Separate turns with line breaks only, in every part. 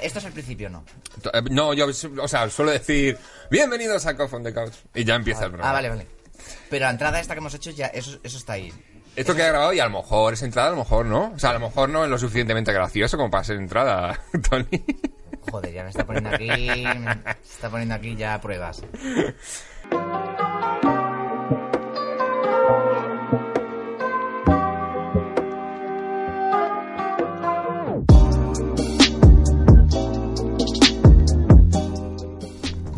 Esto es al principio, no.
Eh, No, yo, o sea, suelo decir, bienvenidos a Cough on the Couch. Y ya empieza el programa.
Ah, vale, vale. Pero la entrada esta que hemos hecho, ya, eso, eso está ahí.
Esto queda grabado y a lo mejor es entrada, a lo mejor no. O sea, a lo mejor no es lo suficientemente gracioso como para ser entrada, Tony.
Joder, ya me está poniendo aquí. me está poniendo aquí ya pruebas.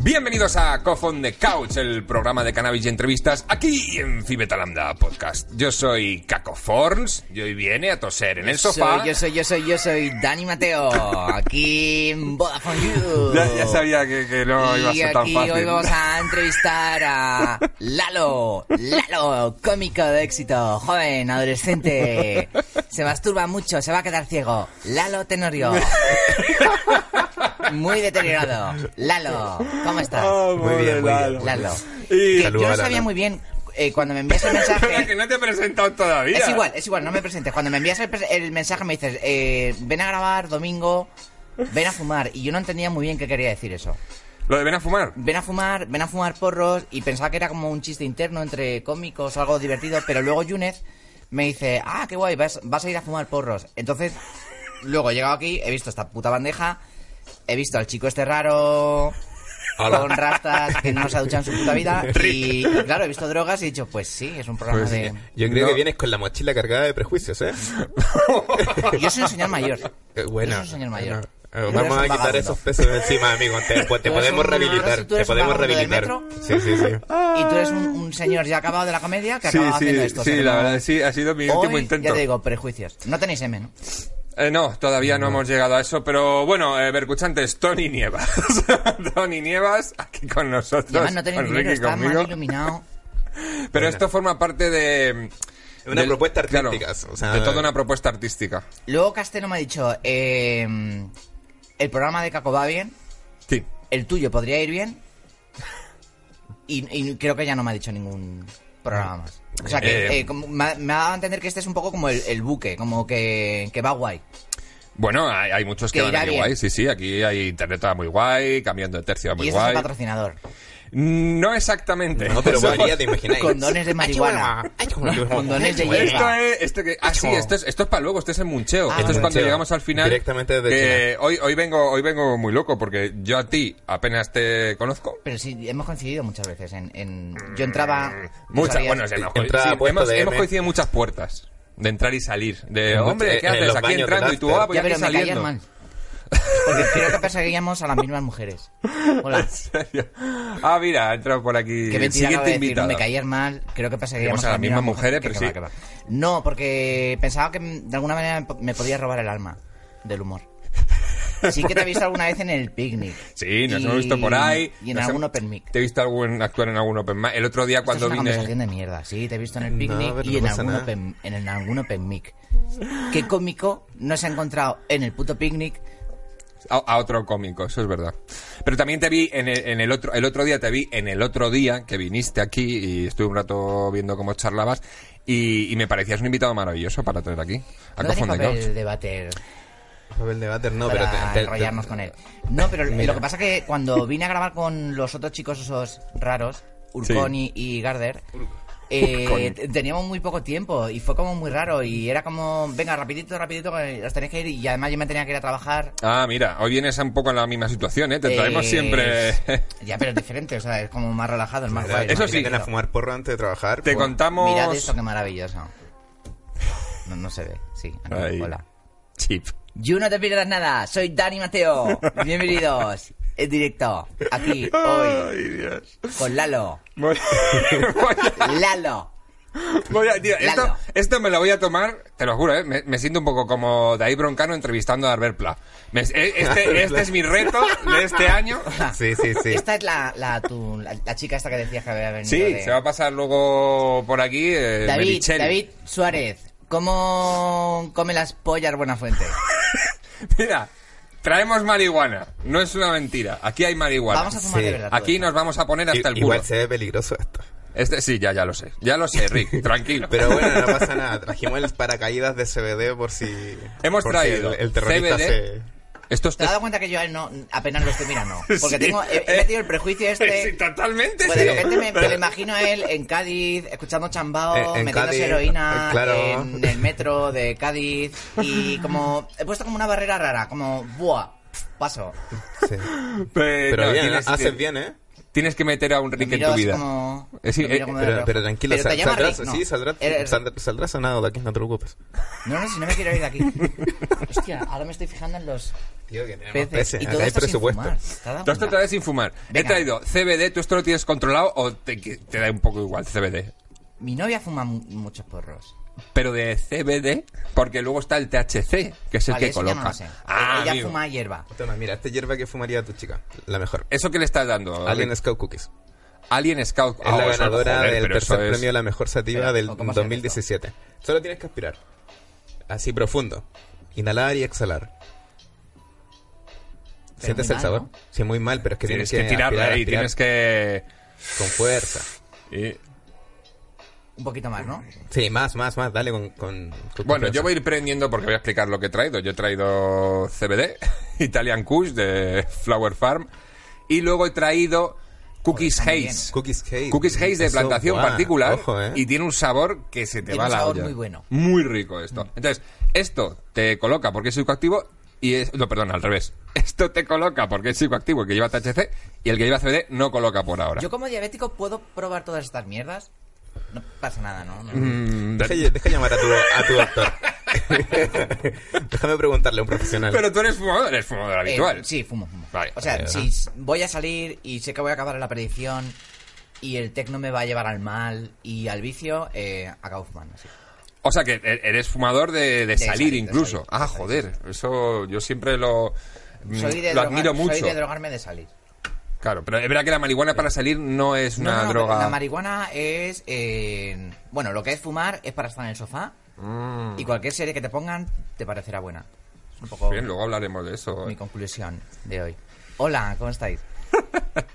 Bienvenidos a Cough on the Couch, el programa de cannabis y entrevistas aquí en Phi Beta Lambda Podcast. Yo soy Caco Forns y hoy viene a toser en el sofá.
Soy- yo soy, yo soy, yo soy Dani Mateo. Aquí en Vodafone You.
Ya, ya sabía que, que no iba a
y
ser tan
aquí
fácil.
hoy vamos a entrevistar a Lalo, Lalo, cómico de éxito, joven, adolescente, se masturba mucho, se va a quedar ciego, Lalo Tenorio, muy deteriorado, Lalo, ¿cómo estás?
Muy bien, muy bien.
Lalo,
Y-
Que
Saluda
yo no
a
sabía
Lalo.
muy bien eh, cuando me envías el
Espera, que
mensaje.
no te he presentado todavía.
Es igual, es igual, no me presentes. Cuando me envías el, pres- el mensaje me dices, eh, ven a grabar domingo, ven a fumar. Y yo no entendía muy bien qué quería decir eso
¿Lo de ven a fumar?
ven a fumar, ven a fumar porros y pensaba que era como un chiste interno entre cómicos o algo divertido, pero luego Yunez me dice, ah, qué guay, vas, vas a ir a fumar porros. Entonces, luego he llegado aquí, he visto esta puta bandeja, he visto al chico este raro con rastas que no se ha duchado en su puta vida y, y claro, he visto drogas y he dicho, pues sí, es un programa
Pues sí.
de...
Yo creo
No.
que vienes con la mochila cargada de prejuicios, ¿eh?
Yo soy un señor mayor.
Eh, Bueno,
Yo soy un señor mayor.
bueno, eh,
Tú eres un
vamos a quitar
vagabundo.
esos pesos de encima, amigo. Te, pues te
Tú eres
podemos
un- ahora sí
rehabilitar.
tú eres
Te
un
podemos
vagabundo del
rehabilitar. Sí, sí, sí.
Y tú eres un, un señor ya acabado de la comedia que acaba haciendo esto. o sea,
sí,
que
la
no-
verdad, sí, ha sido mi último
Hoy,
intento.
ya te digo, prejuicios. No tenéis M, ¿no?
Eh, no, todavía no, hemos llegado a eso, pero bueno, eh, Bercuchantes, Tony Nievas. Tony Nievas, aquí con nosotros.
Y además no tenéis
con
dinero,
Ricky
está más
conmigo.
iluminado.
Pero esto forma parte de...
Una
del-
propuesta
claro,
artística, o sea-
de toda una propuesta artística.
Luego Castelo me ha dicho, eh, el programa de Caco va bien,
Sí.
el tuyo podría ir bien, y, y creo que ya no me ha dicho ningún programa más. O sea que
Eh,
eh, como- me, ha, me ha dado a entender que este es un poco como el, el buque, como que, que va guay.
Bueno, hay, hay muchos que
Que
van
irá
aquí
bien.
guay, sí, sí, aquí hay internet muy guay, cambiando de tercio muy
y este es
guay.
el patrocinador.
No exactamente.
No, pero
Eso-
podría, te imagináis.
Condones de marihuana.
Ay, chihuahua. Ay, chihuahua.
Condones de
Bueno,
hierba.
Esto es, esto que, ah, sí, esto es, esto es para luego, esto es el muncheo.
Ah,
esto es
vale.
cuando
Muncheo.
llegamos al final.
Directamente desde
que hoy, hoy vengo, hoy vengo muy loco porque yo a ti apenas te conozco.
Pero sí, hemos coincidido muchas veces. En, en- yo entraba... tú
Muchas,
sabías-
bueno, se hemos,
Entrada
sí,
a puerta
hemos-
de
hemos
M.
coincidido en muchas puertas. De entrar y salir. De,
En
hombre,
mucho-
¿qué
en
haces
los
aquí
baños del
entrando? Y tú,
after.
ah, voy
ya,
aquí
pero me caías
saliendo.
mal. Porque creo que perseguíamos a las mismas mujeres. Hola.
En serio. ah, mira, ha entrado por aquí.
Que
el
mentira, acabo de
siguiente
decir,
invitado.
me caías mal, creo que perseguíamos
Vamos a las mismas
mujer,
mujeres, pero
que va, que va. No, porque pensaba que mm, de alguna manera me po- me podía robar el alma del humor. Sí que te he visto alguna vez en el picnic.
Sí, nos
Y-
hemos visto por ahí.
Y en
nos
algún
hemos-
open mic.
Te he visto algún, actuar en algún open mic. El otro día
Esto es
cuando
una
vine.
conversación de mierda. Sí, te he visto en el
No,
picnic
pero
y
no
en,
pasa
algún
nada.
open, en, en algún open mic. ¿Qué cómico no se ha encontrado en el puto picnic?
a, a otro cómico, eso es verdad. Pero también te vi en el, en el otro el otro día te vi en el otro día que viniste aquí y estuve un rato viendo cómo charlabas y, y me parecías un invitado maravilloso para traer aquí a
No
Cough
tenéis
on the Couch.
papel de bater
Papel de váter, no, pero.
para
te- te- te-
enrollarnos con él. No, pero lo que pasa que cuando vine a grabar con los otros chicos esos raros, Urconi y Garder, eh, t- teníamos muy poco tiempo y fue como muy raro y era como, venga, rapidito, rapidito, que os tenéis que ir y además yo me tenía que ir a trabajar.
Ah, mira, hoy vienes un poco en la misma situación, ¿eh? Te traemos
Eh,
siempre...
Ya, pero es diferente, o sea, es como más relajado, es más
Claro,
guay.
Eso
más
sí.
Vienen a
divertido.
fumar porro antes de trabajar.
Te
pues,
contamos...
Mirad esto, qué maravilloso. No, no se ve, sí. aquí,
Ahí.
Hola.
Chip.
You no te pierdas nada, soy Dani Mateo. Bienvenidos en directo, aquí, hoy,
Ay, Dios.
con Lalo.
Voy- voy a-
Lalo.
Voy a- tío, esto,
Lalo.
esto me lo voy a tomar, te lo juro, ¿eh? me, me siento un poco como David Broncano entrevistando a Albert Pla. Me- eh, este, este es mi reto de este año.
Sí, sí, sí.
Ah, Esta es la, la, tu- la, la chica esta que decías que había venido.
Sí,
de-
se va a pasar luego por aquí. eh,
David,
Meritxell.
David Suárez. ¿Cómo come las pollas Buenafuente?
Mira, traemos marihuana. No es una mentira. Aquí hay marihuana.
Vamos a fumar
sí.
de verdad.
Aquí nos vamos a poner hasta el
I-
culo.
Igual se ve peligroso esto.
Este, sí, ya, ya lo sé. Ya lo sé, Rick. tranquilo.
Pero bueno, no pasa nada. Trajimos el paracaídas de CBD por si.
Hemos
por si
traído
el, el terrorista
CBD,
se.
Estos
¿Te has
test-
dado cuenta que yo a él no, apenas lo estoy mirando? Porque
Sí.
tengo, he, he metido el prejuicio
Sí,
este.
totalmente.
Pues de
sí.
repente me, me lo imagino a él en Cádiz, escuchando chambao,
En- en
metiéndose
Cádiz,
heroína
eh, claro.
en el metro de Cádiz. Y como. He puesto como una barrera rara, como. ¡Buah! pf, Paso.
Sí.
Pero,
Pero
no,
bien,
tienes,
haces bien, ¿eh?
Tienes que meter a un Rick en
miro
tu
así
vida.
como-
Eh, sí,
lo miro
eh,
como de
Pero,
reojo.
pero tranquilo,
te
sal-
llama
saldrás,
Rick, ¿no?
sí, saldrás,
Eres-
saldrás- saldrás sanado de aquí, no te preocupes.
No, no, si no me quiero ir de aquí. Hostia, ahora me estoy fijando en los
Tío, que tenemos
peces.
peces,
y
acá
todo
hay
esto sin
presupuesto.
fumar. ¿Te has dado
Tú has
cuenta?
tratado de sin fumar. He
Venga.
traído CBD, ¿tú esto lo tienes controlado o te, que- te da un poco igual CBD?
Mi novia fuma mu- muchos porros.
Pero de CBD, porque luego está el THC, que es el
Vale,
que
eso ya
coloca.
no lo sé.
Ah,
Ella
amigo.
fuma hierba.
Toma, mira, esta hierba que fumaría tu chica, la mejor.
¿Eso que le estás dando?
Alien
Rick?
Scout Cookies.
Alien Scout.
Es la
Ah, eso,
ganadora
joder,
del
pero eso
tercer
es-
premio a la mejor sativa
Espera,
del
¿cómo se hace
2017. Solo tienes que aspirar. Así profundo. Inhalar y exhalar. ¿Sientes
muy
el
mal,
sabor?
¿no?
Sí, muy mal, pero es que
Tienes
tienes,
que tirarle
aspirar,
ahí,
aspirar
tienes que...
con fuerza.
y-
Un poquito más, ¿no?
Sí, más, más, más. Dale con... con- con
Bueno,
fuerza.
yo voy a ir prendiendo porque voy a explicar lo que he traído. Yo he traído CBD, Italian Kush de Flower Farm, y luego he traído Cookies
Joder, están
Haze.
Cookies Haze.
Cookies Haze de
Eso,
plantación
guau,
particular
ojo, eh.
y tiene un sabor que se te
Tiene
va
un
la
sabor
olla.
muy bueno. Mm.
Muy rico esto. Entonces, esto te coloca porque es psicoactivo y es no, perdón, al revés. Esto te coloca porque es psicoactivo el que lleva THC y el que lleva CBD no coloca por ahora.
Yo como diabético puedo probar todas estas mierdas. No pasa nada, ¿no? No.
Mm,
Deja, deja llamar a tu, a tu doctor. Déjame preguntarle a un profesional.
pero tú eres fumador, eres fumador
Eh,
habitual.
sí, fumo, fumo.
Vale,
o sea,
vale,
si
ajá.
s- voy a salir y sé que voy a acabar en la perdición y el tecno me va a llevar al mal y al vicio, eh, acabo fumando, sí.
O sea que e- eres fumador de, de salir
salir, de
incluso.
salir.
ah, joder, eso yo siempre lo, mm,
Soy de,
lo
drogar-
admiro mucho.
soy de drogarme de salir.
Claro, pero es verdad que la marihuana para salir no es
No,
una
no, no,
droga.
La marihuana es... eh, bueno, lo que es fumar es para estar en el sofá
Mm.
y cualquier serie que te pongan te parecerá buena. Es un poco...
Bien, luego hablaremos de eso.
mi conclusión de hoy. Hola, ¿cómo estáis?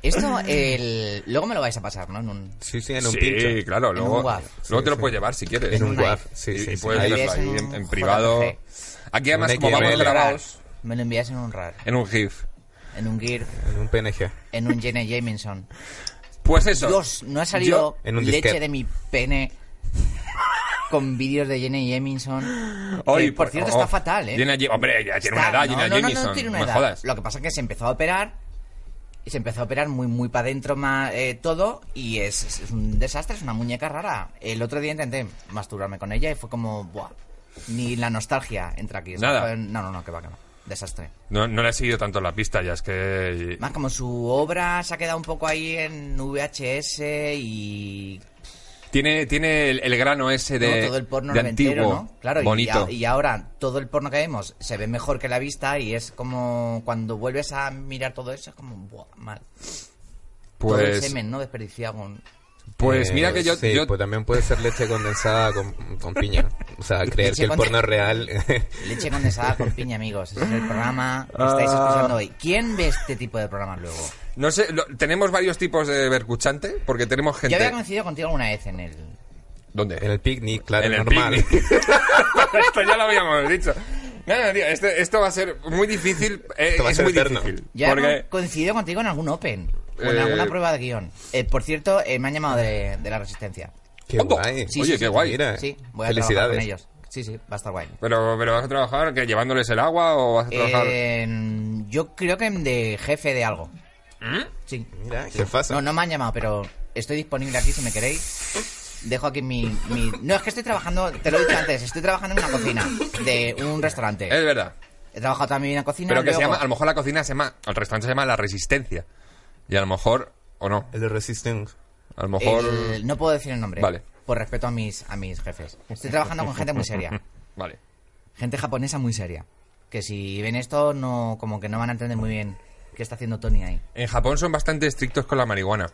Esto, el... luego me lo vais a pasar, ¿no? En un...
Sí, sí, en un
sí,
pincho.
claro,
En
luego,
un WAF.
luego
Sí,
te lo
sí.
puedes llevar si quieres.
En
un
Y-
WAF,
sí,
y,
sí,
y
sí.
puedes
Ahí
verlo
ves
ahí
un
en, en
JPG.
privado. Aquí además,
Un
como vamos
XML.
grabados,
Me lo envías en un RAR,
en un GIF.
en un GIR,
En un PNG.
en un Jenny Jameson.
Pues eso.
Dios, no ha salido
Yo- en un
leche
disquete.
de mi pene con vídeos de Jenny Jameson.
Hoy,
Que, por cierto,
oh,
está fatal, ¿eh?
Jenna Ye- hombre, ya tiene
Está-
una edad,
no,
Jenna
no, no, no
Jameson.
tiene una
me
edad.
jodas.
Lo que pasa es que se empezó a operar y se empezó a operar muy muy para adentro más eh, todo y es, es- es un desastre, es una muñeca rara. El otro día intenté masturbarme con ella y fue como, buah, ni la nostalgia entra aquí. O sea,
Nada.
fue- no, no, no, que va, que no. Desastre.
No, no le he seguido tanto la pista, ya es que.
Más como su obra se ha quedado un poco ahí en VHS y
Tiene, tiene el, el grano ese de,
¿no? todo el porno
de
noventero,
antiguo,
¿no? Claro, y-
bonito.
Y, a- y ahora todo el porno que vemos se ve mejor que la vista y es como cuando vuelves a mirar todo eso es como, buah, mal. Todo el
pues,
semen, ¿no? Desperdiciado con...
pues
Eh,
mira que yo,
sí,
yo-
pues también puede ser leche condensada con, con piña. O sea, creer
Leche
que el
conde-
porno es real.
Leche condensada con piña, amigos. Ese es el programa que
Ah.
estáis escuchando hoy. ¿Quién ve este tipo de programas luego?
no sé, lo- tenemos varios tipos de bercuchante, porque tenemos gente.
Yo había coincidido contigo alguna vez en el...
¿Dónde?
en el picnic, claro,
En el
normal.
picnic. esto ya lo habíamos dicho. No, no, tío, esto, esto va a ser muy difícil. eh,
Esto va a
es
ser
muy
eterno.
difícil.
Ya
porque
he coincidido contigo en algún Open. O en
Eh,
alguna prueba de guión. Eh, por cierto, eh, me han llamado de, de la Resistencia.
Qué
Ondo.
guay.
Sí, Oye, sí, qué sí. guay.
Mira,
Sí, voy a trabajar con
felicidades.
ellos. Sí, sí, va a estar guay.
Pero, pero vas a trabajar que llevándoles el agua o vas a trabajar.
Eh, yo creo que de jefe de algo.
¿Mm?
Sí.
Mira, qué fácil.
No, no me han llamado, pero estoy disponible aquí si me queréis. Dejo aquí mi, mi- No, es que estoy trabajando, te lo he dicho antes, estoy trabajando en una cocina de un restaurante.
Es verdad.
He trabajado también en una cocina.
Eh. Pero que se
luego-
llama, a lo mejor la cocina se llama, el restaurante se llama La Resistencia. Y a lo mejor, o no,
El de Resistance.
a lo mejor.
el- no puedo decir el nombre.
Vale.
Por respeto a mis, a mis jefes. Estoy trabajando con gente muy seria.
Mm, Vale.
Gente japonesa muy seria. Que si ven esto, no como que no van a entender muy bien qué está haciendo Tony ahí.
En Japón son bastante estrictos con la marihuana.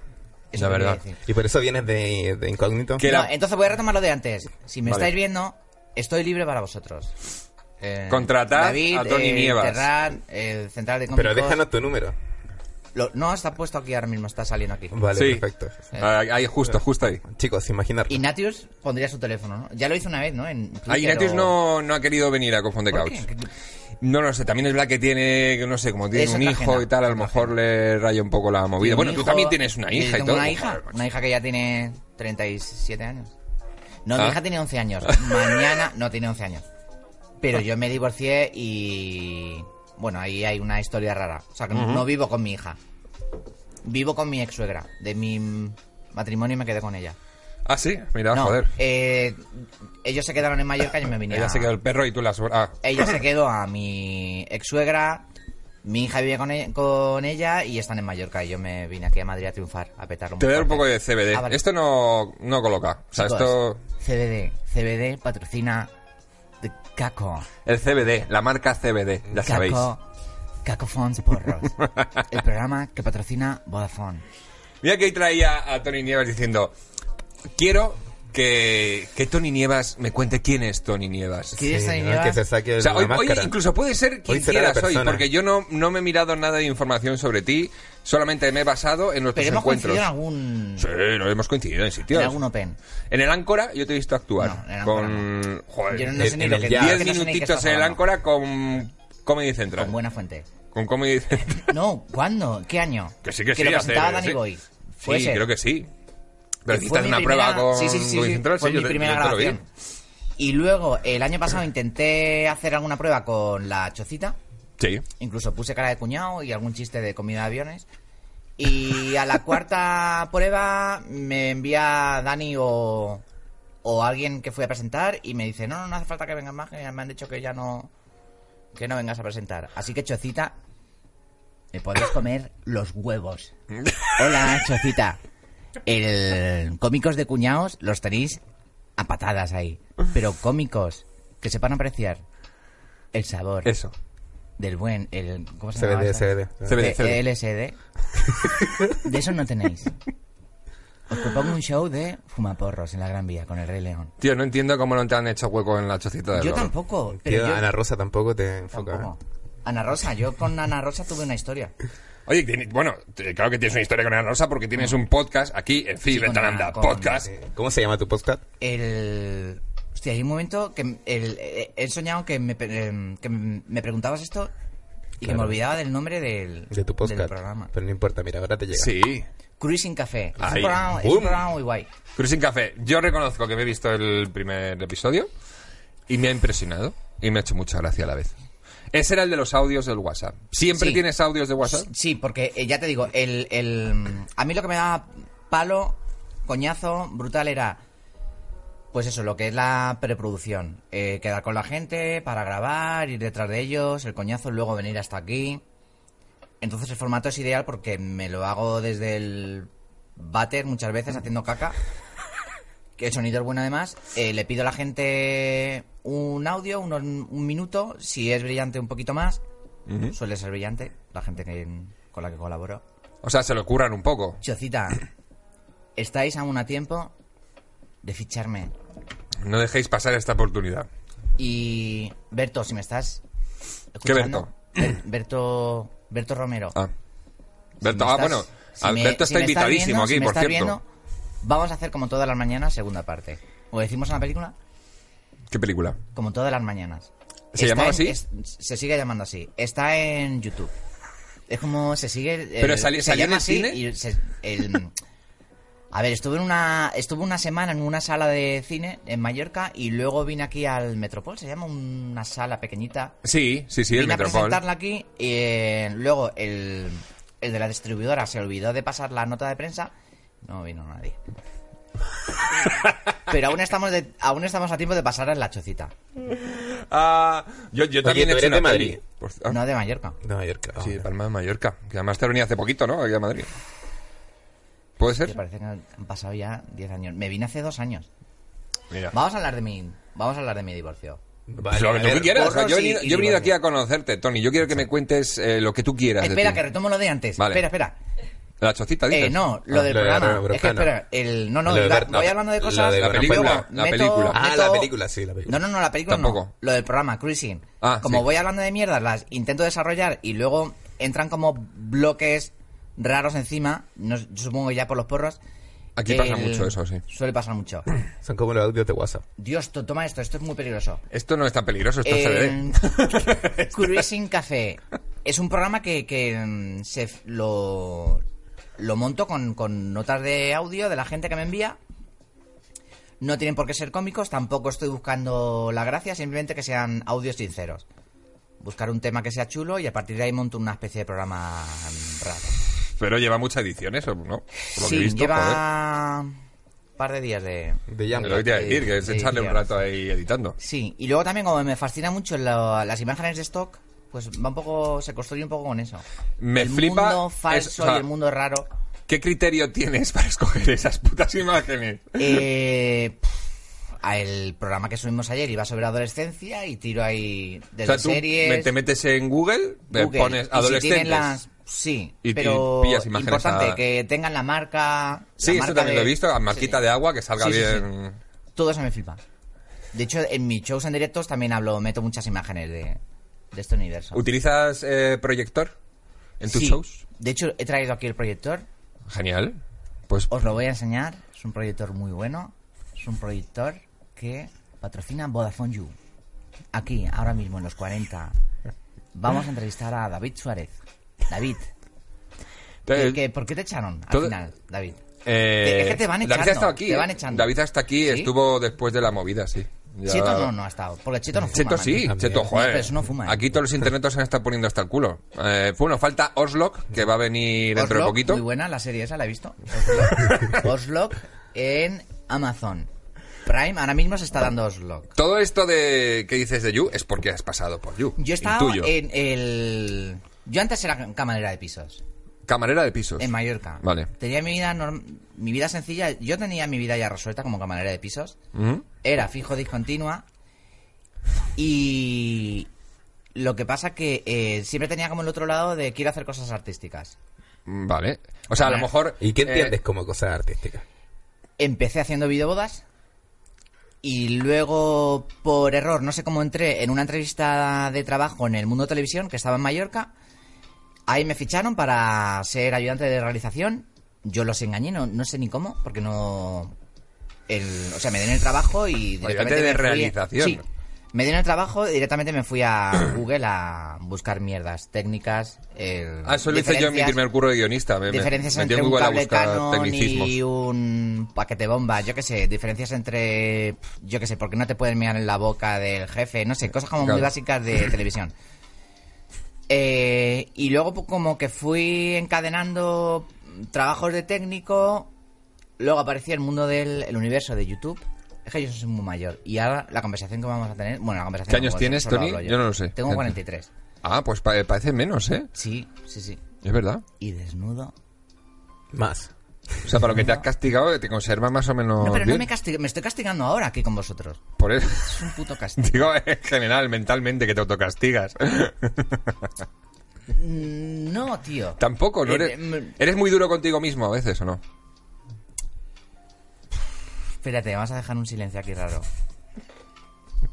Eso
la
quería
verdad.
decir.
Y por eso vienes de, de incógnito.
Que
No,
la-
entonces voy a retomar lo de antes. Si me
Vale.
estáis viendo, estoy libre para vosotros. Eh,
Contratad a Tony Nievas.
Terrat, eh, Central de
Pero
Cómicos.
déjanos tu número.
Lo- no, está puesto aquí ahora mismo, está saliendo aquí.
Vale,
Sí.
perfecto.
Ahí, ahí, justo, justo ahí.
Chicos, imaginar.
Ignatius pondría su teléfono, ¿no? Ya lo hizo una vez, ¿no? En Twitter
Ah, Ignatius
o-
no, no ha querido venir a Confond de
¿Por
Couch.
qué?
No lo sé, también es verdad que tiene, que no sé, como tiene
Es
un
otra
hijo
agenda,
y tal, a lo
otra
mejor le raya un poco la movida.
Tiene
Bueno,
un
tú
hijo,
también tienes una
yo
hija y
tengo
todo.
Una hija, una hija que ya tiene 37 años. No, mi
Ah.
hija tiene 11 años. Mañana no tiene 11 años. Pero yo me divorcié y bueno, ahí hay una historia rara. O sea, que no vivo con mi hija. Vivo con mi ex suegra de mi matrimonio y me quedé con ella.
Ah, sí, mira,
no,
joder.
eh, ellos se quedaron en Mallorca y yo me vine
Ella
a-
se quedó el perro y tú la sobra- Ah,
ella se quedó a mi ex suegra, mi hija vive con e- con ella, y están en Mallorca. Y yo me vine aquí a Madrid a triunfar, a petar
te voy a dar un poco de CBD.
Ah, vale.
Esto no, no coloca. O sea, esto.
CBD, CBD patrocina de Caco.
El CBD, la marca CBD, ya sabéis.
Caco. Caco Fons Porros. El programa que patrocina Vodafone.
Mira que ahí traía a Tony Nievas diciendo: Quiero que, que Tony Nievas me cuente quién es Tony Nievas.
¿Qué es,
Sí,
señora?
¿no? Que se saque
O sea,
la
hoy, hoy
máscara.
incluso puede ser quien
Hoy será la
quieras hoy,
persona.
porque yo no, no me he mirado nada de información sobre ti, solamente me he basado en nuestros
Pero hemos
encuentros.
coincidido en algún.
Sí, nos hemos coincidido en sitios.
en algún Open.
En el Áncora yo te he visto
No,
actuar.
en el Áncora
con. Joder,
Yo no sé
en-
ni
en
lo
el
que
ya.
es que no sé
10
ni qué
minutitos
estás
en el
hablando.
Áncora con Comedy Central.
Con
Con,
buena fuente.
Comedy Central.
No, ¿cuándo? ¿Qué año?
Que sí, que sí.
lo
hace-
presentaba Dani
sí.
Boy.
Sí, creo que sí.
Fue
Pero hiciste
mi
una
primera-
prueba con
sí, sí, sí,
Comedy
sí,
Central.
fue
sí,
mi
yo te-
primera
yo te lo vi.
grabación. Y luego, el año pasado intenté hacer alguna prueba con la chocita.
Sí.
Incluso puse cara de cuñado y algún chiste de comida de aviones. Y a la cuarta prueba me envía Dani o, o alguien que fui a presentar y me dice, no, no, no hace falta que vengas más, que me han dicho que ya no, que no vengas a presentar. Así que Chocita, me podéis comer los huevos. Hola, Chocita. El cómicos de cuñados los tenéis a patadas ahí. Pero cómicos que sepan apreciar el sabor
Eso.
del buen, el, ¿cómo se llama?
CBD, CBD.
Se ve- se ve.
LSD. De eso no tenéis. Os propongo un show de fumaporros en la Gran Vía con el Rey León.
Tío, no entiendo cómo no te han hecho hueco en la chocita del
Yo
loro.
tampoco,
Tío,
pero yo
Ana Rosa ¿eh? tampoco te enfoca.
tampoco. Ana Rosa, yo con Ana Rosa tuve una historia.
Oye, tiene- bueno, te- claro que tienes una historia con Ana Rosa porque tienes un podcast aquí en
Sí,
Fibra
con
Talanda.
Ana- con-
Podcast.
Eh, ¿Cómo se llama tu podcast?
El... Hostia, hay un momento que m- el- eh, he soñado que me, pe- em, que m- me preguntabas esto y que me
Claro.
olvidaba del nombre del,
De tu
del
podcast.
programa.
Pero no importa, mira, ahora te llega.
Sí.
Cruising Café. Es un,
Ahí,
programa, es un
boom.
programa muy guay.
Cruising Café. Yo reconozco que me he visto el primer episodio y me ha impresionado y me ha hecho mucha gracia a la vez. Ese era el de los audios del WhatsApp. ¿Siempre
Sí.
tienes audios de WhatsApp?
Sí, porque eh, ya te digo, el, el- a mí lo que me daba palo, coñazo, brutal era, pues eso, lo que es la preproducción. Eh, quedar con la gente para grabar, ir detrás de ellos, el coñazo, luego venir hasta aquí. Entonces el formato es ideal porque me lo hago desde el váter muchas veces haciendo caca. Que el sonido es bueno además. Eh, le pido a la gente un audio, unos- un minuto, si es brillante un poquito más. Suele ser brillante la gente que, con la que colaboro.
O sea, se lo curran un poco.
Chocita, estáis aún a tiempo de ficharme.
No dejéis pasar esta oportunidad.
Y Berto, si me estás
¿Qué
escuchando, Ber- Berto Berto Romero.
Ah,
si
Berto,
me
ah
estás-
bueno,
si
ah,
me-
Berto
si
está
me estás
invitadísimo
viendo,
aquí,
si me
por
estás
cierto.
viendo, vamos a hacer como todas las mañanas segunda parte. O decimos en la película
¿Qué película?
como todas las mañanas.
¿Se
Está
llamaba
en-
así?
es- se sigue llamando así. Está en YouTube. Es como se sigue. el-
¿Pero sali-
se
salió en
llama
el
así
cine?
y se- el- a ver, estuve en una estuve una semana en una sala de cine en Mallorca y luego vine aquí al Metropol. Se llama una sala pequeñita.
Sí, sí, sí, el
vine a
Metropol.
presentarla aquí. y, eh, luego el, el de la distribuidora se olvidó de pasar la nota de prensa. No vino nadie. Pero aún estamos de- aún estamos a tiempo de pasar en la chocita.
Ah, yo, yo también
tú
he hecho
eres
una
de
peli.
Madrid.
Pues, ah,
No de Mallorca.
Nueva York.
sí, de Palma de Mallorca. Que además te venía hace poquito, ¿no? Aquí a Madrid. ¿Puede
Que
ser?
parece que han pasado ya 10 años. Me vine hace dos años.
Mira.
Vamos a hablar de mi, vamos a hablar de mi divorcio.
Vale,
Pues Lo que
a
tú
ver,
quieras. o sea,
porros
yo he
y-
venido,
y
yo he venido
divorcio.
aquí a conocerte, Tony. Yo quiero que me cuentes eh, lo que tú quieras. de
espera,
ti.
que retomo lo de antes.
Vale.
Espera, espera.
La chocita, dices.
Eh, no, lo
Ah,
del
lo de la
programa.
Rana
es que
Brocana.
espera, el, no, no,
Lo de
la-
Berta-
voy hablando de
lo
cosas.
de
La
Berta-
película,
luego
la
meto-
película.
Ah,
meto-
la película, sí, la película.
No, no, no, la película
Tampoco.
no. Lo del programa, Cruising.
Ah,
como
sí.
voy hablando de mierdas, las intento desarrollar y luego entran como bloques raros encima, no sé, yo supongo que ya por los porros.
Aquí
que
pasa mucho eso, sí.
Suele pasar mucho.
Son como los audios de WhatsApp.
Dios, to- toma esto, esto es muy peligroso.
Esto no es tan peligroso, esto se ve.
Eh, Cruising Café. Es un programa que, que, mm, se f- lo, lo monto con, con notas de audio de la gente que me envía. No tienen por qué ser cómicos, tampoco estoy buscando la gracia, simplemente que sean audios sinceros. Buscar un tema que sea chulo y a partir de ahí monto una especie de programa mm, raro.
Pero lleva mucha edición eso, ¿no? Por lo que
Sí,
he visto, joder.
lleva un par de días de,
De Jam.
Lo que te iba a
Sí,
decir, que es
sí,
echarle
sí,
un rato ahí editando.
Sí, y luego también como me fascina mucho la- las imágenes de stock, pues va un poco, se construye un poco con eso.
Me
el
flipa
mundo
es-
falso
o sea,
y el mundo raro.
¿Qué criterio tienes para escoger esas putas imágenes?
Eh, pff, a el programa que subimos ayer iba sobre adolescencia y tiro ahí
O
desde
sea, tú
series.
me- te metes en Google, te
Google, y
pones
si
adolescentes.
tienen las- sí,
Y- y
pero
pillas imágenes
importante
a-
que tengan la marca.
Sí,
la
eso
marca
también
de-
lo he visto, a marquita
sí.
de agua que salga
Sí, sí, sí.
bien.
Todo eso me flipa. De hecho, en mis shows en directos también hablo, meto muchas imágenes de, de este universo.
¿Utilizas eh, proyector en tus
Sí.
shows?
De hecho, he traído aquí el proyector.
Genial. Pues
Os lo voy a enseñar. Es un proyector muy bueno. Es un proyector que patrocina Vodafone You. Aquí, ahora mismo, en los 40. Vamos a entrevistar a David Suárez. David, ¿qué-
eh,
qué- ¿por qué te echaron al
todo-
final, David?
eh,
es que te van
David ha
echando,
estado aquí.
te
¿eh?
van echando.
David hasta aquí
¿Sí?
estuvo después de la movida, sí. Ya-
Cheto no, no ha estado. Porque Cheto no fuma.
Cheto
macho.
sí,
también.
Cheto,
No,
joder.
pero eso no fuma, ¿eh?
Aquí todos los internetos se han estado poniendo hasta el culo. Eh, bueno, falta Oslock, que va a venir dentro de
Oslock,
poquito.
Muy buena la serie esa, la he visto. Oslock en Amazon. Prime, ahora mismo se está dando Oslock.
Todo esto de que dices de You es porque has pasado por You.
Yo estaba
Intuyo.
en el... Yo antes era camarera de pisos.
Camarera de pisos.
En Mallorca.
Vale.
Tenía mi vida norm- mi vida sencilla. Yo tenía mi vida ya resuelta como camarera de pisos.
¿Mm?
Era fijo discontinua. Y lo que pasa que eh, siempre tenía como el otro lado de quiero hacer cosas artísticas.
Mm, Vale. O sea, a lo
Vale.
mejor...
¿Y qué
eh,
entiendes como cosas artísticas?
Empecé haciendo videobodas. Y luego, por error, no sé cómo entré en una entrevista de trabajo en el Mundo Televisión, que estaba en Mallorca. Ahí me ficharon para ser ayudante de realización. Yo los engañé, no, no sé ni cómo, porque no. el- o sea, me dieron el trabajo y directamente.
Ayudante de
me fui-
realización.
sí. Me dieron el trabajo y directamente me fui a Google a buscar mierdas técnicas. eh,
Ah, eso lo hice yo en mi
diferencias-
primer curro de guionista. Me, me-
diferencias
metí en
entre un
Google a
cable
buscar
Canon
tecnicismos.
y un paquete bomba, yo qué sé, diferencias entre, pf, yo qué sé, porque no te pueden mirar en la boca del jefe, no sé, cosas como
Claro.
muy básicas de televisión. Eh, y luego pues, como que fui encadenando trabajos de técnico, luego aparecía el mundo del el universo de YouTube. Es que yo soy muy mayor. Y ahora la conversación que vamos a tener... Bueno, la conversación...
¿Qué años
como
tienes,
solo
Tony?
hablo
Yo no lo sé.
Tengo 43.
Ah, pues pa- parece menos, ¿eh?
Sí, sí, sí.
Es verdad.
Y desnudo.
Más.
O sea, para lo que te has castigado, te conserva más o menos
No, pero no
bien.
me, casti- me estoy castigando ahora aquí con vosotros.
Por eso,
Es un puto castigo.
digo, en general, mentalmente, que te autocastigas.
Mm, No, tío.
Tampoco, ¿no?
Eh,
Eres,
mm,
eres muy duro contigo mismo a veces, ¿o no?
Espérate, vamos a dejar un silencio aquí raro.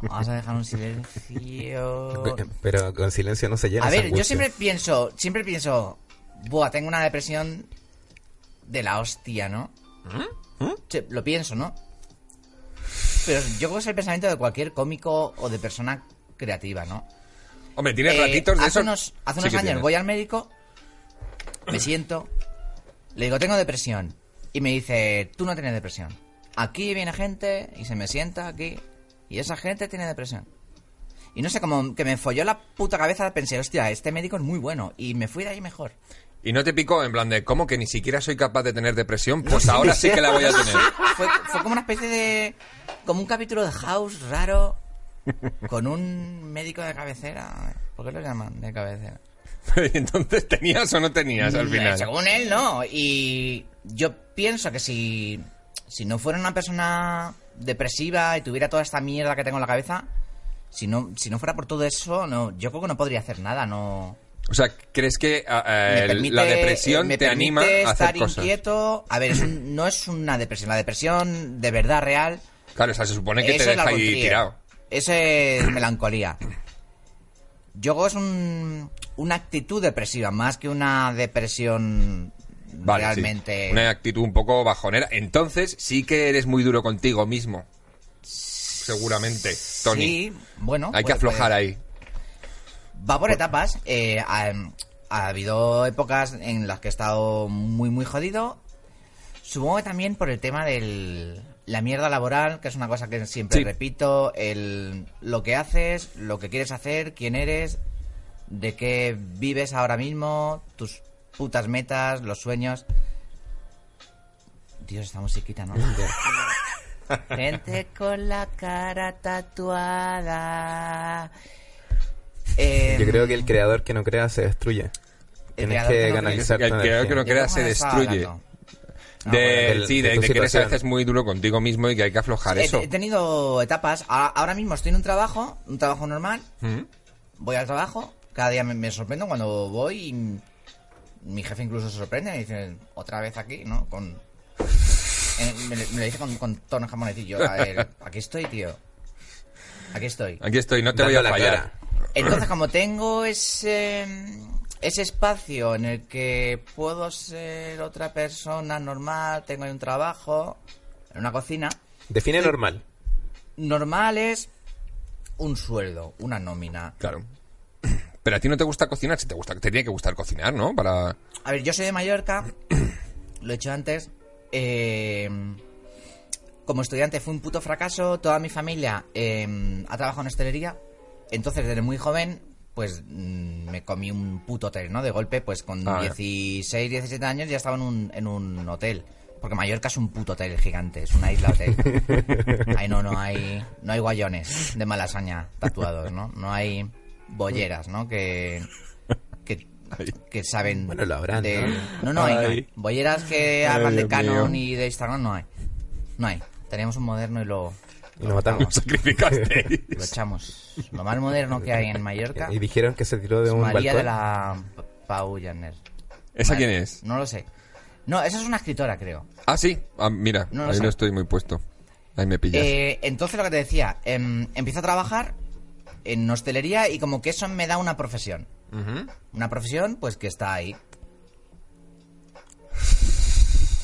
Vamos a dejar un silencio.
Pe- Eh, Pero con silencio no se llena.
Oh. A
esa
ver, yo
angustia.
siempre pienso, siempre pienso, buah, tengo una depresión de la hostia, ¿no? Che, lo pienso, ¿no? Pero yo creo que es el pensamiento de cualquier cómico o de persona creativa, ¿no?
Hombre, tienes
Eh,
ratitos de
hace
eso.
Unos, hace
Sí
unos
que
años
tienes.
voy al médico, me siento, le digo, tengo depresión. Y me dice, tú no tienes depresión. Aquí viene gente y se me sienta aquí. Y esa gente tiene depresión. Y no sé, como que me folló la puta cabeza, pensé, hostia, este médico es muy bueno. Y me fui de ahí mejor.
Y no te picó en plan de, ¿cómo que ni siquiera soy capaz de tener depresión? Pues ahora sí que la voy a tener.
Fue, fue como una especie de... Como un capítulo de House raro con un médico de cabecera. ¿Por qué lo llaman de cabecera?
Y Entonces, ¿tenías o no tenías al
Mm,
final?
Según él, no. Y yo pienso que si, si no fuera una persona depresiva y tuviera toda esta mierda que tengo en la cabeza, si no, si no fuera por todo eso, no, yo creo que no podría hacer nada, no.
O sea, ¿crees que ah, eh,
Me permite-
la depresión
me
te
permite
anima a
estar
hacer cosas?
inquieto. A ver, es un- no es una depresión. La depresión de verdad real.
Claro, o sea, se supone que
eso
te
es la
deja ahí
Trier.
tirado.
Eso es melancolía. Yo creo que es un- una actitud depresiva, más que una depresión
Vale, sí.
realmente.
Una actitud un poco bajonera. Entonces, sí que eres muy duro contigo mismo. Seguramente, Tony.
Sí, bueno.
Hay
puede-
que
Ah, puede-
aflojar ahí.
Va por etapas. eh, ha, ha habido épocas en las que he estado muy, muy jodido. Supongo que también por el tema del la mierda laboral, que es una cosa que siempre
Sí.
repito, el lo que haces, lo que quieres hacer, quién eres, de qué vives ahora mismo, tus putas metas, los sueños. Dios, esta musiquita, ¿no? Gente con la cara tatuada. Eh,
Yo creo que el creador que no crea se destruye. Tienes
creador que
que,
no crea.
canalizar tu
El creador
energía.
que no
¿De
crea
qué
se
cojones estaba
destruye.
hablando?
de,
bueno, del-
sí, de,
de tu
de que eres a
situación.
veces muy duro contigo mismo y que hay que aflojar
He-
eso.
He, tenido etapas. A- Ahora mismo estoy en un trabajo, un trabajo normal.
¿Mm?
Voy al trabajo. Cada día me, me sorprendo cuando voy y mi jefe incluso se sorprende. Me dice, otra vez aquí, ¿no? Con, en- me, le- me lo dice con, con tono jamonecillo. A ver, aquí estoy, tío. Aquí estoy.
Aquí estoy, no te
Dando
voy a
la
fallar.
cara.
Entonces, como tengo ese, mm, ese espacio en el que puedo ser otra persona normal, tengo ahí un trabajo, en una cocina,
Define normal.
normal es un sueldo, una nómina.
Claro. Pero a ti no te gusta cocinar, si te gusta, te tiene que gustar cocinar, ¿no? Para
A ver, yo soy de Mallorca, lo he hecho antes. eh, como estudiante fue un puto fracaso, toda mi familia eh, ha trabajado en hostelería. Entonces, desde muy joven, pues mm, me comí un puto hotel, ¿no? De golpe, pues con
Ah, ya.
16, 17 años ya estaba en un, en un hotel. Porque Mallorca es un puto hotel gigante, es una isla hotel. Ahí no, no hay, no hay guayones de malasaña tatuados, ¿no? No hay bolleras, ¿no? Que, que, que saben.
Bueno, lo habrán,
de- No,
¿no?
no hay. no
Ay.
hay. Bolleras que
Ay,
hablan de
Dios
Canon
mío.
y de Instagram no hay. No hay. Teníamos un moderno y lo,
Y nos matamos.
sacrificaste.
lo echamos. Lo más moderno que hay en Mallorca
Y dijeron que se tiró de
es
un
María
balcón.
de la P- Pau Jenner.
¿Esa
Vale,
quién es?
No lo sé. No, esa es una escritora, creo.
Ah, sí. Ah, mira,
No lo
ahí
sé.
no estoy muy puesto. Ahí me pillas.
Eh, entonces lo que te decía, em, empiezo a trabajar en hostelería y como que eso me da una profesión.
Ujú.
Una profesión, pues que está ahí.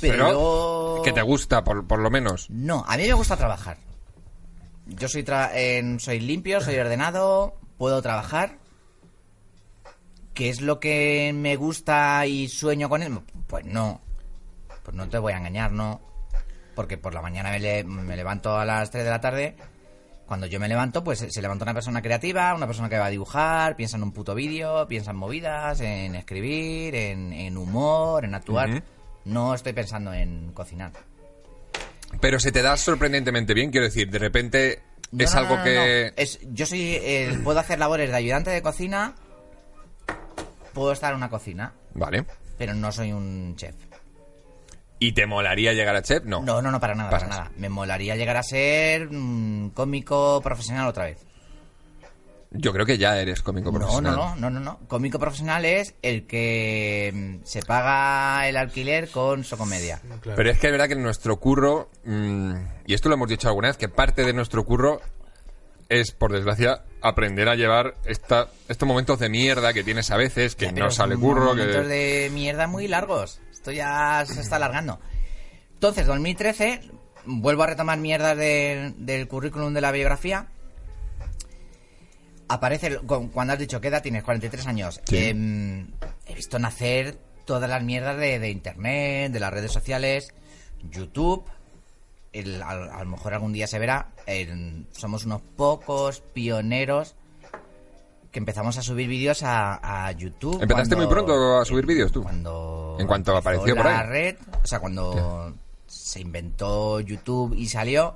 Pero,
luego-
que te gusta, por, por lo menos.
No, a mí me gusta trabajar. Yo soy, tra- en- soy limpio, soy ordenado, puedo trabajar. ¿Qué es lo que me gusta y sueño con él? Pues no. Pues no te voy a engañar, no. Porque por la mañana me, le- me levanto a las 3 de la tarde. Cuando yo me levanto, pues se levanta una persona creativa, una persona que va a dibujar, piensa en un puto vídeo, piensa en movidas, en escribir, en, en humor, en actuar.
Ujú.
No estoy pensando en cocinar.
Pero se te da sorprendentemente bien, quiero decir, de repente
No,
es
no,
algo
no, no,
que...
no. Es- yo soy. eh, puedo hacer labores de ayudante de cocina. Puedo estar en una cocina.
Vale.
Pero no soy un chef.
¿Y te molaría llegar a chef? No.
No, no, no, para nada, para
Pasas.
nada. Me molaría llegar a ser mm, cómico profesional otra vez.
Yo creo que ya eres cómico
No,
profesional.
no, no, no, no, no. Cómico profesional es el que mm, se paga el alquiler con su comedia.
Claro.
Pero es que es verdad que nuestro curro, mm, y esto lo hemos dicho alguna vez, que parte de nuestro curro es, por desgracia, aprender a llevar esta, estos momentos de mierda que tienes a veces, que
Ya, pero
no sale
son
curro, que...
momentos de mierda muy largos. Esto ya se está alargando. Entonces, 2013, vuelvo a retomar mierdas de- del currículum de la biografía. Aparece, el- con- cuando has dicho, ¿qué edad tienes? 43 años.
Sí.
Em, he visto nacer todas las mierdas de, de internet, de las redes sociales, YouTube. El- a, a lo mejor algún día se verá. en- somos unos pocos pioneros que empezamos a subir vídeos a, a YouTube.
Empezaste muy pronto a subir vídeos, tú.
Cuando
En cuanto
empezó
apareció por
la
ahí.
red, o sea, cuando se inventó YouTube y salió,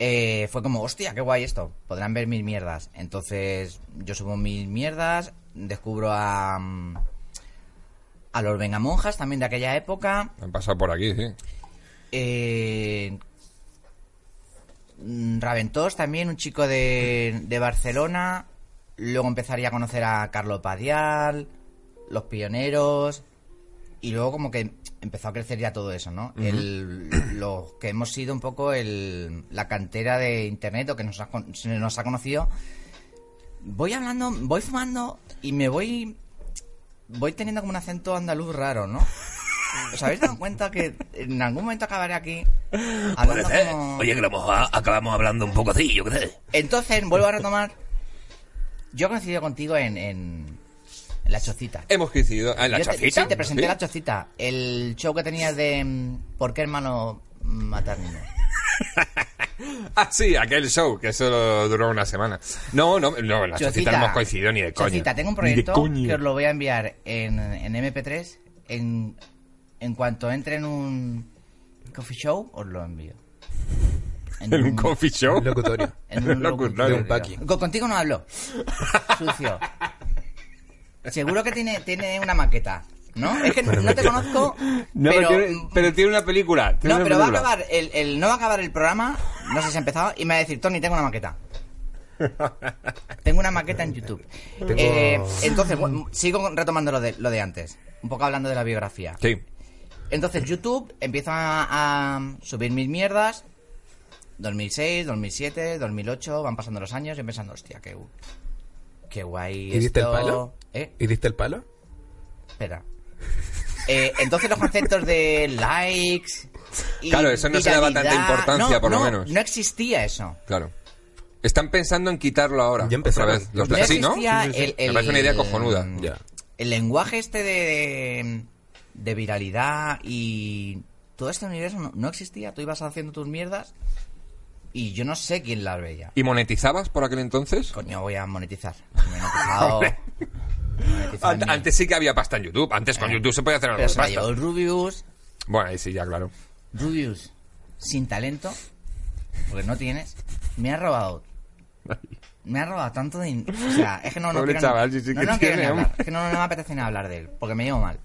eh, fue como, hostia, qué guay esto. Podrán ver mis mierdas. Entonces, yo subo mis mierdas, descubro a. mm, A los Vengamonjas también de aquella época.
Han pasado por aquí, sí.
Eh, mm, Raventós también, un chico de, de Barcelona. Luego empezaría a conocer a Carlos Padial, los pioneros. Y luego como que empezó a crecer ya todo eso, ¿no? El- los que hemos sido un poco el, la cantera de Internet o que nos ha, con- se nos ha conocido. Voy hablando, voy fumando y me voy voy teniendo como un acento andaluz raro, ¿no? ¿Os habéis dado cuenta que en algún momento acabaré aquí hablando
Parece.
como...
Pues, ¿eh? Oye, que lo mejor a- acabamos hablando un poco así, yo qué sé.
Entonces, vuelvo a retomar. Yo coincido contigo en, en, en la chocita.
Hemos coincidido. Ah, en la
Yo te-
chocita.
sí, te presenté
Sí.
la chocita. El show que tenías de mm, ¿Por qué hermano matar niños?
Ah, sí, aquel show, que solo duró una semana. No, no, no, en la chocita no hemos coincidido ni de coña.
Chocita, tengo un
Ni de
proyecto
coña.
que os lo voy a enviar en, en MP3. En, en cuanto entre en un coffee show, os lo envío.
En un coffee show.
Un locutorio.
en
un
un
locutorio.
De un paqui.
Con- Contigo no hablo. Sucio. Seguro que tiene, tiene una maqueta, ¿no? Es que no te conozco,
No,
pero...
pero,
mm,
tiene, pero tiene una película. tiene
No,
una
pero va a
película.
acabar el, el- no va a acabar el programa, no sé si ha empezado, y me va a decir, Tony, tengo una maqueta. Tengo una maqueta en YouTube. Eh, entonces, bueno, sigo retomando lo de, lo de antes, un poco hablando de la biografía.
Sí.
Entonces YouTube empieza a, a subir mis mierdas. 2006, 2007, 2008, van pasando los años y yo pensando, hostia, qué, gu- qué guay.
¿Y diste el
esto".
palo?
¿Eh?
¿Y diste el palo?
Espera. Eh, entonces los conceptos de likes... y
Claro, eso no se le daba tanta
viralidad-
importancia,
no,
por lo
no,
menos.
No existía eso.
Claro. Están pensando en quitarlo ahora.
Ya empezaron.
otra vez, los
No
pla- sí, ¿no?
existía
Sí, sí, sí.
el- el-
Me parece una idea cojonuda.
Ya.
El lenguaje este de, de viralidad y todo este universo no, no existía. Tú ibas haciendo tus mierdas y yo no sé quién las veía.
¿Y monetizabas por aquel entonces?
Coño, voy a monetizar. Me he monetizado.
Hombre.
monetizado
Ant-
mil.
antes sí que había pasta en YouTube. Antes con
Eh,
YouTube se podía hacer algo
Pero
de
se me ha
pasta.
llevado el Rubius.
Bueno, ahí sí, ya, claro.
Rubius, sin talento, porque no tienes, me ha robado. Me ha robado tanto de... O sea, es que no, no
Pobre
quiero ni-
chaval, sí, sí
no,
que
no quiero ni
tiene,
hablar.
hombre.
Es que no, no me apetece ni hablar de él, porque me llevo mal.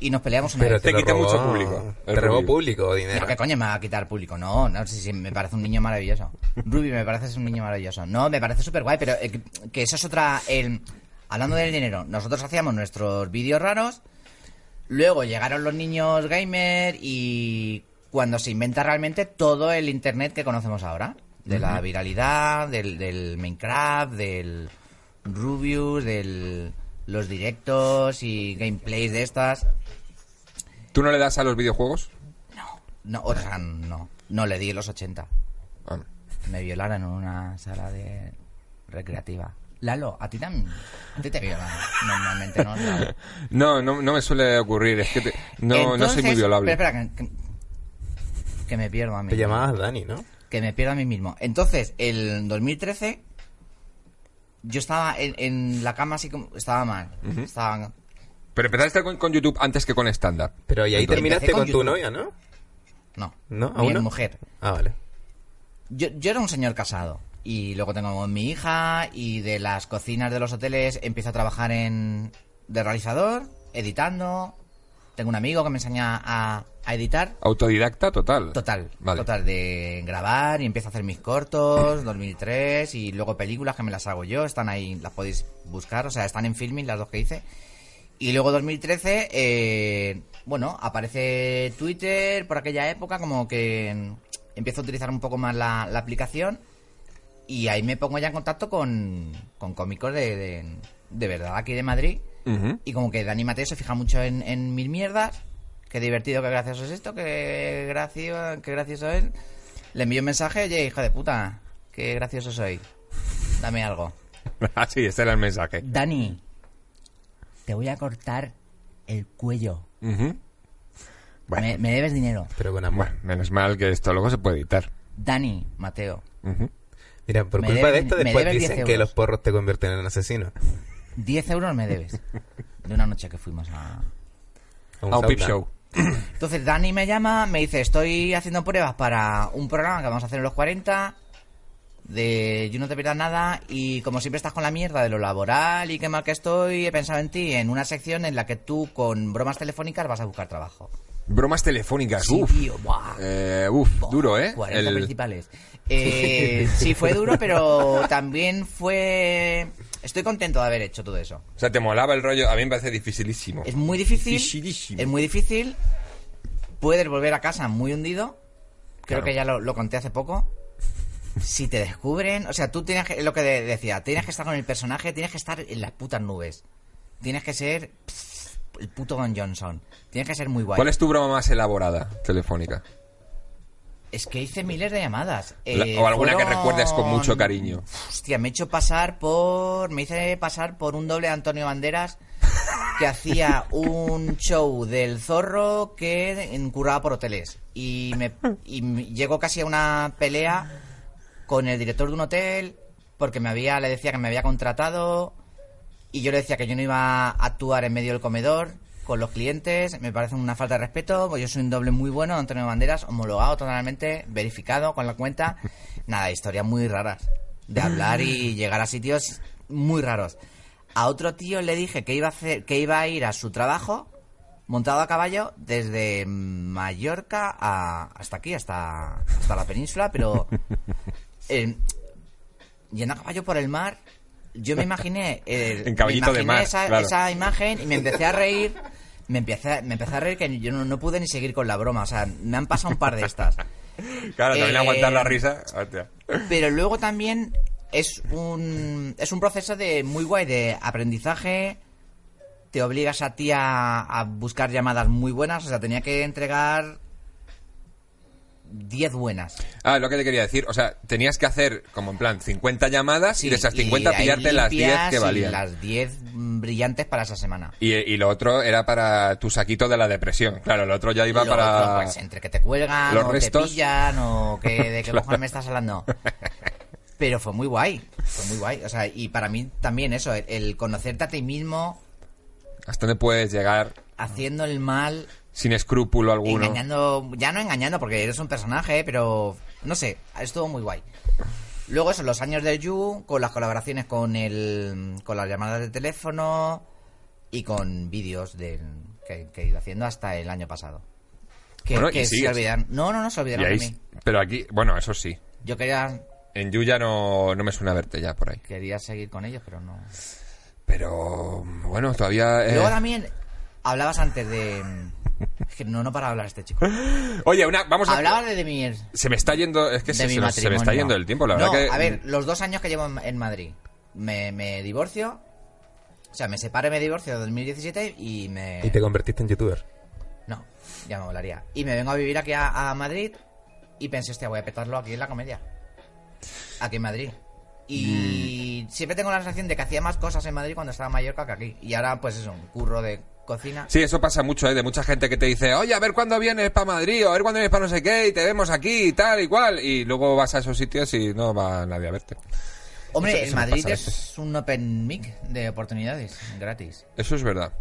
Y nos peleamos una
Pero
vez.
te
lo
quita
robó.
mucho público.
Te
El
robó
público.
público,
Pero
dinero.
qué coño me va a quitar público. No, no sé si me parece un niño maravilloso. Ruby, me parece un niño maravilloso. No, me parece súper guay, pero eh, que- que eso es otra. el- hablando del dinero, nosotros hacíamos nuestros vídeos raros. Luego llegaron los niños gamer y cuando se inventa realmente todo el internet que conocemos ahora. De la viralidad, del, del Minecraft, del Rubius, del los directos y gameplays de estas.
¿Tú no le das a los videojuegos?
No, o sea, no. No le di los 80.
Ah.
Me violaron en una sala de recreativa. Lalo, a ti también. A ti te violan. Normalmente no. Lalo.
No, no, no me suele ocurrir. Es que te- no, no soy
Entonces-
muy violable.
Pero espera, que, que- que me pierdo a mí.
Te llamabas Dani, ¿no?
Que me pierdo a mí mismo. Entonces, el 2013, yo estaba en, en la cama así como. Estaba mal. Estaba.
Pero empezaste con, con YouTube antes que con stand-up.
Pero y ahí
Entonces,
terminaste
empecé
con,
con
tu
YouTube.
novia, ¿no?
No.
¿No?
Mi
¿Aún no?
mujer.
Ah, vale.
Yo, yo era un señor casado y luego tengo mi hija y de las cocinas de los hoteles empiezo a trabajar en de realizador, editando. Tengo un amigo que me enseña a, a editar.
Autodidacta total.
Total,
Vale.
total, de grabar y empiezo a hacer mis cortos, 2003 y luego películas que me las hago yo, están ahí, las podéis buscar, o sea, están en filming las dos que hice. Y luego 2013, eh, bueno, aparece Twitter por aquella época, como que mm, empiezo a utilizar un poco más la, la aplicación y ahí me pongo ya en contacto con, con cómicos de, de, de verdad aquí de Madrid.
Ujú.
Y como que Dani Mateo se fija mucho en, en mil mierdas. Qué divertido, qué gracioso es esto, qué gracioso, qué gracioso es. Le envío un mensaje, oye, hija de puta, qué gracioso soy. Dame algo.
Ah, sí, ese era el mensaje.
Dani, te voy a cortar el cuello.
Ujú. Bueno,
Me, me debes dinero.
Pero con amor.
bueno, menos mal que esto luego se puede editar.
Dani, Mateo,
Ujú.
Mira, por
Me
culpa de
debes-
esto
me
después
debes 10
dicen que
euros.
los porros te convierten en asesino.
10 euros me debes. De una noche que fuimos a...
A
A un pip
sauna.
Ah, show.
Entonces Dani me llama, me dice, estoy haciendo pruebas para un programa que vamos a hacer en los 40, de yo no te pierdas nada, y como siempre estás con la mierda de lo laboral y qué mal que estoy, he pensado en ti, en una sección en la que tú con bromas telefónicas vas a buscar trabajo.
Bromas telefónicas.
Sí,
uf.
tío, buah.
Eh, uf,
Buah,
duro, ¿eh?
40
El-
principales. Eh, sí, fue duro, pero también fue... Estoy contento de haber hecho todo eso.
O sea, te molaba el rollo. A mí me parece dificilísimo.
Es muy difícil.
Dificilísimo.
Es muy difícil. Puedes volver a casa muy hundido. Creo
Claro.
que ya lo, lo conté hace poco. Si te descubren, o sea, tú tienes que, lo que de- decía, tienes que estar con el personaje, tienes que estar en las putas nubes. tienes que ser pff, el puto Don Johnson. Tienes que ser muy guay.
¿Cuál es tu broma más elaborada telefónica?
Es que hice miles de llamadas. Eh,
La- o alguna que recuerdes con mucho cariño.
Hostia, me he hecho pasar por. Me hice pasar por un doble de Antonio Banderas que hacía un show del zorro que curaba por hoteles. Y me y me- llegó casi a una pelea con el director de un hotel porque me había le decía que me había contratado y yo le decía que yo no iba a actuar en medio del comedor con los clientes, me parece una falta de respeto, porque yo soy un doble muy bueno, Antonio Banderas, homologado totalmente, verificado con la cuenta. Nada, historias muy raras. De hablar y llegar a sitios muy raros. A otro tío le dije que iba a hacer, que iba a ir a su trabajo montado a caballo desde Mallorca a- hasta aquí, hasta, hasta la península, pero eh, yendo a caballo por el mar, yo me imaginé. el-
En caballito
me
de
imaginé
mar,
Esa,
claro.
esa imagen y me empecé a reír. Me empecé, me empecé a reír que yo no, no pude ni seguir con la broma. O sea, me han pasado un par de estas.
Claro, también
Eh,
aguantar la risa. hostia.
Pero luego también es un, es un proceso de muy guay de aprendizaje. Te obligas a ti a, a buscar llamadas muy buenas. O sea, tenía que entregar 10 buenas.
Ah, lo que te quería decir. O sea, tenías que hacer como en plan 50 llamadas y de esas
Sí, y
50
ahí
pillarte las 10
limpias
que
y
valían.
Las 10 brillantes para esa semana.
Y, y lo otro era para tu saquito de la depresión. Claro, lo otro ya iba
Lo
para...
otro, pues, entre que te cuelgan,
los
o
restos.
te pillan, o que, de qué cojones me estás hablando. Pero fue muy guay, fue muy guay. O sea, y para mí también eso, el, el conocerte a ti mismo,
Hasta dónde puedes llegar
haciendo el mal,
sin escrúpulo alguno.
engañando, ya no engañando porque eres un personaje, pero no sé, estuvo muy guay. Luego eso, los años de You, con las colaboraciones con el, con las llamadas de teléfono y con vídeos del que, que he ido haciendo hasta el año pasado. Que,
Bueno, y
que se
sigues.
olvidaron. No, no, no se
Y
olvidaron
ahí-
de mí.
pero aquí, bueno, eso sí.
Yo quería,
En Yuya no, no me suena verte ya por ahí.
quería seguir con ellos, pero no.
Pero bueno, todavía... eh,
Luego también hablabas antes de. Es que no, no para hablar este chico.
Oye, una, vamos a...
Hablabas de, de mi, de
Se me está yendo... Es que se,
mi
se nos- se me
matrimonio.
está yendo el tiempo, la
No,
verdad que... mm.
A ver, los dos años que llevo en, en Madrid. Me, me divorcio. O sea, me separé, me divorcio en 2017 y me.
Y te convertiste en youtuber.
No, ya me volaría. Y me vengo a vivir aquí a, a Madrid y pensé, hostia, voy a petarlo aquí en la comedia. Aquí en Madrid. Y
Mm.
siempre tengo la sensación de que hacía más cosas en Madrid cuando estaba en Mallorca que aquí. Y ahora, pues es un curro de cocina.
Sí, eso pasa mucho, ¿eh? De mucha gente que te dice, oye, a ver cuándo vienes para Madrid, o a ver cuándo vienes para no sé qué, y te vemos aquí, y tal, y cual. Y luego vas a esos sitios y no va nadie a verte.
Hombre,
Eso-
el
eso me
Madrid
pasa a
es un open mic de oportunidades gratis.
Eso es verdad.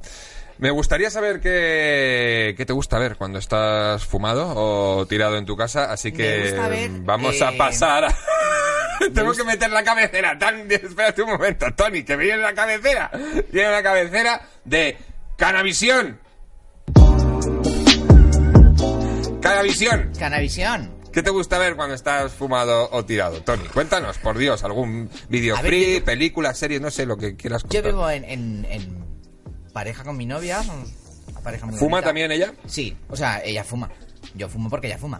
Me gustaría saber qué, qué te gusta ver cuando estás fumado o tirado en tu casa, así
Me
que
gusta ver,
vamos a
eh,
pasar a... Tengo que meter la cabecera, Tony, espérate un momento, Tony, que viene la cabecera, viene la cabecera de Canavisión. Canavisión.
Canavisión.
¿Qué te gusta ver cuando estás fumado o tirado, Tony? Cuéntanos, por Dios, algún
A ver,
videoclip,
yo-
película, serie, no sé, lo que quieras
Yo
contar.
vivo en, en- en pareja con mi novia, somos una pareja muy
¿Fuma
bonita.
también ella?
Sí, o sea, ella fuma. Yo fumo porque ella fuma.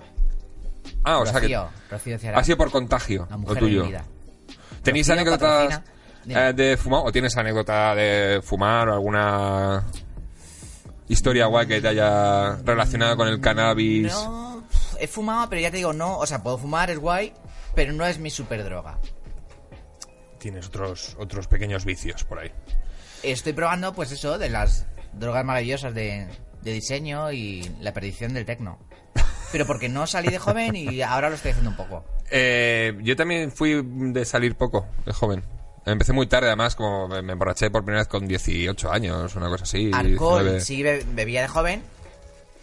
Ah, o sea que...
Rocío, Rocío Ceará,
Ha sido por contagio,
la
lo
mujer de
tuyo.
mi vida.
¿Tenéis
Rocío
anécdotas
patrocina. Dime.
eh, de fumar? ¿O tienes anécdota de fumar o alguna historia guay que te haya relacionado con el cannabis?
No, he fumado, pero ya te digo, no, o sea, puedo fumar, es guay, pero no es mi super droga.
Tienes otros, otros pequeños vicios por ahí.
Estoy probando, pues eso, de las drogas maravillosas de, de diseño y la perdición del tecno. Pero porque no salí de joven y ahora lo estoy haciendo un poco.
Eh, yo también fui de salir poco, de joven. Empecé muy tarde, además, como me me emborraché por primera vez con 18 años, una cosa así.
Alcohol,
19.
sí be- bebía de joven,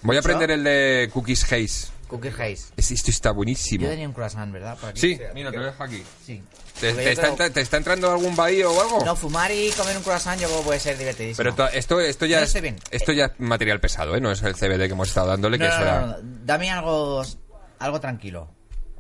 Voy a aprender el de Cookies Haze.
Cookie Haze.
Es- Esto está buenísimo.
Yo tenía un croissant, ¿verdad? Por aquí.
Sí, mira, te lo dejo aquí.
Sí.
¿Te,
Porque
te
yo
está,
creo-
entra- te está entrando algún bahío o algo?
No, fumar y comer un croissant yo creo que puede ser divertidísimo.
Pero esto, esto, esto ya
No,
es,
estoy bien.
esto ya es material pesado, ¿eh? No es el CBD que hemos estado dándole,
no,
que
no,
eso
no,
era...
no, no, dame algo, algo tranquilo,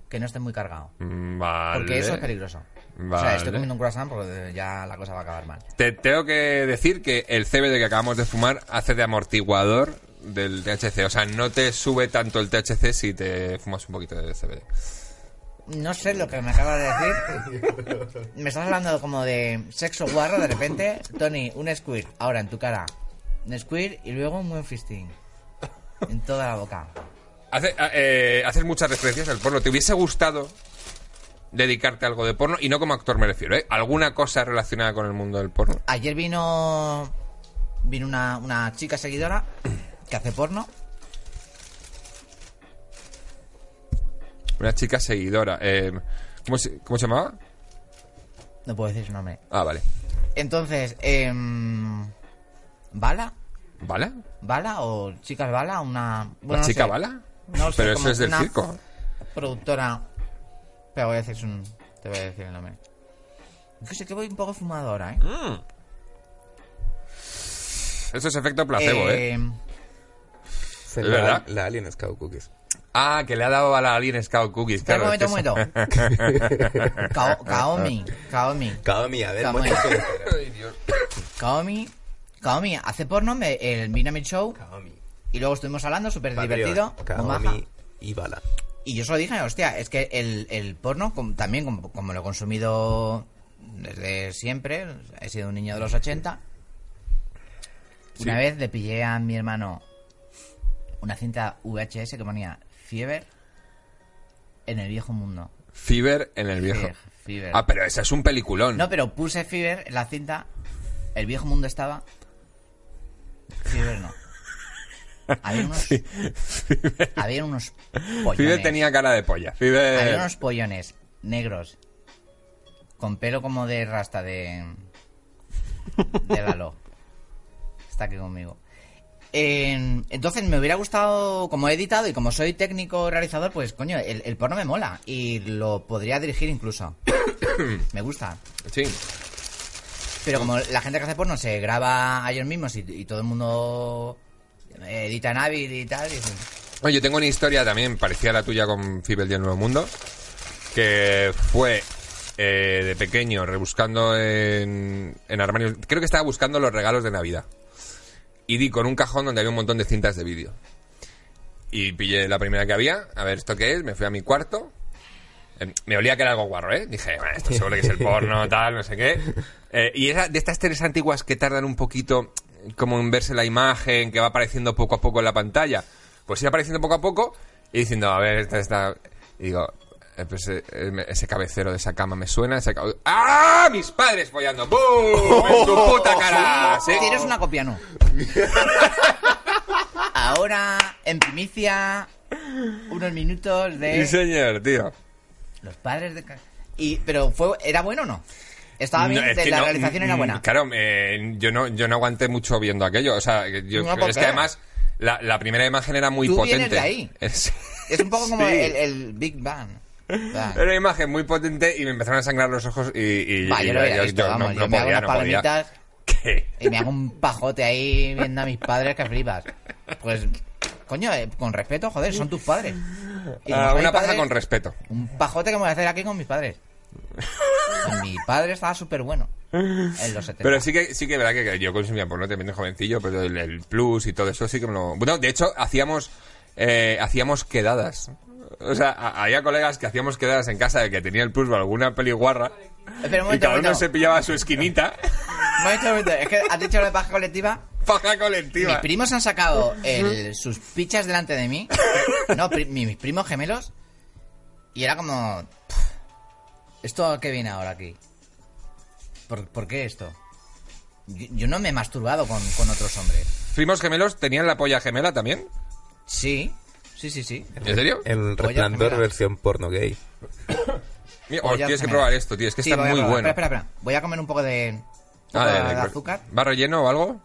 que no esté muy cargado.
Mm, Vale.
Porque eso es peligroso. O sea,
Vale.
estoy comiendo un croissant porque ya la cosa va a acabar mal.
Te tengo que decir que el CBD que acabamos de fumar hace de amortiguador del THC. O sea, no te sube tanto el THC si te fumas un poquito de CBD.
No sé lo que me acabas de decir. Me estás hablando como de sexo guarro de repente. Tony, un squirt ahora en tu cara. Un squirt y luego un buen fisting. En toda la boca.
Hace- a- eh, haces muchas referencias al porno. ¿Te hubiese gustado dedicarte a algo de porno? Y no como actor me refiero, ¿eh? ¿Alguna cosa relacionada con el mundo del porno?
Ayer vino. Vino una, una chica seguidora que hace porno.
Una chica seguidora. eh, ¿cómo, se, cómo se llamaba?
No puedo decir su nombre.
Ah, vale.
Entonces, eh, ¿Bala?
¿Vale?
¿Bala o chicas Bala? Una.
¿La
bueno, no
chica
sé.
bala?
No lo sé,
Pero
como
eso es del
una
circo.
Productora. Pero voy a decir un. Te voy a decir el nombre. Yo sé que voy un poco fumado ahora, ¿eh?
Mm. Eso es efecto placebo, ¿eh?
Eh,
Se
¿Es
la-
verdad?
La Alien Scout Cookies.
Ah, que le ha dado a la Alien Scout Cookies.
Espera
Claro,
un
es
momento,
que
un momento. Kao- Kaomi. Kaomi.
Cada mía, a ver,
Cada
muéstrate.
Kaomi. Kaomi hace porno, me, el Binami Show.
Cada mía.
Y luego estuvimos hablando, súper
Patreon,
divertido.
Cada
muy maja.
mía y bala.
Y yo solo dije, hostia, es que el, el porno, com- también como, como lo he consumido desde siempre, he sido un niño de los 80. Una vez le pillé a mi hermano una cinta VHS que ponía Fieber en el viejo mundo.
Fever en el viejo.
Fieber, Fieber.
Ah, pero ese es un peliculón.
No, pero puse Fever en la cinta. El viejo mundo estaba. Fever no. Había unos. Había unos.
Fever
pollones.
tenía cara de polla.
Había
Fever...
unos pollones negros. Con pelo como de rasta de. De Lalo. Está aquí conmigo. En- entonces me hubiera gustado, como he editado y como soy técnico realizador, pues coño, el, el porno me mola y lo podría dirigir incluso. me gusta.
Sí.
Pero como la gente que hace porno se graba a ellos mismos y, y todo el mundo edita en Avid y tal, y-
Oye, yo tengo una historia también parecida a la tuya con Fibel del Nuevo Mundo, que fue eh, de pequeño rebuscando en, en armarios. Creo que estaba buscando los regalos de Navidad. Y di con un cajón donde había un montón de cintas de vídeo. Y pillé la primera que había, a ver esto qué es, me fui a mi cuarto. Eh, Me olía que era algo guarro, ¿eh? Dije, "Bueno, esto seguro que es el porno, tal, no sé qué. Eh, y era de estas teles antiguas que tardan un poquito eh, como en verse la imagen, que va apareciendo poco a poco en la pantalla. Pues iba apareciendo poco a poco y diciendo, a ver, esta, esta... Y digo, eh, pues, eh, eh, me- ese cabecero de esa cama me suena, ese cab- ¡Ah! ¡Mis padres follando! ¡Bum! ¡En tu puta cara! Sí.
Tienes una copia, no. Ahora, en primicia, unos minutos
Sí,
de
señor, tío.
los padres de. Ca- Y, pero fue, ¿era bueno o no? Estaba bien,
No, es
de-
que
la
no,
realización era
mm,
buena.
Claro, eh, yo, no, yo no aguanté mucho viendo aquello. O sea, que yo,
No, ¿por
es
qué?
que además la, la primera imagen era muy
Tú
potente.
vienes de ahí.
Es-
Es un poco como
Sí.
el, el Big Bang.
Era una imagen muy potente y me empezaron a sangrar los ojos y, y-
Va,
y
yo lo veía
yo-
esto,
yo
vamos, yo me hago unas palomitas
¿Qué?
y me hago un pajote ahí viendo a mis padres que flipas. Pues, coño, eh, con respeto, joder, son tus padres. Y como
Ah,
son mis
una paja
padres,
con respeto.
Un pajote que me voy a hacer aquí con mis padres. Y mi padre estaba súper bueno. En los 70.
Pero sí que sí que es verdad que, que yo consumía porno también de jovencillo, pero el, el plus y todo eso sí que me lo... Bueno, de hecho, hacíamos, eh, hacíamos quedadas. O sea, ha- había colegas que hacíamos quedadas en casa de que tenía el plus o alguna peliguarra
Espera, un
y
momento,
cada
un
uno
momento.
se pillaba su esquinita.
Un momento, un momento. Es que has dicho la paja colectiva.
Paja
Mis
colectiva.
primos han sacado el- sus pichas delante de mí. No, pri- mi- mis primos gemelos. Y era como. "Pff, ¿Esto qué viene ahora aquí? ¿Por, por qué esto? Yo, yo no me he masturbado con, con otros hombres.
¿Primos gemelos tenían la polla gemela también?
Sí, sí, sí, sí.
¿En serio?
El
Polla
resplandor
gemela.
versión porno gay.
Mira, os
Pollas
tienes que
gemelas.
probar esto, tío. Es que
Sí,
está
voy a
muy
probar.
bueno.
Espera, espera, espera. Voy a comer un poco de, un poco
Ah,
de,
el- el-
azúcar.
¿Va relleno o algo?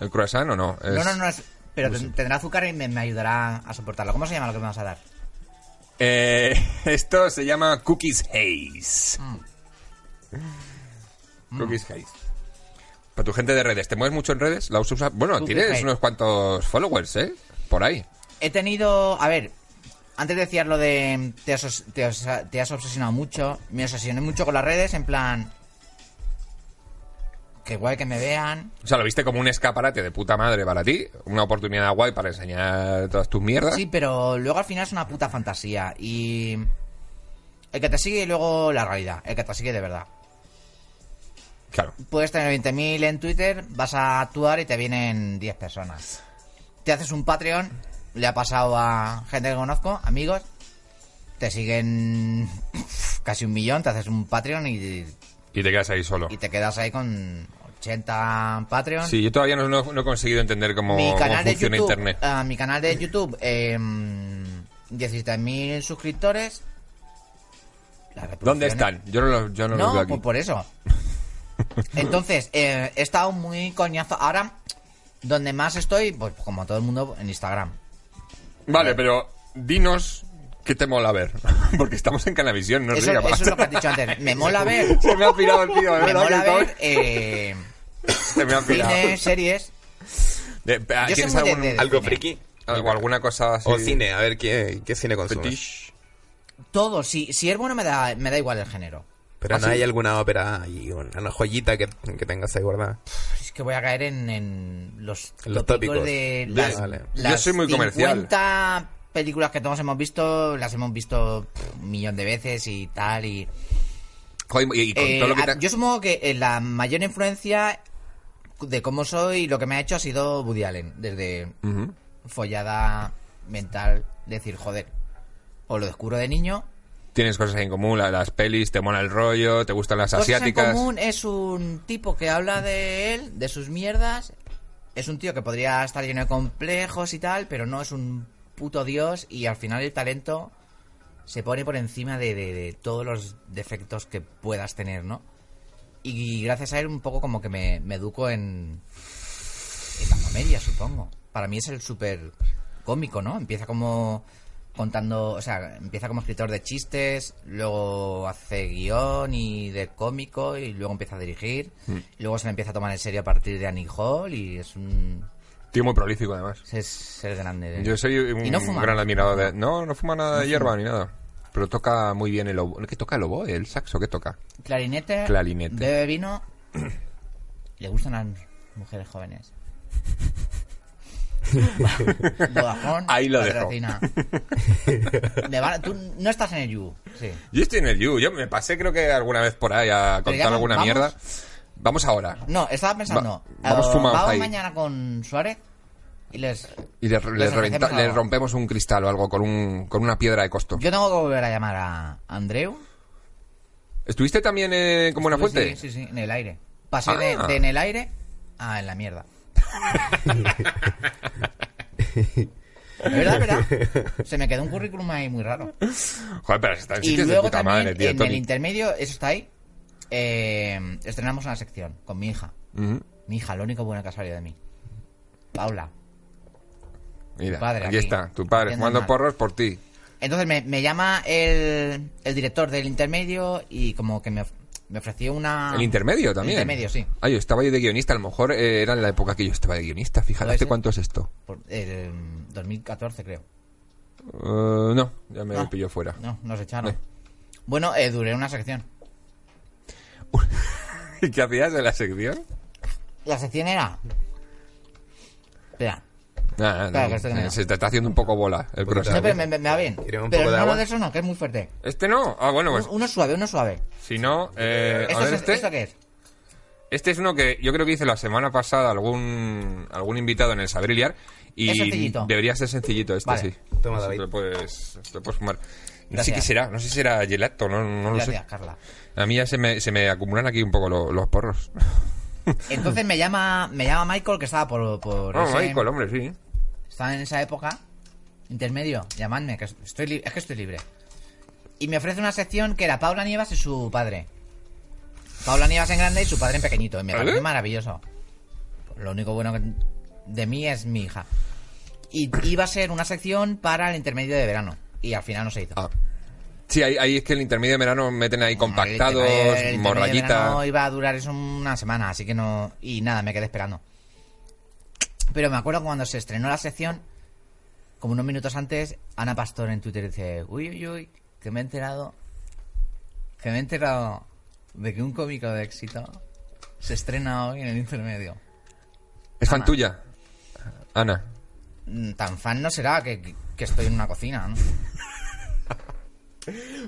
¿El croissant o no? Es-
No, no, no. es- pero ten- tendrá azúcar y me, me ayudará a soportarlo. ¿Cómo se llama lo que me vas a dar?
Eh, esto se llama Cookies Haze.
Mm.
Mm. Cookies Haze. Para tu gente de redes, ¿te mueves mucho en redes? ¿La usas? Bueno,
Cookies
tienes
Haze.
unos cuantos followers, ¿eh? Por ahí.
He tenido. A ver, antes decías lo de. Te has, os- te os- te has obsesionado mucho. Me obsesioné mucho con las redes, en plan. Que guay que me vean.
O sea, lo viste como un escaparate de puta madre para ti. Una oportunidad guay para enseñar todas tus mierdas.
Sí, pero luego al final es una puta fantasía. Y. El que te sigue y luego la realidad. El que te sigue de verdad.
Claro.
Puedes tener 20.000 en Twitter, vas a actuar y te vienen 10 personas. Te haces un Patreon, le ha pasado a gente que conozco, amigos, te siguen casi un millón, te haces un Patreon y,
Y te quedas ahí solo.
y te quedas ahí con 80 Patreon.
Sí, yo todavía no, no- no he conseguido entender cómo,
mi
cómo
canal de
funciona
YouTube,
Internet.
ah, mi canal de YouTube, eh, 17.000 suscriptores. Las
¿Dónde
reproducciones-
están? Yo no los, yo no los
no,
veo aquí.
pues por eso. Entonces, eh, he estado muy coñazo. Ahora, donde más estoy, pues como todo el mundo, en Instagram. pues,
Vale, pero dinos qué te mola ver. Porque estamos en Canavisión, no
Eso,
ría,
eso
basta.
es lo que has dicho antes. Me mola ver.
Se me ha pirado el tío, de
Me
verdad.
mola
que
ver
estoy-
eh,
Se me ha pirado.
cine, series.
De- ah,
Yo soy
¿Tienes
muy de-
algún,
de-
Algo
cine.
friki.
algo- alguna cosa así?
O cine, a ver qué, qué cine consumes.
Fetish.
Todo, si, si es bueno, me da, me da igual el género.
Pero
¿Ah,
no
sí?
hay alguna ópera y una joyita que, que tengas ahí guardada.
Es que voy a caer en, en los,
En los tópicos.
de
Ya,
las,
vale.
las
Yo soy muy comercial.
50 películas que todos hemos visto, las hemos visto pff, un millón de veces y tal. Y,
Joder, y, y con
Eh,
todo lo que
a-
te-
Yo supongo que eh, la mayor influencia de cómo soy y lo que me ha hecho ha sido Woody Allen. Desde
Ujú.
follada mental, decir, joder, o lo descubro de niño.
Tienes cosas en común, la- las pelis, te mola el rollo, te gustan las
Cosas en
asiáticas.
común es un tipo que habla de él, de sus mierdas. Es un tío que podría estar lleno de complejos y tal, pero no es un puto dios y al final el talento se pone por encima de, de- de todos los defectos que puedas tener, ¿no? Y gracias a él un poco como que me, me educo en, en la comedia, supongo. Para mí es el súper cómico, ¿no? Empieza como contando, o sea, empieza como escritor de chistes, luego hace guión y de cómico y luego empieza a dirigir.
Hmm.
Y luego se le empieza a tomar en serio a partir de Annie Hall y es un...
Tío muy prolífico, además.
es el grande.
Yo soy
Y
un
no fuma.
gran admirador de... No, no fuma nada de hierba ni nada. Pero toca muy bien el oboe. ¿Qué toca el oboe? ¿El saxo? ¿Qué toca?
Clarinete.
Clarinete.
Bebe vino. Le gustan las mujeres jóvenes. Vodafone,
Ahí lo dejo.
patrocina. Me van- tú no estás en el You. Sí.
Yo estoy en el You. Yo me pasé creo que alguna vez por ahí a
ya
contar
no-
alguna
¿vamos?
mierda. Vamos ahora.
No, estaba pensando.
Va- vamos
eh,
fumados ahí.
mañana con Suárez y les.
Y le, le
les
reventa-
ofrecemos
le
algo.
rompemos un cristal o algo con, un, con una piedra de costo.
Yo tengo que volver a llamar a Andreu.
¿Estuviste también eh, como una
Pues
fuente?
Sí, sí, sí, en el aire. Pasé de,
Ah.
de en el aire a en la mierda. Es verdad, es verdad. Se me quedó un currículum ahí muy raro.
Joder, pero está en
Y
sitios de
luego
puta
también
madre, tío.
en el
Tony.
intermedio, eso está ahí. eh, estrenamos una sección con mi hija.
Ujú.
Mi hija, lo único bueno que ha salido de mí. Paula.
Mira,
tu padre
aquí
aquí,
está, tu padre
haciendo
fumando
mal.
porros por ti.
Entonces me, me llama el, el director del intermedio y como que me, of- me ofreció una...
El intermedio también.
El Ah. intermedio, sí.
Ah, yo estaba yo de guionista, a lo mejor eh, era en la época que yo estaba de guionista. Fíjate,
Puede
¿hace
ser.
cuánto es esto?
Por- el 2014 creo.
Eh, no, ya me
No.
pillo fuera.
No, nos echaron.
Eh.
Bueno, eh, duré una sección.
¿Y qué hacías en la sección?
La sección era... Espera.
Ah, no,
Claro, que esto que no. Pues
se te está haciendo un poco bola el
Poquito
croissant.
No, pero me, me- me va bien.
Quiero un
Pero
poco de
no lo
agua.
de eso no, que es muy fuerte.
Este no. Ah, bueno, pues
Un- Uno suave, uno suave.
si no. eh, a
¿Esto,
ver,
es-
este.
esto qué es?
Este es uno que yo creo que hice la semana pasada algún algún invitado en el Saber y Liar, Y
Es sencillito.
debería ser sencillito este,
Vale.
sí.
Toma,
Así
David.
te lo puedes, te lo puedes fumar. No sé
Gracias.
qué será, no sé si será gelato, no, no lo
Gracias,
sé.
Carla.
A mí ya se me, se me acumulan aquí un poco lo- los porros.
Pues Entonces me llama, me llama Michael, que estaba por, por
Ah,
ese-
Michael, hombre, sí.
estaba en esa época intermedio, llamadme, que estoy li- es que estoy libre. Y me ofrece una sección que era Paula Nievas y su padre. Paula Nievas en grande y su padre en pequeñito. Y me
¿Vale?
parece maravilloso. Lo único bueno que- de mí es mi hija. Y iba a ser una sección para el intermedio de verano. Y al final no se hizo.
Ah. Sí, ahí, ahí es que el intermedio de verano meten ahí compactados,
No
morrayita.
iba a durar eso una semana, así que no. Y nada, me quedé esperando. Pero me acuerdo cuando se estrenó la sección, como unos minutos antes, Ana Pastor en Twitter dice: Uy, uy, uy, que me he enterado. Que me he enterado de que un cómico de éxito se estrena hoy en el intermedio.
Es fan
Ana.
tuya. Ana.
Mm, Tan fan no será que, que estoy en una cocina, ¿no?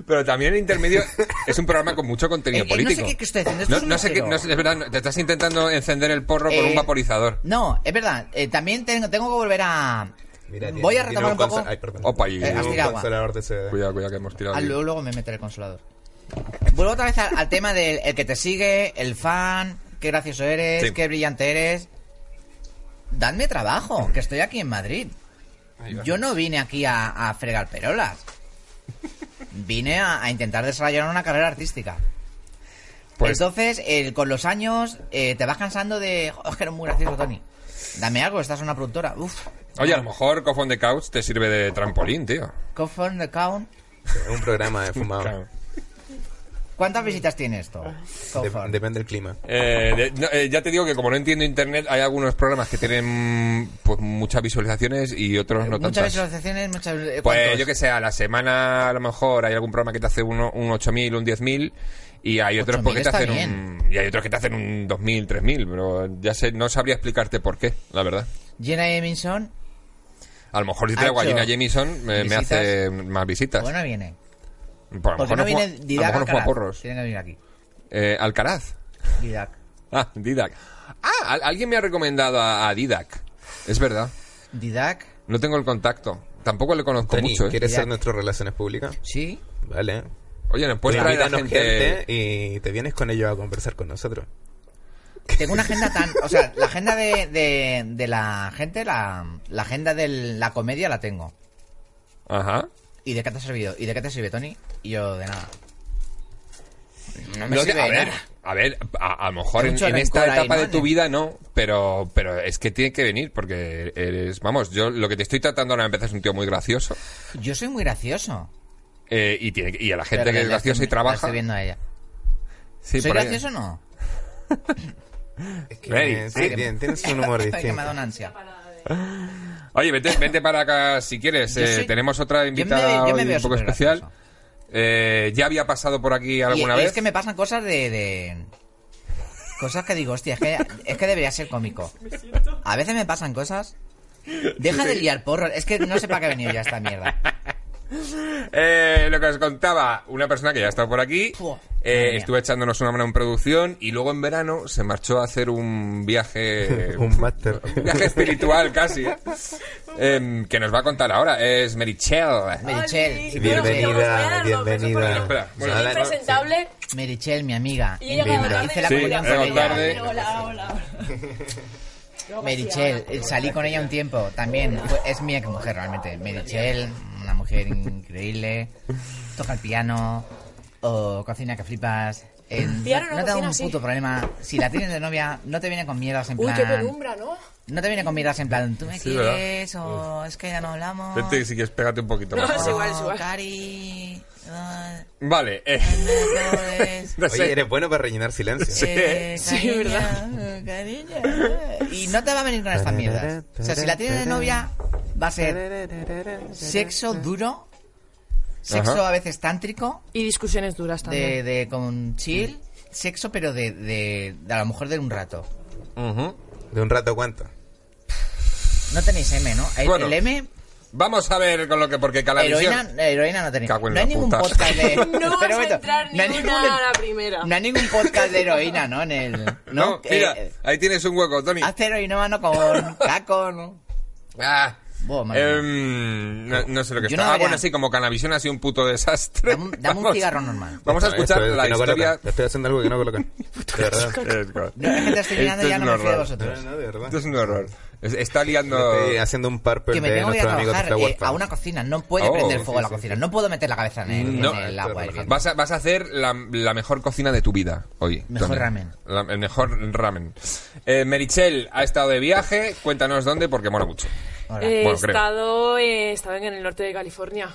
Pero también el intermedio es un programa con mucho contenido
Eh, eh, no sé
político.
qué- qué estoy haciendo, esto
No-
es un
no sé qué-
mojero.
no sé- es verdad, te estás intentando encender el porro con
Eh,
un vaporizador.
No, es verdad. eh, también tengo, tengo que volver a.
Mira, tiene-
Voy a
tiene
retomar un poco.
consola- Ay, perdón.
Opa, y-
Tiene
Eh, has
un
tirado agua.
consolador de ese-
Cuidado, cuidado que hemos tirado.
Ah,
ahí.
luego, luego me meteré el consolador. Eh, Vuelvo otra vez al, al tema del el que te sigue, el fan, qué gracioso eres,
Sí.
qué brillante eres. Dadme trabajo, que estoy aquí en Madrid. Yo no vine aquí a, a fregar perolas. Vine a, a intentar desarrollar una carrera artística.
Pues-
Entonces, el- con los años, eh, te vas cansando de... "Jo, es que eres muy gracioso, Tony. Dame algo, estás en una productora. Uf,
Oye, a lo mejor Cough on the Couch te sirve de trampolín, tío.
Cough on the Count.
Es un programa de fumado.
Claro.
¿Cuántas visitas tiene esto?
Ah.
Cough
Dep-
on.
depende del clima.
Eh, de- no, eh, ya te digo que como no entiendo internet, hay algunos programas que tienen pues, muchas visualizaciones y otros no
muchas
tantas.
visualizaciones, muchas... eh,
Pues
¿cuántos?
yo que sé, a la semana a lo mejor hay algún programa que te hace uno, un 8.000, un 10.000 y hay otros
8.000
porque te
está
hacen un, y hay otros que te hacen un 2.000, 3.000, pero ya sé, no sabría explicarte por qué, la verdad.
Jenna Eminson,
A lo mejor si
Ha
traigo a
hecho
Gina Jamison me, me
visitas.
hace más visitas.
bueno, viene.
Pues a lo
Porque
mejor
no
fuma-
viene
a lo
Didac
mejor no fuma
Alcaraz.
porros.
Tiene que venir aquí.
Eh, Alcaraz.
Didac.
Ah, Didac. Ah, al- alguien me ha recomendado a, a Didac. Es verdad.
Didac,
No tengo el contacto. Tampoco le conozco
Tony,
mucho, ¿eh?
¿quieres
Mira.
ser nuestro relaciones públicas?
sí.
Vale.
Oye, nos puedes traer a
Invítanos
Pues gente...
gente y te vienes con ellos a conversar con nosotros.
Tengo una agenda tan... O sea, la agenda de, de, de la gente, la, la agenda de la comedia la tengo.
Ajá.
¿Y de qué te ha servido? ¿Y de qué te sirve, Tony? Y yo, de nada. No me
No te-
sirve
a,
de
ver,
nada.
a ver, a, a lo mejor
Hay
en,
mucho ¿eh?
en esta
rencor ahí,
etapa
¿no?
de tu vida no, pero, pero es que tiene que venir porque eres, vamos, yo lo que te estoy tratando ahora me parece un tío muy gracioso
Yo soy muy gracioso.
eh, y, tiene, que- y a la gente
Pero
que
la
es
estoy-
graciosa y
la
trabaja.
estoy viendo a ella.
Sí,
¿Soy
por ahí.
gracioso o no?
Es
Ready.
que,
Ay,
sí,
que-
tien- tienes un humor
Ay, que me ha dado
distinto.
una ansia.
Oye, vete, vete para acá si quieres.
Yo
eh,
soy-
tenemos otra
me ve-
invitada
yo me
hoy
veo
un poco
supergracioso.
especial. Eh, ya había pasado por aquí
Y
alguna
Es
vez.
que me pasan cosas de. de- Cosas que digo, hostia, es que, es que debería ser cómico. A veces me pasan cosas. Deja de liar porro. Es que no sé para qué ha venido ya esta mierda.
Eh, lo que os contaba, una persona que ya ha estado por aquí,
Puh,
eh,
madre mía.
estuvo echándonos una mano en producción y luego en verano se marchó a hacer un viaje...
Un máster.
un viaje espiritual casi, ¿eh? Em, que nos va a contar ahora. Es Merichel.
Merichel.
Bienvenida, bienvenida.
Espera, bueno.
Hola,
Impresentable.
Merichel, mi amiga.
Y he llegado
Venga.
tarde.
Hice la
Sí,
comunión
he
con
llegado
ella.
tarde.
Hola, hola.
Merichel, eh, salí con ella un tiempo también. Fue- Es mi ex mujer realmente. Merichel, una mujer increíble. Toca el piano. O cocina que flipas. eh,
Piano no
no, te da
cocina,
un
sí.
puto problema. Si la tienes de novia, no te viene con miedos en
Uy,
plan.
qué penumbra, ¿no?
No te viene con miras en plan, ¿tú me
Sí,
quieres o es que ya no hablamos? Pues
Vente si quieres pégate un poquito más.
No, es
¿vale?
Pues igual, es
No,
igual.
Cari, ah,
Vale. eh,
no puedes,
no sé.
Oye, eres bueno para rellenar silencio.
eh,
Sí,
cariño,
¿verdad?
cariño, ah. Y no te va a venir con estas mierdas. O sea, si la tienes de novia, va a ser sexo duro, sexo
Ajá.
a veces tántrico,
Y discusiones duras también.
de, de con chill,
Mm.
sexo pero de, de, de a lo mejor de un rato.
Ujú.
¿De un rato cuánto?
No tenéis M, ¿no? El,
Bueno,
el M
Vamos a ver con lo que... Porque Calavisión...
Heroína, heroína no tenéis.
Cago en
No hay
la
ningún
puta.
podcast de.
No vas
Pero
a
bueno,
entrar
no hay
ni
ningún-
una a la primera.
No hay ningún podcast de heroína, ¿no? En el.
No,
Que,
mira,
eh, Ah.
ahí tienes un hueco, Tony.
Hace heroinómano con caco, ¿no?
Ah.
Buah, madre
Em, no, no sé lo que
Yo no
está. ah,
debería-
bueno, sí, como Canavisión ha sido un puto desastre.
Dame un- dame un cigarro normal.
Vamos a
Esto-
escuchar
esto es
la
que no coloca.
historia.
Estoy haciendo algo que no coloca. De verdad.
No, es que te estoy mirando
Esto
y ya
es
no me
un
fío de
horror.
vosotros.
No, no, de verdad.
Esto es un horror. Es- Está liando.
Estoy haciendo un purple
Que me
de
tengo que ir
nuestros
a
amigos de
trabajar
Star
eh, a
Wars.
una cocina. No puede
Oh,
prender fuego
sí,
la
sí,
cocina. No puedo meter la cabeza en el,
No,
en el
esto
agua.
es
hirviendo.
Vas a, vas a hacer la, la mejor cocina de tu vida hoy.
Mejor
Tony.
ramen.
La- el mejor ramen. Eh, Merichel ha estado de viaje. Cuéntanos dónde, porque mola mucho.
Ahora.
He
Bueno, creo.
estado, eh, estaba en el norte de California.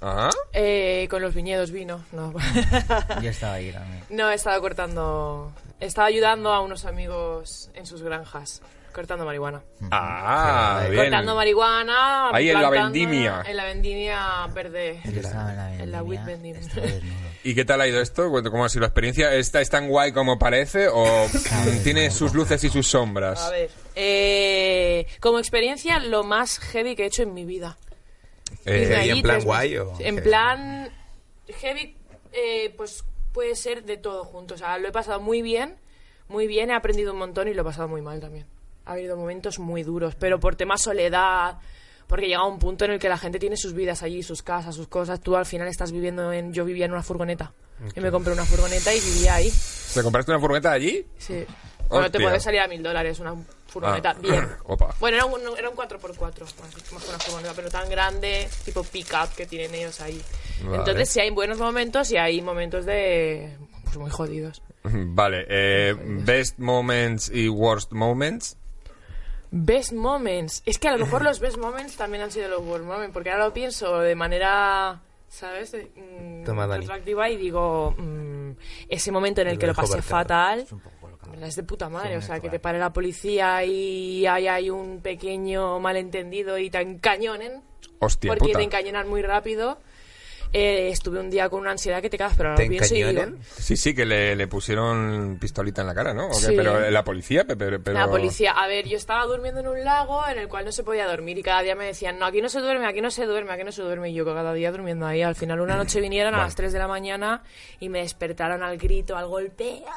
Ajá.
Eh, con los viñedos vino. No.
Yo estaba ahí también.
no, he estado cortando. He estado ayudando a unos amigos en sus granjas. Cortando marihuana.
Ah, bien.
Cortando marihuana.
Ahí en la
plantando-
vendimia.
En la vendimia verde.
Yo estaba en la
en la
vendimia,
wheat vendimia.
estaba desnudo.
¿Y qué tal ha ido esto? Cuento ¿Cómo ha sido la experiencia? ¿Esta es tan guay como parece o tiene sus luces y sus sombras?
A ver. eh, como experiencia, lo más heavy que he hecho en mi vida.
Eh,
Irme
¿y en
allí
plan
tres
guay
meses.
o
En
qué?
plan heavy, eh, pues puede ser de todo junto. O sea, lo he pasado muy bien, muy bien, he aprendido un montón y lo he pasado muy mal también. Ha habido momentos muy duros, pero por tema soledad, porque llega un punto en el que la gente tiene sus vidas allí, sus casas, sus cosas. Tú al final estás viviendo en. Yo vivía en una furgoneta. Y me compré una furgoneta y vivía ahí.
¿Te compraste una furgoneta de allí?
Sí. Bueno, te
Hostia.
puede salir a mil dólares una furgoneta.
Ah,
Bien.
opa.
Bueno, era un, era un 4x4, más, más que una furgoneta, pero tan grande, tipo pick-up que tienen ellos ahí.
Vale.
Entonces, sí hay buenos momentos y hay momentos de. Pues muy jodidos.
Vale, eh, best moments y worst moments.
Best moments. Es que a lo mejor los best moments también han sido los worst moments, porque ahora lo pienso de manera. ¿Sabes? De- mm,
Toma, Dani.
retroactiva y digo. mm, ese momento en el
Lo
que lo
dejo
pasé
aparcado.
fatal. Es de puta madre, o sea, que te pare la policía y ahí hay un pequeño malentendido y te encañonen.
Hostia,
porque
puta.
te encañonan muy rápido. Eh, estuve un día con una ansiedad que te cagas, pero ahora
¿Te
lo pienso y digo,
encañonan?
Sí, sí, que le, le pusieron pistolita en la cara, ¿no? ¿O qué?
Sí.
Pero eh, la policía, pe- pero... pero-
La policía, a ver, yo estaba durmiendo en un lago en el cual no se podía dormir y cada día me decían, no, aquí no se duerme, aquí no se duerme, aquí no se duerme. Y yo cada día durmiendo ahí. Al final una noche vinieron a las 3 de la mañana y me despertaron al grito, al golpe. ¡Ah,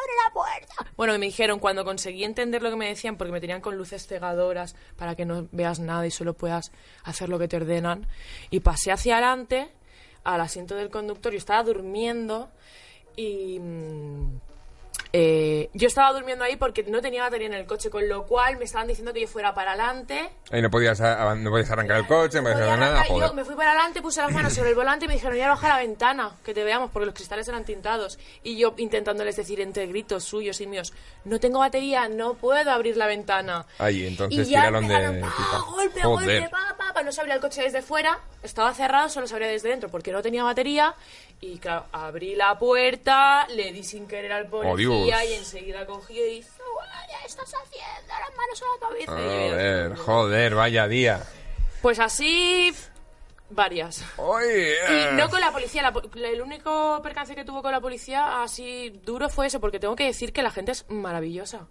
¡Abre la puerta! Bueno, y me dijeron, cuando conseguí entender lo que me decían, porque me tenían con luces cegadoras para que no veas nada y solo puedas hacer lo que te ordenan, y pasé hacia adelante al asiento del conductor, yo estaba durmiendo y... mm, eh, yo estaba durmiendo ahí porque no tenía batería en el coche, con lo cual me estaban diciendo que yo fuera para adelante.
Ahí no podías, a- no podías arrancar el coche, no podías
Podía
hacer nada,
arrancar, y
joder.
yo me fui para adelante, puse las manos sobre el volante y me dijeron, ya baja la ventana, que te veamos, porque los cristales eran tintados. Y yo intentándoles decir entre gritos suyos y míos, no tengo batería, no puedo abrir la ventana.
Ahí, entonces
y ya
tiraron de
empezaron, pa,
pipa.
golpe,
Joder.
golpe, pa, pa, pa, no se abría el coche desde fuera, estaba cerrado, solo se abría desde dentro porque no tenía batería y claro, abrí la puerta, le di sin querer al policía
Dios.
y enseguida cogió y dice, bueno, ya estás haciendo las manos a la cabeza. Y yo,
Joder, joder, vaya día.
Pues así varias.
Oye,
Y
eh.
no con la policía. la po- el único percance que tuvo con la policía así duro fue eso, porque tengo que decir que la gente es maravillosa.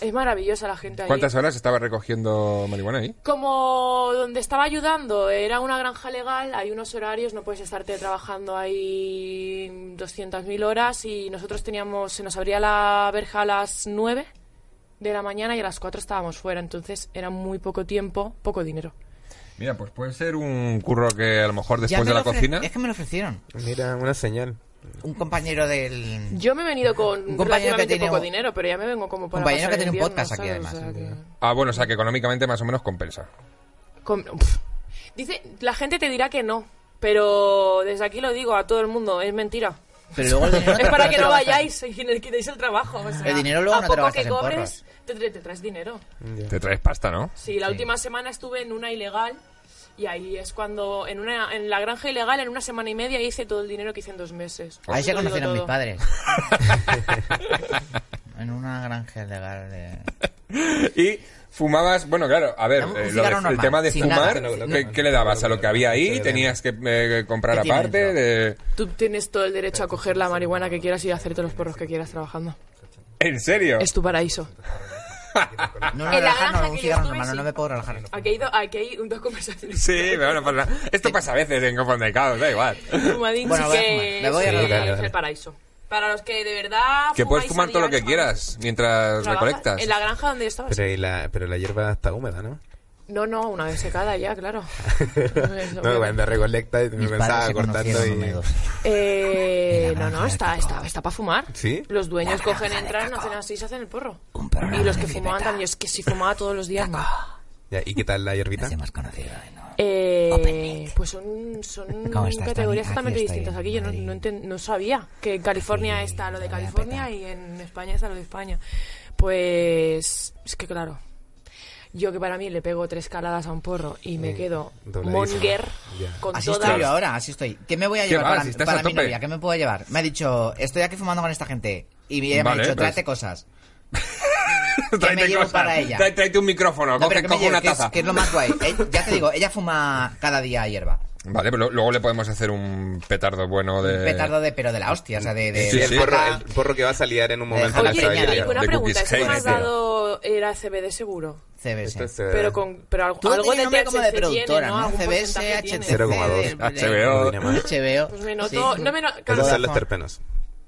Es maravillosa la gente ahí.
¿Cuántas horas estaba recogiendo marihuana ahí?
Como donde estaba ayudando era una granja legal, hay unos horarios, no puedes estarte trabajando ahí 200.000 horas y nosotros teníamos, se nos abría la verja a las 9 de la mañana y a las 4 estábamos fuera, entonces era muy poco tiempo, poco dinero.
Mira, pues puede ser un curro que a lo mejor
Ya
después
me
de
lo
la
ofre-
cocina...
Es que me lo ofrecieron.
Mira, una señal.
Un compañero del.
Yo me he venido con
Un compañero que
relativamente
tiene
poco
un-
dinero, pero ya me vengo como para
compañero
pasar
que tiene
el
un
invierno,
podcast aquí,
¿sabes? O
además.
sea que-
Ah, bueno, o sea que económicamente más o menos compensa.
Com- pf. Dice, la gente te dirá que no, pero desde aquí lo digo a todo el mundo, es mentira.
Pero luego el dinero.
Es para que
te
no
lo gastas.
vayáis y le quitéis el trabajo. o sea,
El dinero luego
a
no te lo
poco
gastas
que
en
cobres, te, tra- te traes dinero.
Te traes pasta, ¿no?
Sí, la última semana estuve en una ilegal y ahí es cuando, en, una, en la granja ilegal, en una semana y media hice todo el dinero que hice en dos meses.
Ahí se
Os lo digo
conocieron mis
todo.
padres. en una granja legal de.
Y fumabas, bueno, claro, a ver,
Un
eh, lo
cigarro
de- el
normal,
tema de
sin
fumar,
nada, sin
¿qué,
nada.
qué le dabas a lo que había ahí? ¿Tenías que eh, comprar
¿Qué tiene
aparte?
dentro?
De...
Tú tienes todo el derecho a coger la marihuana que quieras y a hacerte los porros que quieras trabajando.
¿En serio?
Es tu paraíso.
No, no,
En la
relajar, no,
granja
un cigarro
que yo estuve,
normal, no,
sí.
no me puedo relajar.
Aquí hay, do- aquí hay dos conversaciones.
Sí, pero bueno, pues nada. esto pasa a veces en confundicados, da igual.
Fumadín
Bueno,
sí
voy a
que
fumar, me voy a
sí,
relajar.
es
Dale, dale.
el paraíso. Para los que de verdad
Que puedes
fumáis
fumar
a
todo lo
diario,
que quieras mientras
trabajas
recolectas.
En la granja donde yo estaba.
Pero, y la, pero la hierba está húmeda, ¿no?
No, no, una vez secada ya, claro. Eso,
no, cuando recolecta y me
Mis padres
pensaba
se
cortando
conocieron
y...
húmedos.
Eh,
En la
no,
granja
no,
de
está,
Coco.
está, está para fumar.
¿Sí?
Los dueños cogen, entran, hacen así y se hacen el porro.
Un programa
Y los
de
que
Filipeta.
fumaban también, yo es que si fumaba todos los días, no.
Ya, ¿Y qué tal la hierbita?
Es el más conocido, ¿no?
Eh, pues son, son
¿Cómo estás,
categorías
Dani?
totalmente
Aquí estoy,
distintas. Aquí yo no,
Madrid.
no, enten- no sabía que en California
Aquí
está lo
me voy
de
a
California
petar.
y en España está lo de España. Pues es que claro, yo que para mí le pego tres caladas a un porro y me quedo
dobladísimo.
monger
Ya.
con
Así
todas
estoy yo ahora, así estoy. ¿Qué me voy a
¿Qué
llevar
vas?
para,
Si estás
para
a
mi
tope.
novia? ¿Qué me puedo llevar? Me ha dicho, estoy aquí fumando con esta gente. Y ella
Vale,
me ha dicho,
pues.
tráete cosas.
Tráete
me llevo
cosas,
para ella?
Tráete, tráete un micrófono,
No,
coge,
pero que me
coge
llevo,
una
que es-
taza.
que es lo más guay. Eh, ya te digo, ella fuma cada día hierba.
Vale, pero lo- luego le podemos hacer un petardo bueno de.
Un petardo de pero de la hostia, o sea, de... de-
Pues, Sí,
de
sí.
el, porro,
saca-
el porro que vas a liar en un momento
Ojalá
Oye,
la
que
sabes
añada.
y
liar.
una
De
pregunta,
cookies
¿eso que me
hate,
has
tío.
dado era CBD seguro?
CBS.
este,
Esto es, eh,
Pero con pero algo,
Tú
algo
tienes
de
nombre
THC
como de productora,
tiene, ¿no?
¿no?
Algún
CBS,
porcentaje
HTC...
tiene.
0,2.
Ah, HBO.
HBO.
Pues me noto,
sí.
no me no- claro,
Esos
Corazón.
son los terpenos.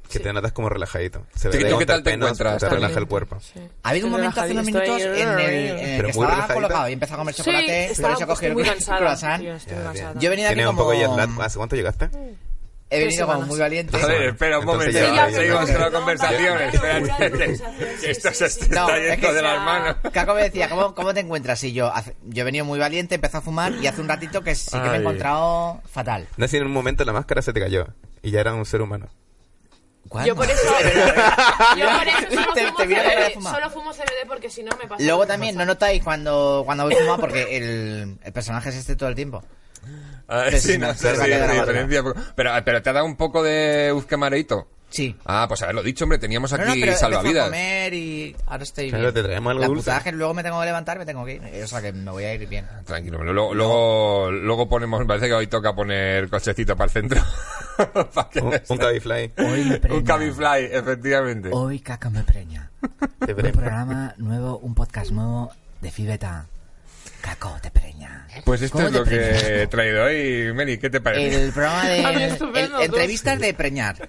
Que te notas como relajadito. Se
Sí,
ve
¿tú
con
qué tal te
terpenos,
encuentras?
Te relaja
También.
el cuerpo.
Sí.
Ha habido un
Estoy
momento hace unos
relajadita,
minutos
estoy-
en el, en el
Pero
que
muy
estaba
relajadita.
colocado y empezó a comer chocolate,
Sí,
pero
estaba
se ha cogido
muy
el
cansada.
croissant.
tío, estoy muy cansada.
Yo he venido aquí
Tienes un
como...
poco de jet lag. ¿Hace cuánto llegaste?
He
Tres
venido como
semanas.
muy valiente.
A ver, espera un
Entonces
momento.
ya-
Seguimos con la
No,
conversación.
vale,
Espérate.
locura de conversación,
que Esto
sí,
se
sí,
está
No, es
yendo
que
de
ya-
las manos.
Caco me decía, ¿cómo, cómo te encuentras? Y yo, hace- yo he venido muy valiente, empecé a fumar y hace un ratito que sí que me he
Ay.
encontrado fatal.
No, si en un momento la máscara se te cayó. Y ya era un ser humano.
¿Cuándo?
Yo por eso, yo por eso solo,
Te-
fumo
te mira la cara de
CBD,
fumar.
solo fumo CBD porque si no me pasa.
Luego
lo que
también,
pasa.
¿no notáis cuando, cuando voy fumado? Porque el, el personaje es este todo el tiempo.
A ver,
Sí,
sí,
sí,
no
me
sé
acuerdo
si
de la
hay
barba.
diferencia. Pero, pero te ha dado un poco de uzcamareito.
Sí.
Ah, pues haberlo dicho, hombre. Teníamos
No, no,
aquí
pero empecé a
salvavidas.
comer y ahora estoy
Claro,
bien.
te traemos algo
La
dulce.
putada es que luego me tengo que levantar, me tengo que ir. O sea que me voy a ir bien.
Tranquilo, luego, luego, luego ponemos, me parece que hoy toca poner cochecito para el centro. Para que-
Un, un cabifly.
Hoy me
un Cabifly, efectivamente.
Hoy caca me preña.
Te preña.
programa nuevo, un podcast nuevo de Fibeta. Caco te preña.
Pues esto
¿Cómo
es
te
lo que he
preñas?
traído hoy, Meli, ¿qué te parece?
El programa de
Ah, bien, estupendo,
el-
tú.
entrevistas de preñar.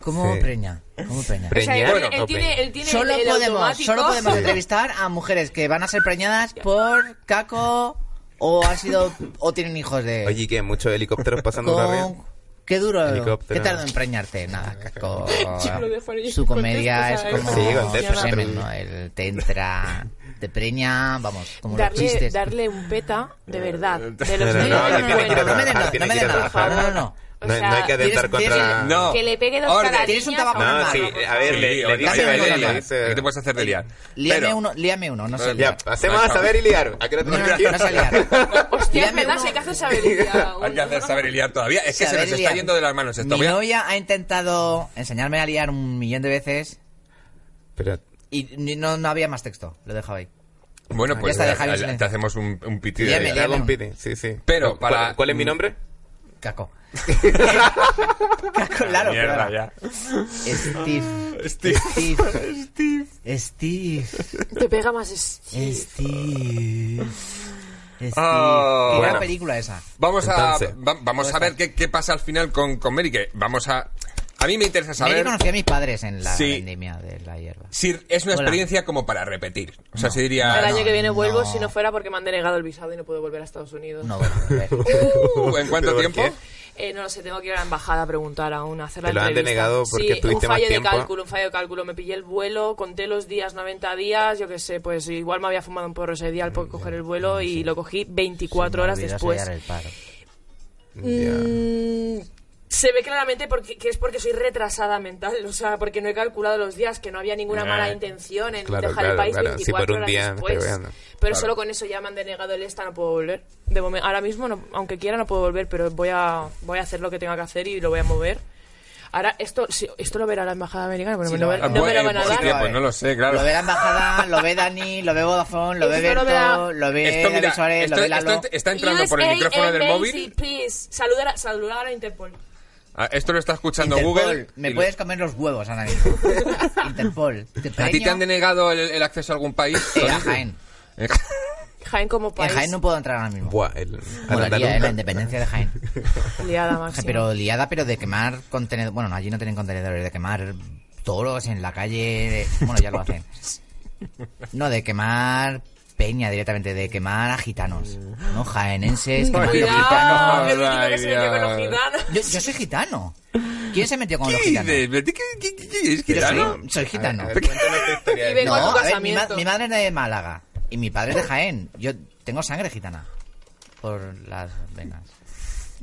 ¿Cómo
Sí.
preña? ¿Cómo preña?
O sea, él,
Preñar,
él
no,
tiene, él tiene
Solo
el, el
podemos,
automático.
solo podemos
Sí.
entrevistar a mujeres que van a ser preñadas por Caco o han sido o tienen hijos de
Oye, ¿y ¿qué? Muchos helicópteros pasando por arriba.
con qué duro,
Helicóptero.
qué tardo en preñarte, nada, Caco.
Yo lo dejo ahí.
Su comedia es
Contesto,
como
¿sabes?
Sí, contesto,
el
pero-
semen, ¿no? El te entra, te preña, vamos, como los
darle,
chistes.
darle un peta de verdad. De
No,
los
no,
que
no, que tiene
dicen,
que ir a
bueno,
no me den nada,
trabajar, Ah, tiene
no me
que
den nada.
ir a trabajar.
No, no, no.
O
No,
sea,
no hay que atentar
tienes- tienes-
contra...
No.
que le pegue dos
Orden.
carajiñas
Tienes un tabaco
a
en
una
la
No,
mano,
sí,
por
a
favor.
ver, le, le
Oye,
dice
dame
Belén,
uno,
le
dame.
dice...
¿Qué te puedes hacer de liar?
Líame
Pero-
uno, líame uno, no sé.
Ya,
liar.
hacemos a saber y liar. ¿A qué hora te
No, no, no, no sé liar.
Hostia, es
Líame
verdad,
uno.
sí hay que hacer sabiduría.
Hay que hacer saber y liar todavía. Es que se
Saber
nos está
liar.
yendo de las manos esto.
Mi
Voy a-
novia ha intentado enseñarme a liar un millón de veces
Pero
y ni- no, no había más texto. Lo he dejado ahí.
Bueno,
Ya
pues
está,
al-
Javi,
al-
silencio.
te hacemos un, un pitido.
Líame,
de-
líame.
Dragon Pity, eh, sí, sí.
Pero
¿Cuál-
para-
¿Cuál es mi nombre?
Caco. Caco, claro.
Mierda,
claro.
ya.
Steve.
Ah, Steve.
Steve. Steve.
Te pega más. es-
Steve. Steve.
Ah,
Qué
bueno.
gran película esa.
Vamos
Entonces,
a va- vamos a ver qué, qué pasa al final con, con Mary, que vamos a... A mí me interesa
Mary
saber
conocí a mis padres en la
Sí.
vendimia de la hierba.
si es una
Hola.
experiencia como para repetir. O sea, si diría...
Ah,
El año que viene
no.
vuelvo si no fuera porque me han denegado el visado y no puedo volver a Estados Unidos.
No, bueno, a ver.
"Uh, ¿En cuánto
¿Pero por
tiempo?
qué?
Eh, no lo sé, tengo que ir a la embajada a preguntar aún, a hacer la
Te lo han
entrevista.
denegado porque
sí,
estuviste
un fallo
más tiempo.
de cálculo, un fallo de cálculo. Me pillé el vuelo, conté los días, 90 días, yo qué sé, pues igual me había fumado un porro ese día al poder coger el vuelo y lo cogí 24
Se me
horas
olvidó
después.
sellar el paro.
Ya.
Mm, se ve claramente porque, que es porque soy retrasada mental, o sea, porque no he calculado los días, que no había ninguna mala intención en
Ah, Claro,
dejar
claro,
el país
claro. Sí,
24
por un
horas
día me
después.
estoy veando.
Pero solo con eso ya me han denegado el esta, no puedo volver. De momento, ahora mismo, no- aunque quiera, no puedo volver, pero voy a, voy a hacer lo que tenga que hacer y lo voy a mover. Ahora, esto, si- esto lo verá la embajada americana, pero
Sí,
me lo
lo
ve-
verá.
no me lo
Bueno,
van a
pues
dar.
sí, pues no lo sé, claro.
Lo ve la embajada, lo ve Dani, lo ve Vodafone, lo ve
Esto lo verá-
Berto, lo ve
Esto, mira,
David Suárez,
esto-
lo ve
esto
Lalo.
ent- está entrando por el
USA
micrófono del
Embassy,
móvil.
please. Saludar a, saludar a la Interpol.
Ah, Esto lo está escuchando
Interpol,
Google.
me
y-
puedes comer los huevos ahora mismo. Interpol, te
¿A ti te
preño.
han denegado el, el acceso a algún país?
Eh, a
Tony? Eh,
Jaén.
Jaén como
En
país.
Jaén no puedo entrar ahora mismo.
Buah, el...
Molaría, eh, la
andaluz.
independencia de Jaén.
Liada máxima.
Pero liada, pero de quemar contenedores. Bueno, no, allí no tienen contenedores, de quemar toros en la calle. de- Bueno, ya lo hacen. No, de quemar peña directamente, de quemar a gitanos. No, jaenenses, quemar
Ay,
a
Dios.
gitanos.
Cuidado, que digo que se metió con los
Ay, Dios.
gitanos.
Yo, yo soy gitano. ¿Quién se metió con los
¿Qué
gitanos?
dices? ¿Qué- qué- qué- qué- ¿Es
Yo
gitano?
soy, soy gitano.
A ver, cuéntanos tu historia.
Y vengo
No,
a tu
a ver, mi, ma-
casamiento.
mi madre es de Málaga y mi padre es de Jaén. Yo tengo sangre gitana por las venas.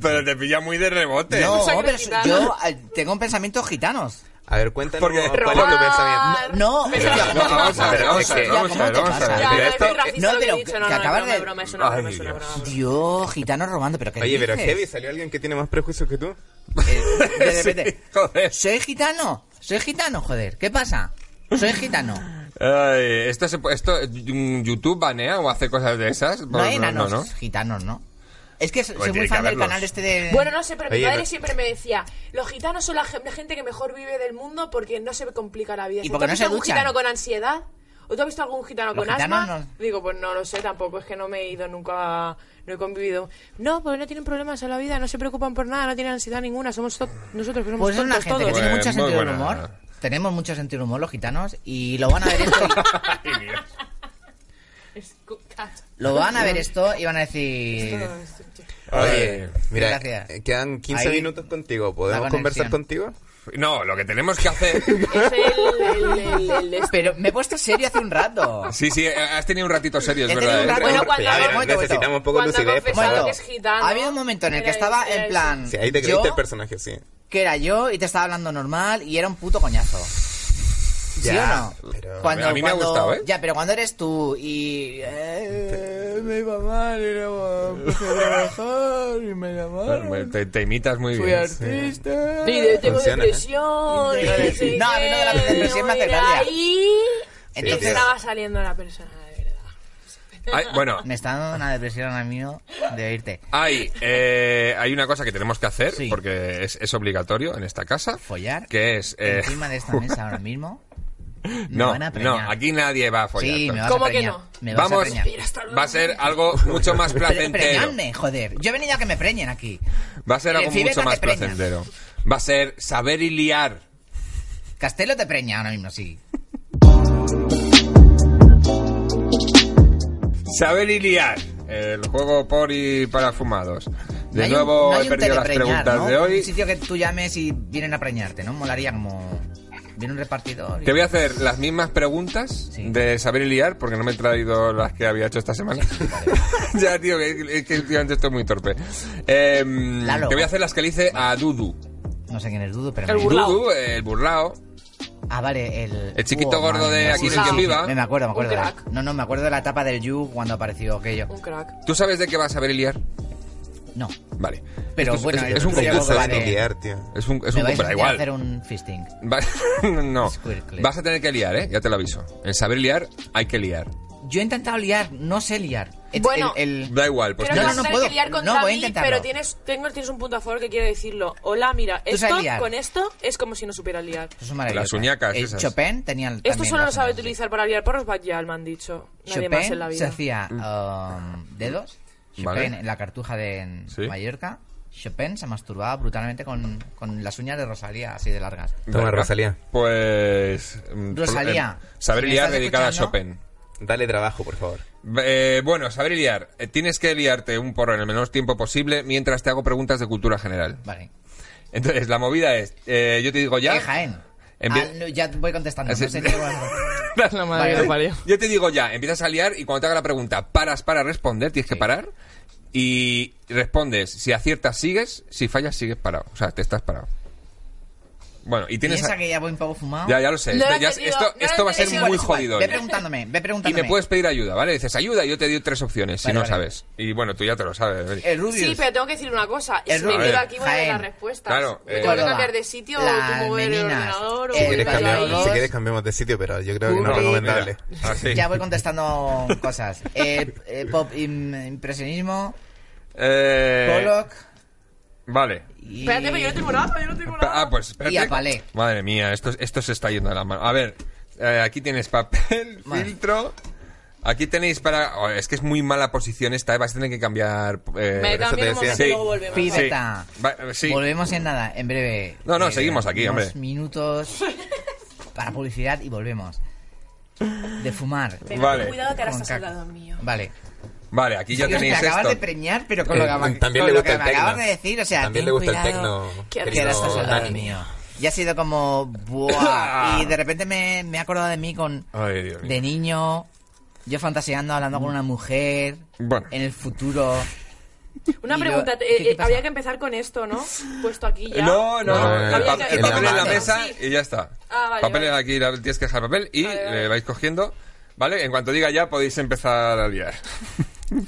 Pero te pilla muy de rebote.
No,
sangre
pero
gitana.
yo eh, tengo pensamientos gitanos.
A ver, cuéntanos
Porque-
cuál es tu pensamiento.
No,
Pero-
hostia,
No, vamos a ver, vamos a ver,
Ya,
vamos a ver,
¿cómo te
vamos a
pasa?
Ya,
ver.
no,
Pero
es
esto-
muy racista
no,
lo que he
pero
dicho,
que
no, no, es
acabas
broma,
de-
es broma, es una broma,
Ay,
es una
Dios.
broma.
Yo, gitanos robando, pero ¿qué
Oye, pero
dices?
heavy, ¿salió alguien que tiene más prejuicios que tú?
Eh, de repente,
Sí, joder.
soy gitano, soy gitano, joder, ¿qué pasa? Soy gitano.
eh, Ay, esto, se, pu- esto mm, YouTube banea o hace cosas de esas.
Pues No hay enanos
no.
gitanos, ¿no? Es que soy
Pues
Oye,
muy
hay que
fan del
verlos.
canal este de.
Bueno, no sé, pero mi
Oye,
padre
no-
siempre me decía, los gitanos son la, ge- la gente que mejor vive del mundo porque no se complica la vida.
Y
Dice,
porque
¿Tú
no
has
se
visto algún
duchan.
gitano con ansiedad? ¿O tú has visto algún gitano
Los
con asma?
gitanos
Digo, pues no lo sé tampoco, es que no me he ido nunca, no he convivido. No, porque no tienen problemas en la vida, no se preocupan por nada, no tienen ansiedad ninguna, somos to- nosotros que somos
Pues es una
tontos
gente que
todos.
tiene
Eh,
Pues
mucho
muy
sentido del
buena.
humor. Tenemos mucho sentido del humor los gitanos y lo van a ver esto. y- lo van a ver esto y van a decir.
este,
Oye, mira,
Gracias.
eh, quedan 15
Ahí-
minutos contigo. ¿Podemos
La
conversar
conexión.
contigo?
No, lo que tenemos que hacer.
Es el- el- el- el- el-
Pero me he puesto serio hace un rato.
Sí, sí, eh, has tenido un ratito serio, es
He tenido
verdad.
un
¿eh?
rato-
Bueno,
A ver,
cuando,
un momento,
necesitamos un poco de
cuando
lucidez, por
confesaba
Momento.
que
favor.
es gitano.
Ha habido un momento en el que
era-
estaba
era
en
eso.
plan.
Sí, ahí te
yo
creíste el personaje, sí.
que era yo y te estaba hablando normal y era un puto coñazo. ¿Sí
Ya,
o no?
pero-
a mí me ha
cuando-
gustado, ¿eh?
Ya, pero cuando eres tú y... eh, me iba mal, era puse a trabajar y me
Bueno, Pues Te, te imitas muy bien.
artista.
Y de- tengo
Funciona, ¿eh?
depresión. y no sé
No, a mí no de la
qué,
depresión me hace
y
gracia.
Ahí
Entonces-
entonces estaba saliendo la persona, de verdad.
Ay, bueno,
Me está dando una depresión a mí de oírte.
hay, eh, hay una cosa que tenemos que hacer,
Sí.
porque es, es obligatorio en esta casa.
Follar.
Que es... eh,
Encima de esta mesa ahora mismo. me
no,
van a
no,
preñar.
aquí nadie va a follar.
Sí,
Tony.
me vas
¿Cómo
a
que
preñar.
no?
Me vas
Vamos,
a preñar.
va a ser algo mucho más
Pre-
placentero.
Preñadme, joder. Yo he venido a que me preñen aquí.
Va a ser
En el
algo
ciber
mucho
no te
más
preñas.
placentero. Va a ser saber y liar.
Castelo te preña ahora mismo, sí.
Saber y liar. El juego por y para fumados. De
No hay un-
nuevo
no hay
he
un
perdido las
telepreñar,
preguntas
¿no?
de hoy.
Un sitio que tú llames y vienen a preñarte, ¿no? Molaría como... Viene un repartidor. y-
Te voy a hacer las mismas preguntas
Sí.
de saber y liar, porque no me he traído las que había hecho esta semana. ya, tío, que, es que últimamente estoy muy torpe. Em,
Lalo.
te voy a hacer las que le hice a Dudu.
No sé quién es Dudu, pero...
El
me-
burro. Burlao.
Dudu, el burlao.
Ah, vale, el...
El chiquito gordo
madre
de
mía, sí,
Aquí
no hay
sí,
quien
sí,
viva.
Me acuerdo, me acuerdo.
Un
de la-
crack.
No, no, me acuerdo de la etapa del You cuando apareció aquello.
Un crack.
¿Tú sabes de qué va a saber y liar?
No.
Vale.
Pero
Esto es-
bueno, eh,
es-
el
es un
otro día
concurso.
creo que
Sabes
vale.
lidiar, tío.
Es un, es
me vais a
un compra,
enseñar a
igual.
hacer un fisting.
Va- no.
Squircle.
Vas a tener que liar, ¿eh? Ya te lo aviso. En saber liar hay que liar.
Yo he intentado liar, no sé liar. El-
Bueno.
el- el-
Da igual, pues
Pero
no,
no,
no, no
no
puedo.
que liar
No,
contra
voy a
mí,
intentarlo.
pero tienes, tengo, tienes un punto a favor que quiero decirlo. Hola, mira, esto
sabes liar.
con esto es como si no supiera liar.
Eso es maravilloso.
Las uñacas
El
esas.
Chopin tenía
Esto
también
solo lo
las
sabe
uñacas.
utilizar para liar porros Bajal, me han dicho. Nadie más en la
Chopin se
vida.
hacía um, dedos. Chopin
Mm. Vale.
en la cartuja de en
Sí.
Mallorca. Chopin se masturbaba brutalmente con, con las uñas de Rosalía, así de largas.
Toma,
Venga.
Rosalía.
Pues. mm,
Rosalía,
eh, saber
si me
liar
estás
dedicada
escuchando-
a Chopin.
Dale trabajo, por favor.
Eh, bueno, saber liar. Eh, tienes que liarte un porro en el menor tiempo posible mientras te hago preguntas de cultura general.
Vale.
Entonces, la movida es: eh, yo te digo ya.
Eh, Jaén.
Envi-
Ah, no, ya voy contestando.
Así-
No sé qué bueno.
La
Vale.
madre que lo parió.
Yo te digo ya, empiezas a liar y cuando te haga la pregunta, paras para responder, tienes que parar y respondes. Si aciertas, sigues. Si fallas, sigues parado. O sea, te estás parado. Bueno, y tienes.
Piensa
a-
que ya voy un poco fumado.
Ya, ya lo sé.
No
Esto-
lo he
ya-
entendido,
esto
no lo
esto va a
he
ser
Es
entendido.
igual,
muy
es igual.
jodido. ¿eh?
Ve preguntándome, ve
Y
preguntándome.
me puedes pedir ayuda, ¿vale? Dices ayuda, yo te doy tres opciones, si
Vale,
no
vale.
sabes. Y bueno, tú ya te lo sabes. Meli.
El Eh, Rubius.
Sí, pero tengo que decir una cosa. Y
El
si me
Rubio.
quedo aquí, voy a ver
Jaén.
las respuestas.
Claro,
Me
eh,
tengo que
Córdoba,
cambiar de sitio
las
o mover el
Meninas,
ordenador.
el
o
Si quieres,
Valladolid.
cambiamos, si
ahí.
quieres cambiamos de sitio, pero yo creo
Uy,
que no es
mira, Ah,
recomendable.
así.
Ya voy contestando cosas. Eh, eh, pop im- impresionismo,
Eh,
Pollock
Vale.
y...
Espérate, pero yo no tengo nada, yo no tengo nada.
Ah, pues espérate.
Y apalé.
Madre mía, esto, esto se está yendo a la mano. A ver, eh, aquí tienes papel,
Vale.
filtro. Aquí tenéis para... oh, es que es muy mala posición esta, eh, vas a tener que cambiar... eh,
Me
eso te
cambio un momento
decía.
y luego
Sí.
volvemos.
Pi-
sí.
Pibeta.
Va- eh, sí.
Volvemos en nada, en breve.
No, no,
Eh,
seguimos aquí,
unos
hombre.
minutos para publicidad y volvemos. De fumar.
Pero
Vale.
Cuidado que ahora
Con
estás al
caca.
lado mío.
Vale.
Vale, aquí ya
Dios,
tenéis
me acabas
esto. Eh,
de preñar, pero con lo que, ama-
También
con
le
lo
gusta
que
el
me acabas
tecno.
de decir, o sea, ten
También le gusta el
cuidado
tecno,
Que
querido
ahora estás al lado
Dani.
mío. Y ha sido como, ¡buah! Y de repente me, me he acordado de mí con,
Ay, Dios mío.
de niño, yo fantaseando, hablando con una mujer,
Bueno.
en el futuro.
Una
Y lo-
pregunta,
¿qué-
eh,
qué
eh,
pasa?
había que empezar con esto, ¿no? Puesto aquí ya.
No, no,
No,
el,
no, no,
pa-
no,
el
no,
papel en la
no,
mesa
sí.
y ya está.
Ah, vale,
papel
vale.
aquí, la- tienes que dejar papel y
Vale, vale.
le vais cogiendo, ¿vale? En cuanto diga ya podéis empezar a liar.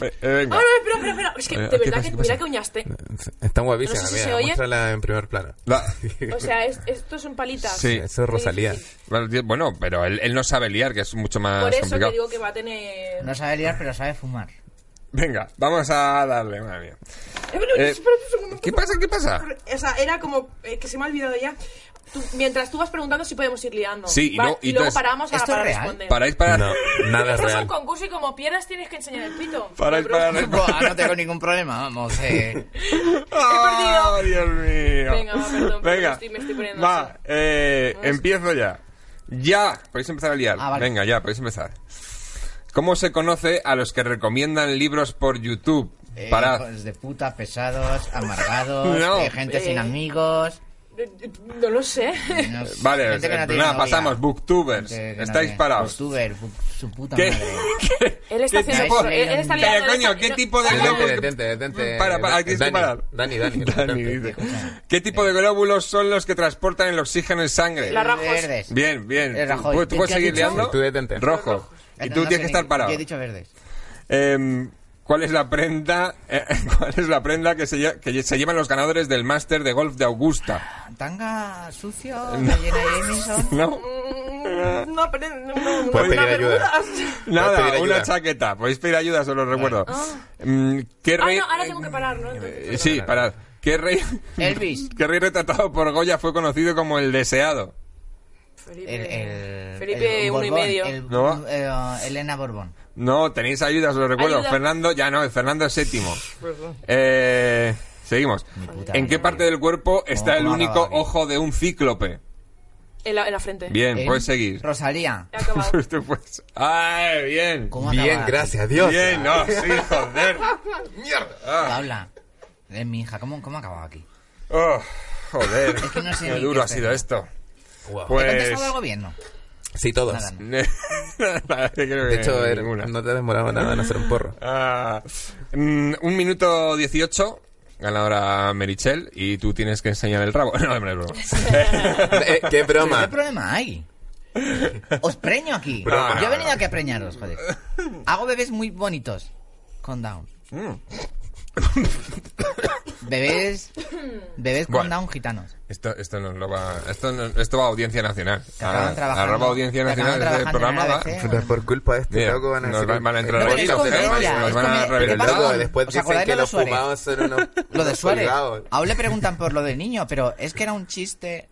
Eh, Venga.
Ah, no, espera, espera, espera. Es que
Eh,
de
¿qué
verdad
pasa,
que
qué
mira
pasa?
que uñaste.
Eh,
Está guapísima,
No sé si se
mira,
oye.
muéstrala en primer plano.
La-
O sea, es- esto son palitas.
Sí.
Eso es Rosalía.
Vale, tío, Bueno, pero él, él no sabe liar, que Ah, es mucho más
Por eso
complicado.
te digo que va a tener.
No sabe liar, pero sabe fumar.
Venga, vamos a darle, madre mía.
Eh, bueno,
Eh,
espérate un segundo.
¿Qué pasa? ¿Qué pasa?
O sea, era como eh, que se me ha olvidado ya. Tú- mientras tú vas preguntando si podemos ir liando.
Sí, y
Va-
no- y
luego
entonces-
paramos a,
¿Esto es
para
real?
responder.
Paráis para.
No, nada es
Esto es un
real.
concurso y como pierdas tienes que enseñar el pito.
Paráis para.
Buah, no tengo ningún problema, vamos. eh.
¡Oh, Dios mío!
Venga, va, perdón, perdón,
Venga.
estoy- me estoy poniendo
Va,
así.
eh, empiezo ya. ¡Ya! Podéis empezar a liar.
Ah, vale.
Venga, ya, podéis empezar. ¿Cómo se conoce a los que recomiendan libros por YouTube?
Eh,
Parad.
hijos de puta, pesados, amargados,
No.
eh, gente sin
Eh.
amigos.
No lo sé.
no sé,
Vale,
gente que
eh,
no tiene
nada,
novia.
pasamos. Booktubers.
Gente que no
Estáis
tiene-
parados.
Booktuber, bu- su puta
¿Qué?
madre.
¿Qué?
Él está
¿Qué
haciendo
tipo-
eso, él- él está
Pero,
liando, Ah, él
coño,
está-
¿qué
no-
tipo de
Dani,
glóbulos?
Detente, detente, detente.
Para, para, hay que
Dani,
parar.
Dani, Dani.
Dani,
detente.
dice, ¿Qué tipo de glóbulos son los que transportan el oxígeno en sangre?
La rajos.
verdes.
Bien, bien.
Eh, Rajoy.
¿Tú, tú
¿Qué-
puedes
qué has
seguir
dicho?
liando?
Tú detente.
Rojo. Y tú
No
tienes
sé
que
ni-
estar parado.
Yo he dicho verdes.
Em, ¿Cuál es la prenda? eh, ¿Cuál es la prenda que se, lle- que se llevan los ganadores del Máster de Golf de Augusta?
Tanga sucio, rellena de Jameson.
No,
Oh.
Mm, No, pero no, no, no,
Puedes
no,
pedir ayuda.
bermudas.
Puedes
nada,
pedir
una
ayuda.
chaqueta. Podéis pedir ayuda, solo os recuerdo. Mm, ¿Qué
Oh. Ah,
rey?
no, ahora tengo que parar, ¿no? Entonces,
eh, sí, parad. ¿Qué rey?
Elvis.
¿Qué rey retratado por Goya fue conocido como el deseado?
Felipe,
El, el-
Felipe
el
uno y
Borbón,
medio.
el-
No.
eh, uh, Elena Borbón.
No, tenéis ayuda, os lo recuerdo.
Ayuda.
Fernando, ya no, Fernando VII. Eh, seguimos.
puta eh.
¿En
madre.
qué parte del cuerpo está el
cómo
único
acaba aquí?
ojo de un cíclope?
En la, en la frente.
Bien,
Eh,
puedes seguir.
Rosalía.
He acabado.
Pues tú puedes. ¡Ay, bien!
¿Cómo
Bien,
acaba?
gracias, Dios.
Bien, no, sí, joder. Ah.
Habla. Eh, mi hija, ¿cómo, cómo ha acabado aquí?
Oh, joder.
que no sé
Qué
ni
duro
qué
ha sido esto.
Wow.
¿Te he
Pues.
contestado algo bien? No.
Sí, todos.
Nada, no.
de
De hecho,
Eh,
eh,
era- no te demoraba nada en hacer un porro.
Ah, mm, un minuto 18, ganadora Merichel, y tú tienes que enseñar el rabo. No, hombre, es broma.
Eh, ¡Qué
Pero ¿Qué
broma!
problema hay? Os preño aquí.
Broma.
Yo he venido aquí a preñaros, joder. Hago bebés muy bonitos. Con Down.
Mm.
Bebés. Bebés con
Bueno.
Down gitanos.
Esto, esto nos lo va, esto, no- esto va a Audiencia Nacional.
Que acaban
A-
trabajando-
arroba Audiencia
que acaban
Nacional, este programa
trabajando en
va.
ABC.
Pero por culpa de este
Mira,
loco van a
nos
decir-
van- van a entrar
Eh,
No, pero
hoy
es
los
comedia,
temas,
es
nos van a
comedia.
Pero
¿Qué
revelar.
pasa
luego
con-
después
os acordáis
dicen que
de lo
los
Suárez?
fumados son unos...
Lo de
unos
Suárez.
colgados.
Aún le preguntan por lo del niño, pero es que era un chiste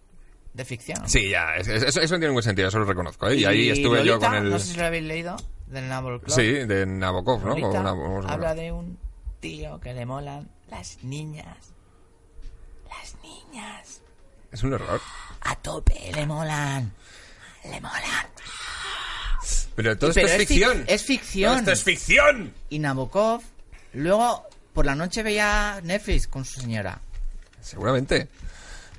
de ficción.
Sí, ya, es- es- eso, eso no tiene ningún sentido, eso lo reconozco. ¿eh? Y ahí
Y
estuve yo
Lolita,
con el.
No sé si lo habéis leído, del Naval Club.
Sí, de Nabokov, ¿no?
Lolita
O Nabo- o-
habla de un tío que le molan las niñas. Las niñas.
Es un error.
A tope, le molan. Le molan.
Pero todo
Pero
esto es,
es fic-
ficción.
es ficción.
Todo esto es ficción.
Y Nabokov, luego por la noche veía Netflix con su señora.
Seguramente.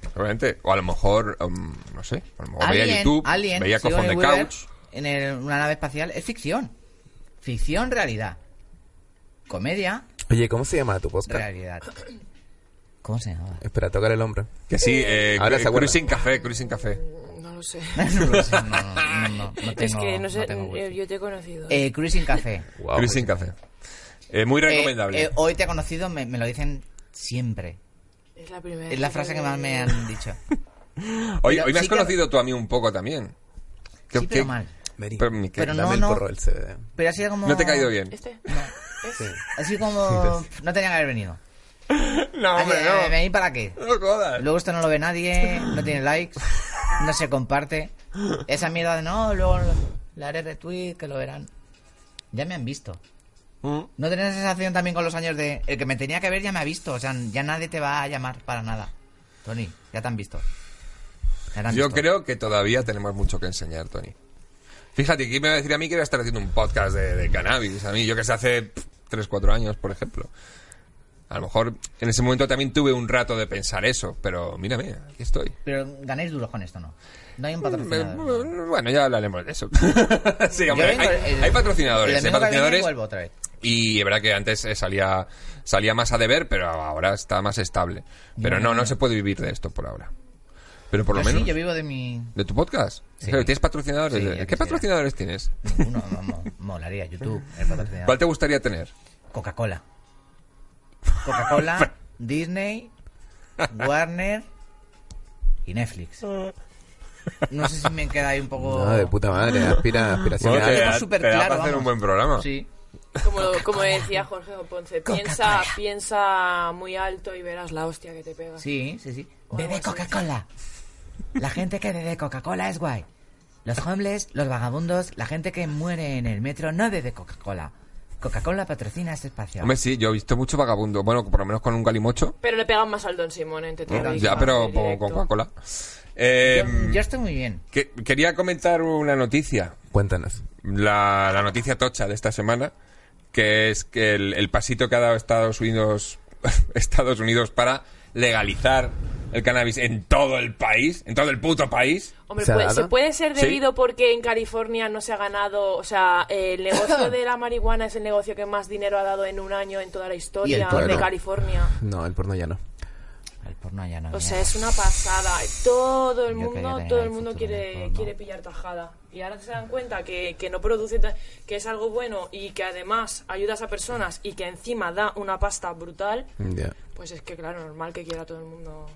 Seguramente. O a lo mejor, um, no sé. A lo mejor veía
Alien,
YouTube,
Alien,
veía
Sigourney
Cojón de
Weaver,
Couch.
En el- una nave espacial, es ficción. Ficción, realidad. Comedia,
Oye, ¿cómo se llama tu podcast?
realidad. ¿Cómo se llama?
Espera, tocar el hombro.
Que sí, eh,
Ahora
cru-
se acuerda.
Cruising Café, Cruising Café.
No lo sé.
no, lo sé, no, no, no, no tengo,
es que no sé,
tengo wifi.
eh, yo te he conocido.
Eh, Cruising Café.
Wow.
Cruising Café. Eh, muy
Eh,
recomendable.
eh, hoy te he conocido, me, me lo dicen siempre.
es la primera.
Es la frase que más me han dicho.
hoy,
pero
hoy me has
sí que-
conocido tú a mí un poco también. ¿Qué-
Sí,
qué-
pero mal.
Mary,
pero mi- qué-
Pero
dame
no,
el
no.
porro del CBD.
Pero ha sido como.
no te he caído bien.
¿Este?
Así como. No tenía que haber venido.
No,
Así, eh, ¿Venir para qué?
No jodas.
Luego esto no lo ve nadie, no tiene likes, no se comparte. Esa mierda de no, luego le haré retweet, que lo verán. Ya me han visto. ¿No tenés esa sensación también con los años de el que me tenía que ver ya me ha visto? O sea, ya nadie te va a llamar para nada. Tony, ya te han visto. Ya te han
Yo
visto.
creo que todavía tenemos mucho que enseñar, Tony. Fíjate, ¿quién me va a decir a mí que iba a estar haciendo un podcast de, de cannabis? A mí, yo que sé, hace pff, tres, cuatro años, por ejemplo. A lo mejor en ese momento también tuve un rato de pensar eso, pero mírame, aquí estoy.
Pero ganáis duros con esto, ¿no? No hay un
Mm, Me-
patrocinador.
Bueno, ya hablaremos de eso. sí,
Yo
hombre,
vengo
hay,
el-
hay patrocinadores,
el domingo que
hay
viene
patrocinadores.
vuelvo otra vez.
Y es verdad que antes eh, salía, salía más a deber, pero ahora está más estable. Pero no, no se puede vivir de esto por ahora. Pero por lo
Yo Ah, sí,
menos...
yo vivo de mi...
¿De tu podcast?
Sí.
Claro, ¿Tienes patrocinadores?
Sí,
¿Qué
ya quisiera.
patrocinadores tienes?
Ninguno, mo- mo- molaría, YouTube, el patrocinador.
¿Cuál te gustaría tener?
Coca-Cola. Coca-Cola, Disney, Warner y Netflix. No sé si me queda ahí un poco.
No, de puta madre, aspira, aspiración Ah,
Bueno,
alta.
te- súper
da
claro,
para hacer
vamos.
un buen programa.
Sí.
Como, como decía Jorge Ponce, piensa, piensa muy alto y verás la hostia que te pega.
Sí, sí, sí.
O algo
Bebe
así.
Coca-Cola. La gente que bebe Coca-Cola es guay. Los homeless, los vagabundos, la gente que muere en el metro no bebe Coca-Cola. Coca-Cola patrocina este espacio.
Hombre, sí, yo he visto mucho vagabundo. Bueno, por lo menos con un galimocho.
Pero le pegan más al Don Simón, ¿eh? te tengo que
Ya,
decir,
pero
en
con
directo.
con Coca-Cola. Eh,
Yo estoy muy bien.
que- quería comentar una noticia.
Cuéntanos.
la, la noticia tocha de esta semana, que es que el, el pasito que ha dado Estados Unidos, Estados Unidos para legalizar el cannabis en todo el país, en todo el puto país.
Hombre,
¿Se ha
pues,
dado?
¿se puede ser
Sí.
debido porque en California no se ha ganado, o sea, el negocio de la marihuana es el negocio que más dinero ha dado en un año en toda la
Y
historia
el
de
porno.
California?
No, el porno ya no.
El porno ya no
O
viene.
sea, es una pasada. Todo el
Yo quería
mundo,
tener
todo el
el
mundo
futuro en el
quiere,
porno.
quiere pillar tajada. Y ahora se dan cuenta que, que no produce, ta- que es algo bueno y que además ayudas a personas y que encima da una pasta brutal,
Ya.
pues es que claro, normal que quiera todo el mundo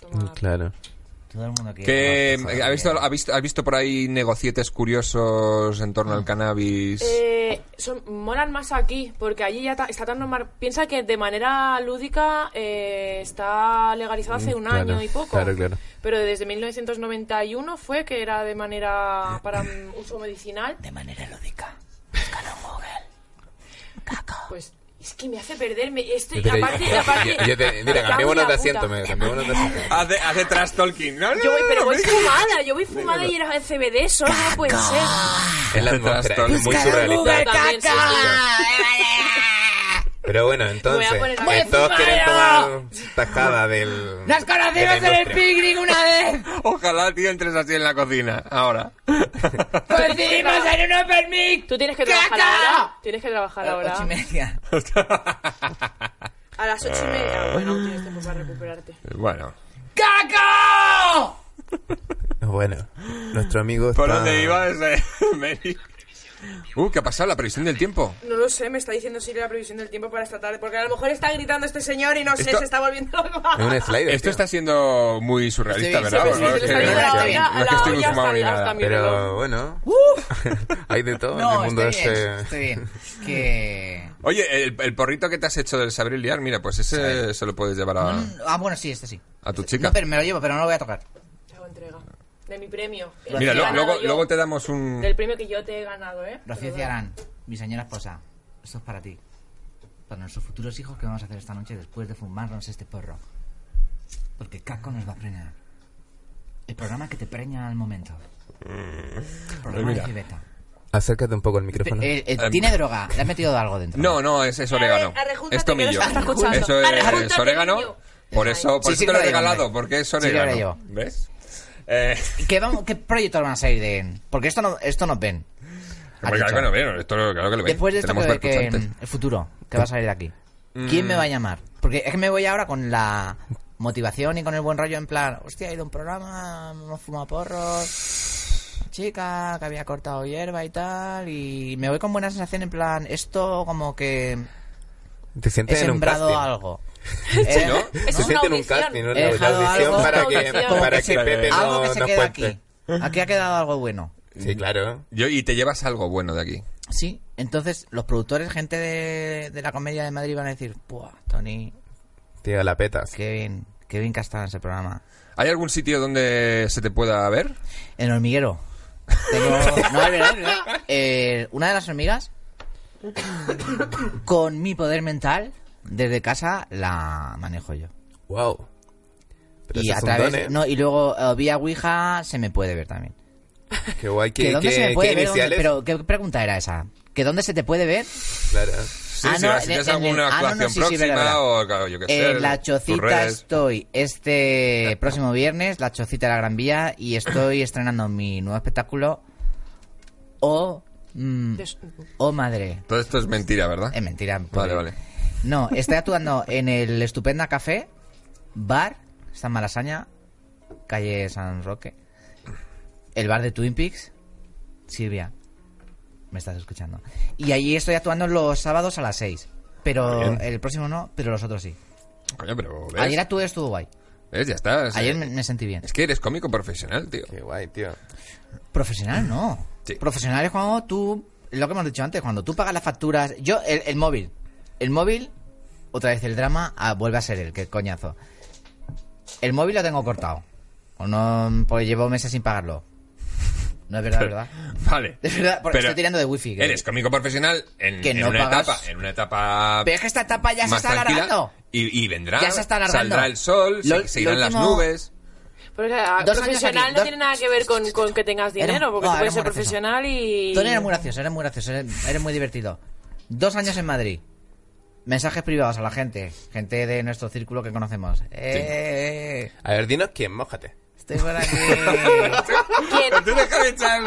tomar.
Claro.
Todo el mundo quiere.
Que, eh,
Joder,
¿ha, visto,
bien.
ha, visto, ha visto por ahí negocietes curiosos en torno al cannabis?
Eh, son, molan más aquí, porque allí ya ta- está tan normal. Piensa que de manera lúdica eh, está legalizado hace un
Mm, claro,
año y poco.
claro, claro.
Pero desde 1991 fue que era de manera para mm, uso medicinal.
De manera lúdica.
Pues es que me hace perderme. Esto,
Yo te-
aparte, aparte,
eh, yo- yo te- mira,
me
cambiémonos de
cago en la
asiento,
puta.
me cambiémonos de asiento.
Hace, hace trash talking. No, no,
Yo voy,
no,
pero
no,
voy
no.
fumada, yo voy fumada y era el CBD, solo no puede ser.
Es la
Hace
atmósfera,
trastorno.
es muy
Busca en
Google,
surrealista.
También, sí,
Pero bueno, entonces,
Voy a poner-
pues
¡Muy
todos quieren tomar
fumado!
tajada del...
¡Nos
de la
conocimos en el
industria.
picnic una vez!
Ojalá, tío, entres así en la cocina. Ahora.
¡Coincidimos en un open mic!
Tú tienes que trabajar
¡Caca!
ahora. Tienes que trabajar ahora.
Eh, Ocho y media.
A las ocho y media. Bueno, tienes tiempo para recuperarte.
bueno.
¡Caca!
Bueno, nuestro amigo está...
Por donde iba ese... Mary. Ah. Uh, ¿qué ha pasado? La previsión del tiempo.
No lo sé, me está diciendo si la previsión del tiempo para esta tarde, porque a lo mejor está gritando este señor y no sé,
Esto-
se está volviendo
Es un
loco.
slider,
Esto
tío.
está siendo muy surrealista,
Sí,
¿verdad?
sí,
Porque
sí,
no
sí,
es
sí,
que-
está bien,
no
la
es que-
olla-
no es que
la
estoy
olla
fumado ni
hasta-
nada.
hasta mi-
Pero bueno, hay de todo en
Uh. No,
el mundo
estoy bien,
ese...
estoy bien. Que...
Oye, el, el porrito que te has hecho del saber y liar, mira, pues ese se lo puedes llevar a...
Ah, bueno, sí, este sí.
A tu
Este-
chica.
No, pero me lo llevo, pero no lo voy a tocar.
Te hago entrega. De mi premio. El
Mira,
que he
lo-
ganado
luego,
yo.
luego te damos un...
Del premio que yo te he ganado, ¿eh?
Rocío Ciarán, mi señora esposa, esto es para ti. Para nuestros futuros hijos que vamos a hacer esta noche después de fumarnos este porro. Porque Caco nos va a preñar. El programa que te preña al momento. El programa
mira. Em.
de Gibeta.
Acércate un poco al micrófono.
Eh, eh, ¿Tiene droga? ¿Le has metido algo dentro?
No, no, es, es orégano.
arrejúntate,
Es
que
tomillo.
lo estás escuchando.
Eso es
Arrejúntate,
orégano.
niño.
Por eso, por
Sí,
eso
sí
te
que
lo he
lo llevo,
regalado,
hombre.
porque es
Sí que lo
orégano.
llevo.
¿Ves? Eh,
¿Qué, vamos, ¿Qué proyectos van a salir de.? Porque esto no, esto no ven. Has
porque
dicho.
claro que no, bueno, esto claro que lo ven.
Después de esto,
Tenemos
que, que,
percusantes.
mm, el futuro que va a salir de aquí. ¿Quién me va a llamar? Porque es que me voy ahora con la motivación y con el buen rollo en plan, hostia, he ido a un programa, hemos fumado porros, chica que había cortado hierba y tal, y me voy con buena sensación en plan, esto como que
Te
he
sientes en un
sembrado
casting.
algo. Eh,
¿no?
Es
Se
una
siente en un
audición.
casting, ¿no?
He
La-
dejado
La audición
algo,
para que,
audición.
para que
se-
Pepe
algo
no,
que se
no
queda
cuente.
aquí. Aquí ha quedado algo bueno.
Sí, claro.
Yo, y te llevas algo bueno de aquí.
Sí, entonces los productores, gente de, de la comedia de Madrid van a decir, ¡buah, Tony,
Tío, la petas.
qué bien, qué bien que ha estado en ese programa!
¿Hay algún sitio donde se te pueda ver?
En el hormiguero. Tengo- no, es verdad, es verdad. Eh, una de las hormigas, con mi poder mental, desde casa la manejo yo.
Wow. Pero
Y
eso
a
es un don, ¿eh?
través, no, y luego eh, vía Ouija se me puede ver también.
Qué guay. ¿Qué,
¿Que dónde
qué-
se me puede
qué
ver? ¿Dónde-
iniciales?
pero ¿qué pregunta era esa? ¿Que dónde se te puede ver?
Claro.
Sí,
Ah,
si
no,
vas- si
en-
tienes
en el-
alguna
ah, no, no,
actuación
sí, sí,
próxima
verdad, verdad.
o claro, yo qué sé.
En Eh, la
tus redes.
Chocita estoy este próximo viernes, la Chocita de la Gran Vía, y estoy estrenando mi nuevo espectáculo. O. mm,
Des-
o madre.
Todo esto es mentira, ¿verdad?
Es mentira.
Vale, vale.
No, estoy actuando en el Estupenda Café, Bar, San Malasaña, calle San Roque. El bar de Twin Peaks, Silvia. Me estás escuchando. Y allí estoy actuando los sábados a las 6. Pero el próximo no, pero los otros sí.
Coño, pero ¿ves?
Ayer actué, estuvo guay.
¿Ves? Ya está. o sea,
Ayer me, me sentí bien.
Es que eres cómico profesional, tío.
Qué guay, tío.
Profesional no.
Sí.
Profesional es cuando tú lo que hemos dicho antes, cuando tú pagas las facturas, yo, el, el móvil, el móvil, otra vez el drama, ah, vuelve a ser el que coñazo. El móvil lo tengo cortado. O no, porque llevo meses sin pagarlo. No es verdad, ¿verdad?
Vale.
Es verdad, porque estoy tirando de wifi, que-
Eres cómico profesional en,
Que
en
no
una
pagas.
etapa. En una etapa.
Pero es que esta etapa ya se
más
está
tranquila,
alargando.
Y, y vendrá.
Ya se está alargando.
Saldrá el sol,
Lo-
se, se irán
lo
las
último-
nubes.
Pero, o sea,
Dos años
ah, profesional
aquí,
no
dos-
tiene nada que ver con, con que tengas
Era-
dinero, porque
no,
tú puedes
era
ser
muy gracioso.
profesional y...
Tú eres muy gracioso, eres muy gracioso, eres, eres muy divertido. Dos años en Madrid. Mensajes privados a la gente, gente de nuestro círculo que conocemos. Eh,
A ver, dinos quién, mójate.
estoy por aquí.
¿Quién?
Tú dejas de echar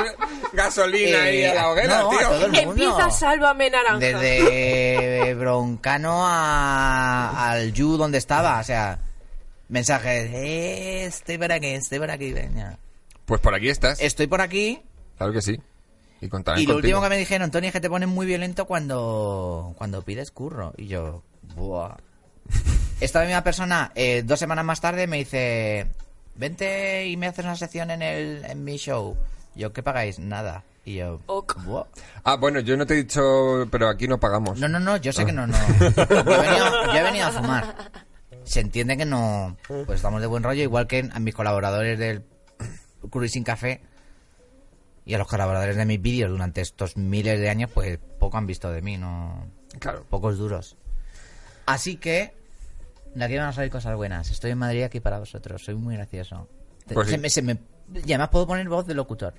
gasolina ahí
Eh,
a la hoguera,
no, a
tío.
todo el mundo.
Empieza Sálvame Naranja.
Desde eh, Broncano a- al Yu donde estaba, o sea, mensajes, eh, estoy por aquí, estoy por aquí, venga.
Pues por aquí estás.
Estoy por aquí
Claro que sí. Y contarán
y lo
contigo.
último que me dijeron, Tony, es que te pones muy violento cuando, cuando pides curro. Y yo, buah. Esta misma persona, eh, dos semanas más tarde, me dice, vente y me haces una sección en, el, en mi show. Yo, ¿qué pagáis? Nada. Y yo,
Ok.
buah.
Ah, bueno, yo no te he dicho, pero aquí no pagamos.
No, no, no, yo sé que no, no. Yo he venido, yo he venido a fumar. Se entiende que no. Pues estamos de buen rollo, igual que a mis colaboradores del Cruising Café y a los colaboradores de mis vídeos durante estos miles de años, pues poco han visto de mí, no.
Claro.
Pocos duros. Así que. De aquí van a salir cosas buenas. Estoy en Madrid aquí para vosotros, soy muy gracioso.
Pues
se
sí.
me, se me- y además puedo poner voz de locutor.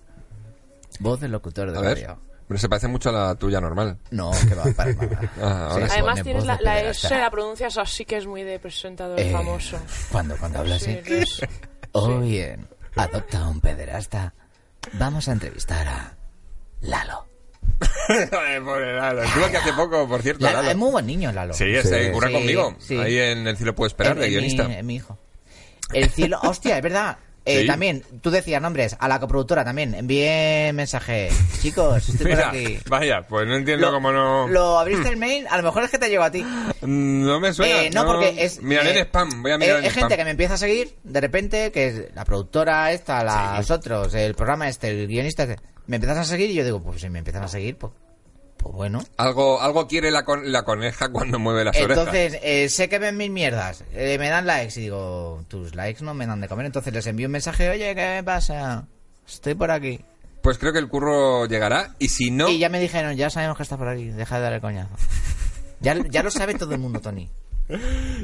Voz de locutor de
A ver.
radio.
Pero se parece mucho a la tuya normal.
No, que va, para nada.
Ah,
Sí,
ahora
sí.
Además
Pone
tienes
voz
la,
de
la
pederasta.
S, la pronuncias así que es muy de presentador
Eh,
famoso.
Cuando, cuando habla
Sí,
así.
eres-
Oye, adopta a un pederasta. Vamos a entrevistar a Lalo.
Joder, pobre Lalo. Estuvo aquí hace poco, por cierto,
Lalo,
Lalo.
Es muy buen niño, Lalo.
Sí, ese
Sí.
curra
Sí,
conmigo.
sí.
Ahí en El cielo puede esperar,
Es-
de
es
guionista.
Mi, es mi hijo. El cielo, hostia, es verdad. Eh,
Sí.
También, tú decías nombres, a la coproductora también. Envié mensaje. Chicos, estoy por
Mira,
aquí.
vaya, pues no entiendo cómo no... Mm,
Lo abriste el mail, a lo mejor es que te llegó a ti.
No me suena.
Eh, no, porque es.
Miraré
eh,
en spam, voy a mirar
eh,
en
Es
spam.
gente que me empieza a seguir, de repente, que es la productora esta, la- los otros, el programa este, el guionista este. Me empiezan a seguir y yo digo, pues si me empiezan a seguir, pues, pues bueno.
Algo, algo quiere la, con- la coneja cuando mueve las orejas.
Entonces, eh, sé que ven mis mierdas, eh, me dan likes y digo, tus likes no me dan de comer. Entonces les envío un mensaje, oye, ¿qué me pasa? Estoy por aquí.
Pues creo que el curro llegará y si no...
Y ya me dijeron, ya sabemos que estás por aquí, deja de darle coñazo. Ya, ya lo sabe todo el mundo, Tony.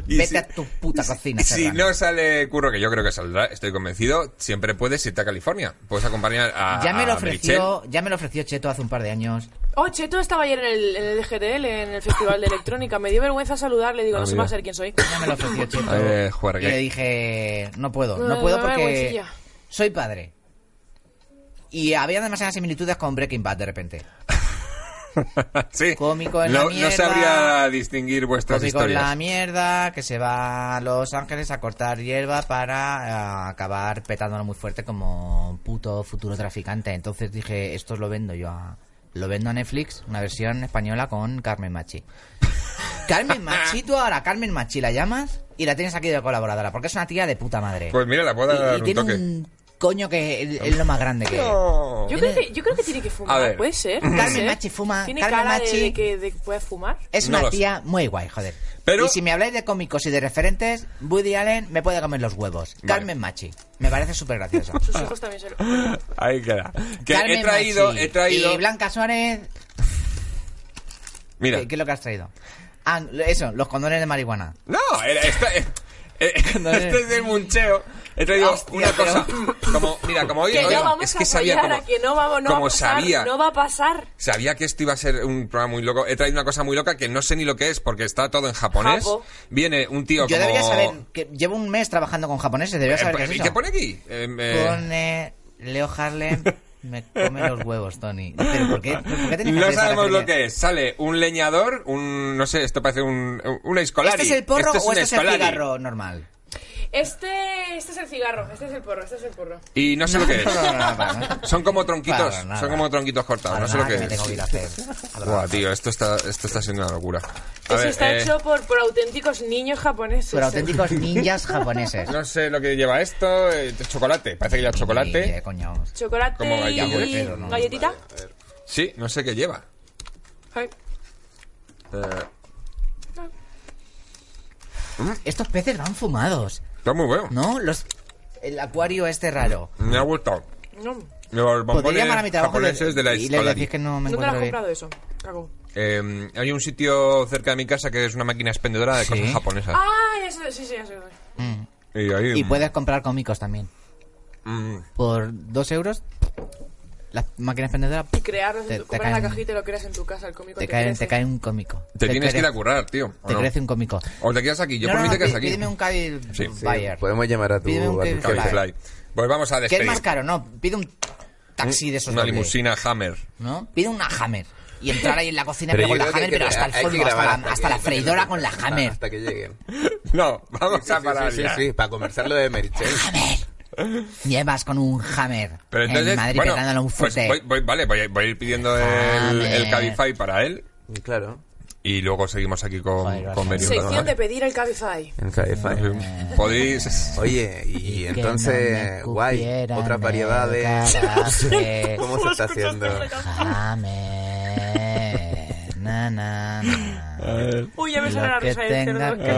y
vete a tu puta
y si-
cocina,
y Si
serrano.
no sale curro, que yo creo que saldrá, estoy convencido, siempre puedes irte a California. Puedes acompañar a
Ya me lo
a Merichel.
ofreció, ya me lo ofreció Cheto hace un par de años.
Oh, Cheto estaba ayer en el, en el DGTL, en el Festival de Electrónica. Me dio vergüenza saludarle, digo,
Ah,
no sé
mira.
más ser quién soy.
Ya me lo ofreció Cheto.
Eh, juergue.
y le dije, no puedo,
Me
no
da
puedo porque
vergüencilla.
soy padre. Y había demasiadas similitudes con Breaking Bad de repente.
Sí.
Cómico en la
no, no
mierda.
sabría distinguir vuestras
Cómico en
historias.
la mierda, que se va a Los Ángeles a cortar hierba para eh, acabar petándolo muy fuerte como un puto futuro traficante. Entonces dije, esto lo vendo yo a... Lo vendo a Netflix, una versión española con Carmen Machi. Carmen Machi, tú ahora Carmen Machi la llamas y la tienes aquí de colaboradora, porque es una tía de puta madre.
Pues mira, la puedo
Y- y
dar un
tiene
toque.
un coño que es, es lo más grande que
No.
Yo creo, que, yo creo que tiene que fumar,
A ver.
puede ser.
Carmen
puede ser.
Machi fuma,
Tiene
Carmen
cara de-
Machi-
De, que de que puede fumar.
es
No
una
lo sé.
tía muy guay, joder.
Pero-
Y si me habláis de cómicos y de referentes, Woody Allen me puede comer los huevos.
Vale.
Carmen Machi. Me parece súper graciosa.
Sus
Ah.
hijos también se lo...
Ahí queda. Que
Carmen
he traído,
Machi.
he traído.
Y Blanca Suárez,
Mira.
¿qué, qué es lo que has traído? Ah, eso, los condones de marihuana.
No, era esta. eh, eh,
No sé.
este es del muncheo. He traído
Hostia,
una
pero-
cosa. Como, mira, como hoy.
Que
hoy-
no vamos
es
a
que sabía
fallar,
como,
a que no vamos, no
como
va a pasar,
sabía.
no va a pasar.
Sabía que esto iba a ser un programa muy loco. He traído una cosa muy loca que no sé ni lo que es porque está todo en japonés.
Japo.
Viene un tío
Yo
como.
debería saber, que llevo un mes trabajando con japoneses, debería saber qué
Eh,
es
¿Y
eso.
qué pone aquí? Eh, eh,
Pone Leo Harlem, me come los huevos, Tony. ¿Pero por qué, por qué tenías que
Ah. No
hacer esa
sabemos lo
referencia?
que es. Sale un leñador, un. No sé, esto parece un. Una escolar.
¿Este es el porro o
un
este es el
Escolari.
cigarro normal?
Este, este es el cigarro, este es el porro, este es el porro.
Y no sé lo que es.
No, no, no, para nada.
Son como tronquitos.
Para nada.
Son como tronquitos cortados.
Para
No sé
nada
lo que
me tengo que ir a
es.
hacer.
Buah, tío, esto está, esto está siendo una locura. A ver,
Eso Este está
eh,
hecho por, por auténticos niños japoneses.
Pero auténticos ninjas japoneses.
No sé lo que lleva esto. eh, chocolate. Parece que lleva
Ni idea,
chocolate.
eh, coño, vamos.
Chocolate
Como eh,
y
galleta,
pero no.
galletita.
Sí, no sé qué lleva.
Ay,
Eh,
Estos peces van fumados,
está muy bueno.
¿no? Los... El acuario este raro.
Me ha gustado.
no,
Podría
Los bombones
llamar a mi trabajo y
japoneses
le-
de la
y les
Escolari.
decís que no me
no te lo
encuentro
has
bien.
comprado eso. Cago.
Eh, hay un sitio cerca de mi casa que es una máquina expendedora de
Sí.
cosas japonesas.
Ah, ya sé, sí, sí, ya sé.
Mm.
Y ahí,
Y
mm,
puedes comprar cómicos también.
mm,
Por dos euros, las máquinas expendedoras
Y crearlos, en
Te-
tu-
te
compras la
caen-
cajita y lo creas en tu casa, el cómico
te,
te
caen-
crece.
te cae un cómico.
te, tienes que ir a
crece-
currar, tío. ¿o
Te
no?
crece un cómico.
O te quedas aquí. Yo
No,
por
no,
mí
no,
te quedas
pí-
aquí.
Pídeme un Kyle
Sí.
Bayer
Sí,
Podemos llamar a tu.
Pídeme un
a tu
Cabify.
cabify.
Cabify. Pues vamos a
¿Qué
despedir.
es más caro? No, pide un taxi de esos
Una
dobles,
limusina Hammer.
¿no? Pide una Hammer. Y entrar ahí en la cocina
Pero
pero
yo
con la
creo que hay
Hammer,
que
pero hasta el
gra- hay que
fondo, hasta,
grabar hasta
la, hasta la
que-
freidora con la
Ah,
Hammer.
Hasta que lleguen.
No, vamos
Sí,
a
sí,
parar
sí, sí,
ya.
sí, para conversar lo de Merichel.
Llevas con un Hammer.
Pero entonces,
en Madrid
bueno,
pegándole un
pues
fuerte.
voy, voy- vale, voy, a- voy a ir pidiendo el, el
Hammer.
Cabify para él
Claro.
y luego seguimos aquí con,
Joder, vas
con
a-
Benny
Sección
Bernard.
de pedir el Cabify.
En Cabify.
Eh, Podéis...
Oye, y entonces, guay, otras variedades. ¿Cómo se está haciendo?
Hammer. Na, na, na.
Uy, ya me sale
Lo
la
que
risa este, del
tenga
cerdo.
que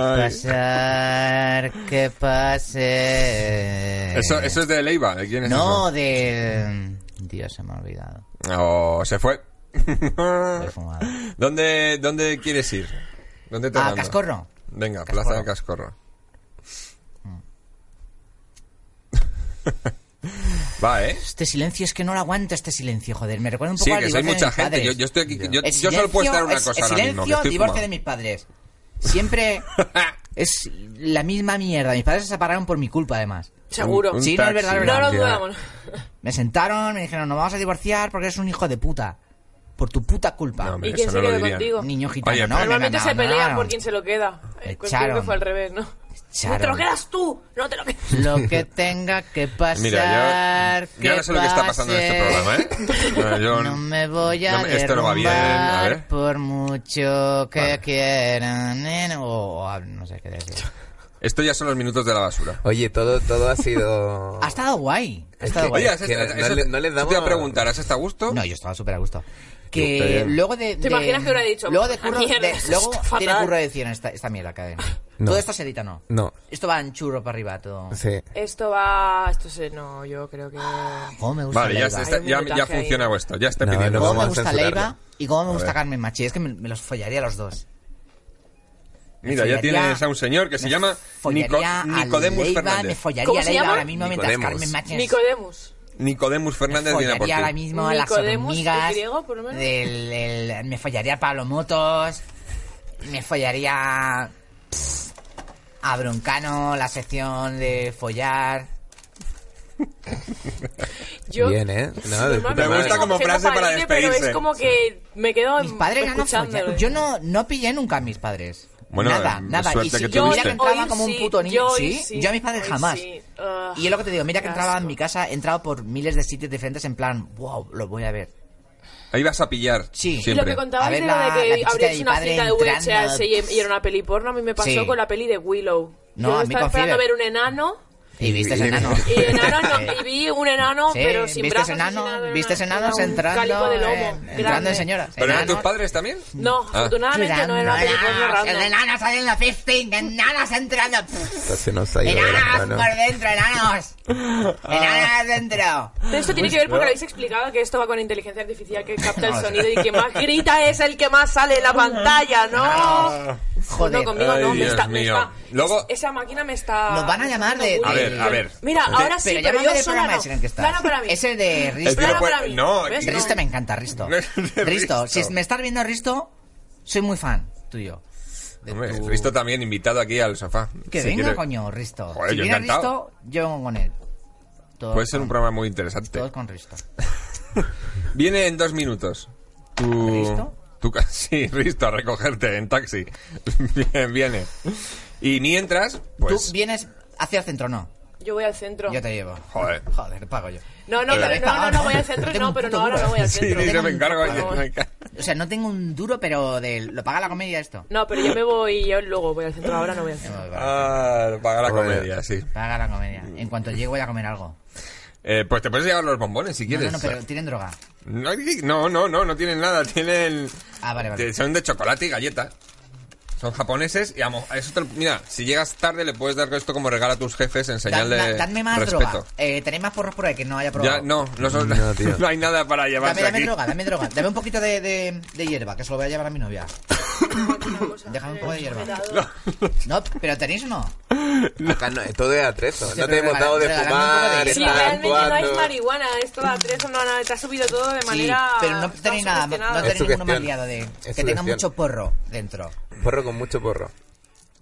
pasar, que pase.
Eso, eso es de Leiva, ¿de quién es
Eh, No, de. mm, Dios, se me ha olvidado.
eso? O se fue.
Lo he fumado.
¿Dónde, ¿Dónde quieres ir? ¿Dónde te
Ah,
mando?
Cascorro.
Venga,
Cascorro. Mm.
Plaza de Cascorro. Va, ¿eh?
Este silencio es que no lo aguanto, este silencio, joder. Me recuerda un poco
Sí,
al
que soy
divorcio de
mucha
mis
gente. Yo,
padres.
yo estoy aquí. Yo,
El
yo solo puedo
silencio
estar una
es-
cosa
el
ahora
silencio,
mismo. Que estoy "Ah,
divorcio de
fumado.
mis padres. Siempre es la misma mierda. Mis padres se separaron por mi culpa, además.
Seguro.
Un- un
Sí, no, es verdad,
taxi,
es
No
verdad.
lo
ya.
dudamos.
Me sentaron, me dijeron, nos vamos a divorciar porque eres un hijo de puta. Por tu puta culpa.
No, hombre,
¿Y quién
eso no
se
lo
queda
dirían.
contigo?
Niño gitano,
Oye,
¿no?
pero-
Normalmente
no,
se
no,
pelean
no.
por quién se lo queda. Eh, Cuestión que
Echaron.
fue al revés, ¿no? No te
Echaron.
lo quedas tú, no te lo quedas.
Lo que tenga que pasar.
Mira, yo, yo
que
no sé lo que está pasando en este
pase.
programa, ¿eh? No, yo-
No me voy a
no me- Esto no va bien, a
derrumbar
ver.
por mucho que quieran. nen- O o, ah, no sé qué decir.
Esto ya son los minutos de la basura.
Oye, todo, todo ha sido.
Ah,
Ha estado guay. Ha
Es
estado
que-
guay.
Oye, ¿has-
que
has-
no- no
has-
le- no le
yo
damos-
te voy a preguntar, ¿has estado a gusto?
No, yo estaba súper a gusto.
Está
Que
bien.
luego de,
¿Te
de-
imaginas que hubiera dicho,
Luego de
"Ah,
curro.
mierda,
de-
esto
luego
está
tiene
fatal"?
curro de edición esta, esta mierda, cadena.
No.
Todo esto se edita, ¿no?
No.
Esto va en churro para arriba, todo.
Sí.
Esto va. Esto se. No, yo creo que.
¿Cómo me gusta
Vale, ya,
Leiva?
se está-
Hay un
ya,
minutaje
ya
ahí.
funciona esto. Ya está
No, no
pidiendo.
¿Cómo
vamos
me
a
gusta
censurarlo.
Leiva y cómo me gusta
¿eh? ver.
Carmen Machi? Es que me, me los follaría a los dos. Me
Mira, ya
follaría-
tienes a un señor que se
me
llama
follaría
Nico-
a
Nicodemus
Leiva, Me
Fernández.
follaría
¿Cómo
a
se
Leiva
llama?
ahora mismo mientras
Nicodemus.
Carmen Machi
Nicodemus.
Nicodemus Fernández viene a por ti.
follaría ahora mismo a las
Nicodemus,
hormigas.
¿el griego, por lo menos?
del- del- me follaría a Pablo Motos. Me follaría pff, a Broncano, la sección de follar.
Yo.
Bien, ¿eh? No, de puta
normalmente
Me gusta
madre.
tengo
como
gente
frase para
padrine, Pero
despedirse.
es como que me quedo.
Mis padres ya no
escuchándolo.
follaron. Yo no, no pillé nunca a mis padres.
Bueno,
nada,
eh,
nada. Y
suerte
si
que
yo mira
tuviste.
que entraba
Hoy
como un
sí,
puto niño.
yo hoy
¿Sí?
sí,
yo a mis padres
hoy
jamás.
sí. Ugh,
y es lo que te digo, mira que
qué
entraba en
asco.
mi casa, he entrado por miles de sitios diferentes en plan, wow, lo voy a ver.
Ahí vas a pillar.
Sí.
Y lo
Siempre.
que contabais
A ver
de
la-
lo de
la
que
chica de
abríais
mi
una
padre
cinta de
entrando.
VHS y, y era una peli porno, a mí me pasó
Sí.
con la peli de Willow.
No,
Yo
a mí
estaba
confía.
esperando ver un enano
Y viste ese
y-
enano.
y, enano no, y vi un enano,
Sí,
pero sin
vistes
brazos. y sin
enano,
nada, era
vistes
una-
enanos
era un cálico
entrando,
de lomo,
en, entrando
grande.
en señoras.
¿Pero eran tus
enanos.
padres también?
No,
Ah.
afortunadamente no era una peli porno
Enanos,
random.
enanos saliendo a 15, enanos entrando. pff,
Esto se nos ha ido de las
Enanos por
manos.
dentro, enanos. Enanos dentro.
Pero esto tiene que ver porque habéis explicado que esto va con inteligencia artificial que capta el
No,
sonido y quien más grita es el que más sale en la pantalla,
Ah.
¿no?
Ah, Joder.
No, conmigo no,
Ay,
me está,
Dios
me
mío.
está-
Luego-
esa máquina me está...
Nos van a llamar de-
A ver, a ver. Eh,
Mira, ahora sí,
pero
pero,
llámame
yo
del
sola
programa
no.
ese en el que estás.
Plano para mí.
Ese de
Es
Risto.
que no
Plano
puede-
para mí.
No,
¿Ves?
aquí-
Risto me encanta, Risto.
De
Risto,
Risto.
si me estás viendo Risto, soy muy fan tuyo. De
Hombre,
tu-
Risto también invitado aquí al sofá.
Que
Si
venga,
quiere.
coño, Risto.
Joder,
si
yo
viene
encantado. Pues, eh,
Risto, yo vengo con él. Todo
Puede ser un
con-
programa muy interesante.
Todo con Risto.
Viene en dos minutos. Tu,
¿Risto?
tu ca- sí, Risto, a recogerte en taxi. Bien, viene. Y mientras,
Tú
pues...
vienes hacia el centro, no.
Yo voy al centro.
Yo te llevo.
Joder.
Joder, pago yo.
No, no,
Eh,
pero no, no, no voy al centro,
tengo un
no, pero
puto
no, ahora
duro.
no voy al
Sí,
centro.
Tengo
yo me
un-
encargo.
por
yo
favor.
me encargo.
O sea, no tengo un duro, pero de... lo paga la comedia esto.
No, pero yo me voy, yo luego voy al centro, ahora no
Eh,
voy al centro.
Ah, paga la
Joder.
comedia, sí.
Paga la comedia. En cuanto llego voy a comer algo.
Eh, pues te puedes llevar los bombones si
No,
quieres. eh,
no, no, pero tienen droga.
No, hay- no, no, no, no tienen nada. Tienen.
Ah, vale, vale.
de- Son de chocolate y galleta. Son japoneses y amo, eso te lo- mira, si llegas tarde le puedes dar esto como regalo a tus jefes en señal
Dan-
de
dadme más
respeto.
droga. Eh, ¿Tenéis más porros por ahí que no haya probado?
Ya, no, no, son-
No, tío.
no hay nada para llevarse
Dame, dame
aquí. Em,
droga, dame droga. Dame un poquito de, de, de hierba, que se lo voy a llevar a mi novia. Déjame un poco de hierba. No, pero tenéis o no?
Acá no, todo es atrezo.
Sí,
no
pero
te hemos dado de
regala- regálame un poco
fumar,
de-
Sí,
estar
Están
realmente no es
actuando.
marihuana, esto a tres no, no, te ha subido todo de
Sí,
manera.
pero no tenéis nada, más- no
sugestionada.
Es
tenéis ninguno más
sugestión.
liado de
Es
que tenga
sugestión.
mucho porro dentro.
Porro con mucho porro.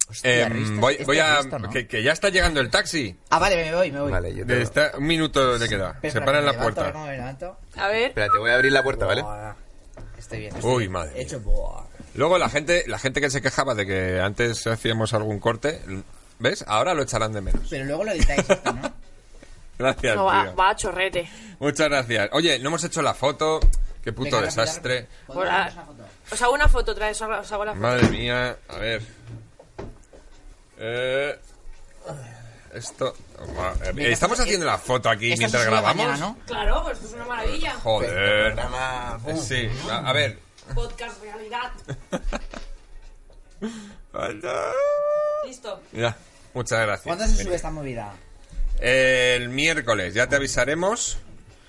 Hostia,
Em,
Risto,
voy,
este
voy a.
Risto, ¿no?
que, que ya está llegando el taxi.
Ah, vale, me voy, me voy.
Vale, yo te lo-
Está un minuto de queda.
Espera,
Se
espera,
paran
que
la
me levanto, a ver
puerta.
cómo me levanto.
A ver,
Espérate, voy a abrir la puerta, ¿vale?
Buah, Estoy bien. estoy
Uy,
bien.
madre.
He hecho buah.
Luego la gente, la gente que se quejaba de que antes hacíamos algún corte, ¿ves? Ahora lo echarán de menos.
Pero luego lo editáis esto, ¿no?
Gracias,
no, va,
tío.
va a chorrete.
Muchas gracias. Oye, no hemos hecho la foto. Qué puto
Venga,
desastre.
¿Podemos
Hola.
hacer una foto?
Os hago una foto, traes, os hago la foto.
Madre mía. A ver. Eh, esto. eh, Estamos haciendo la foto aquí
Esto
mientras
se sube
grabamos.
mañana, ¿no?
Claro, pues esto es una maravilla.
Joder.
Programa,
Eh,
pum.
Sí. A, a ver.
Podcast realidad. Listo.
Ya. Muchas gracias.
¿Cuándo se sube esta movida?
El miércoles, ya te avisaremos.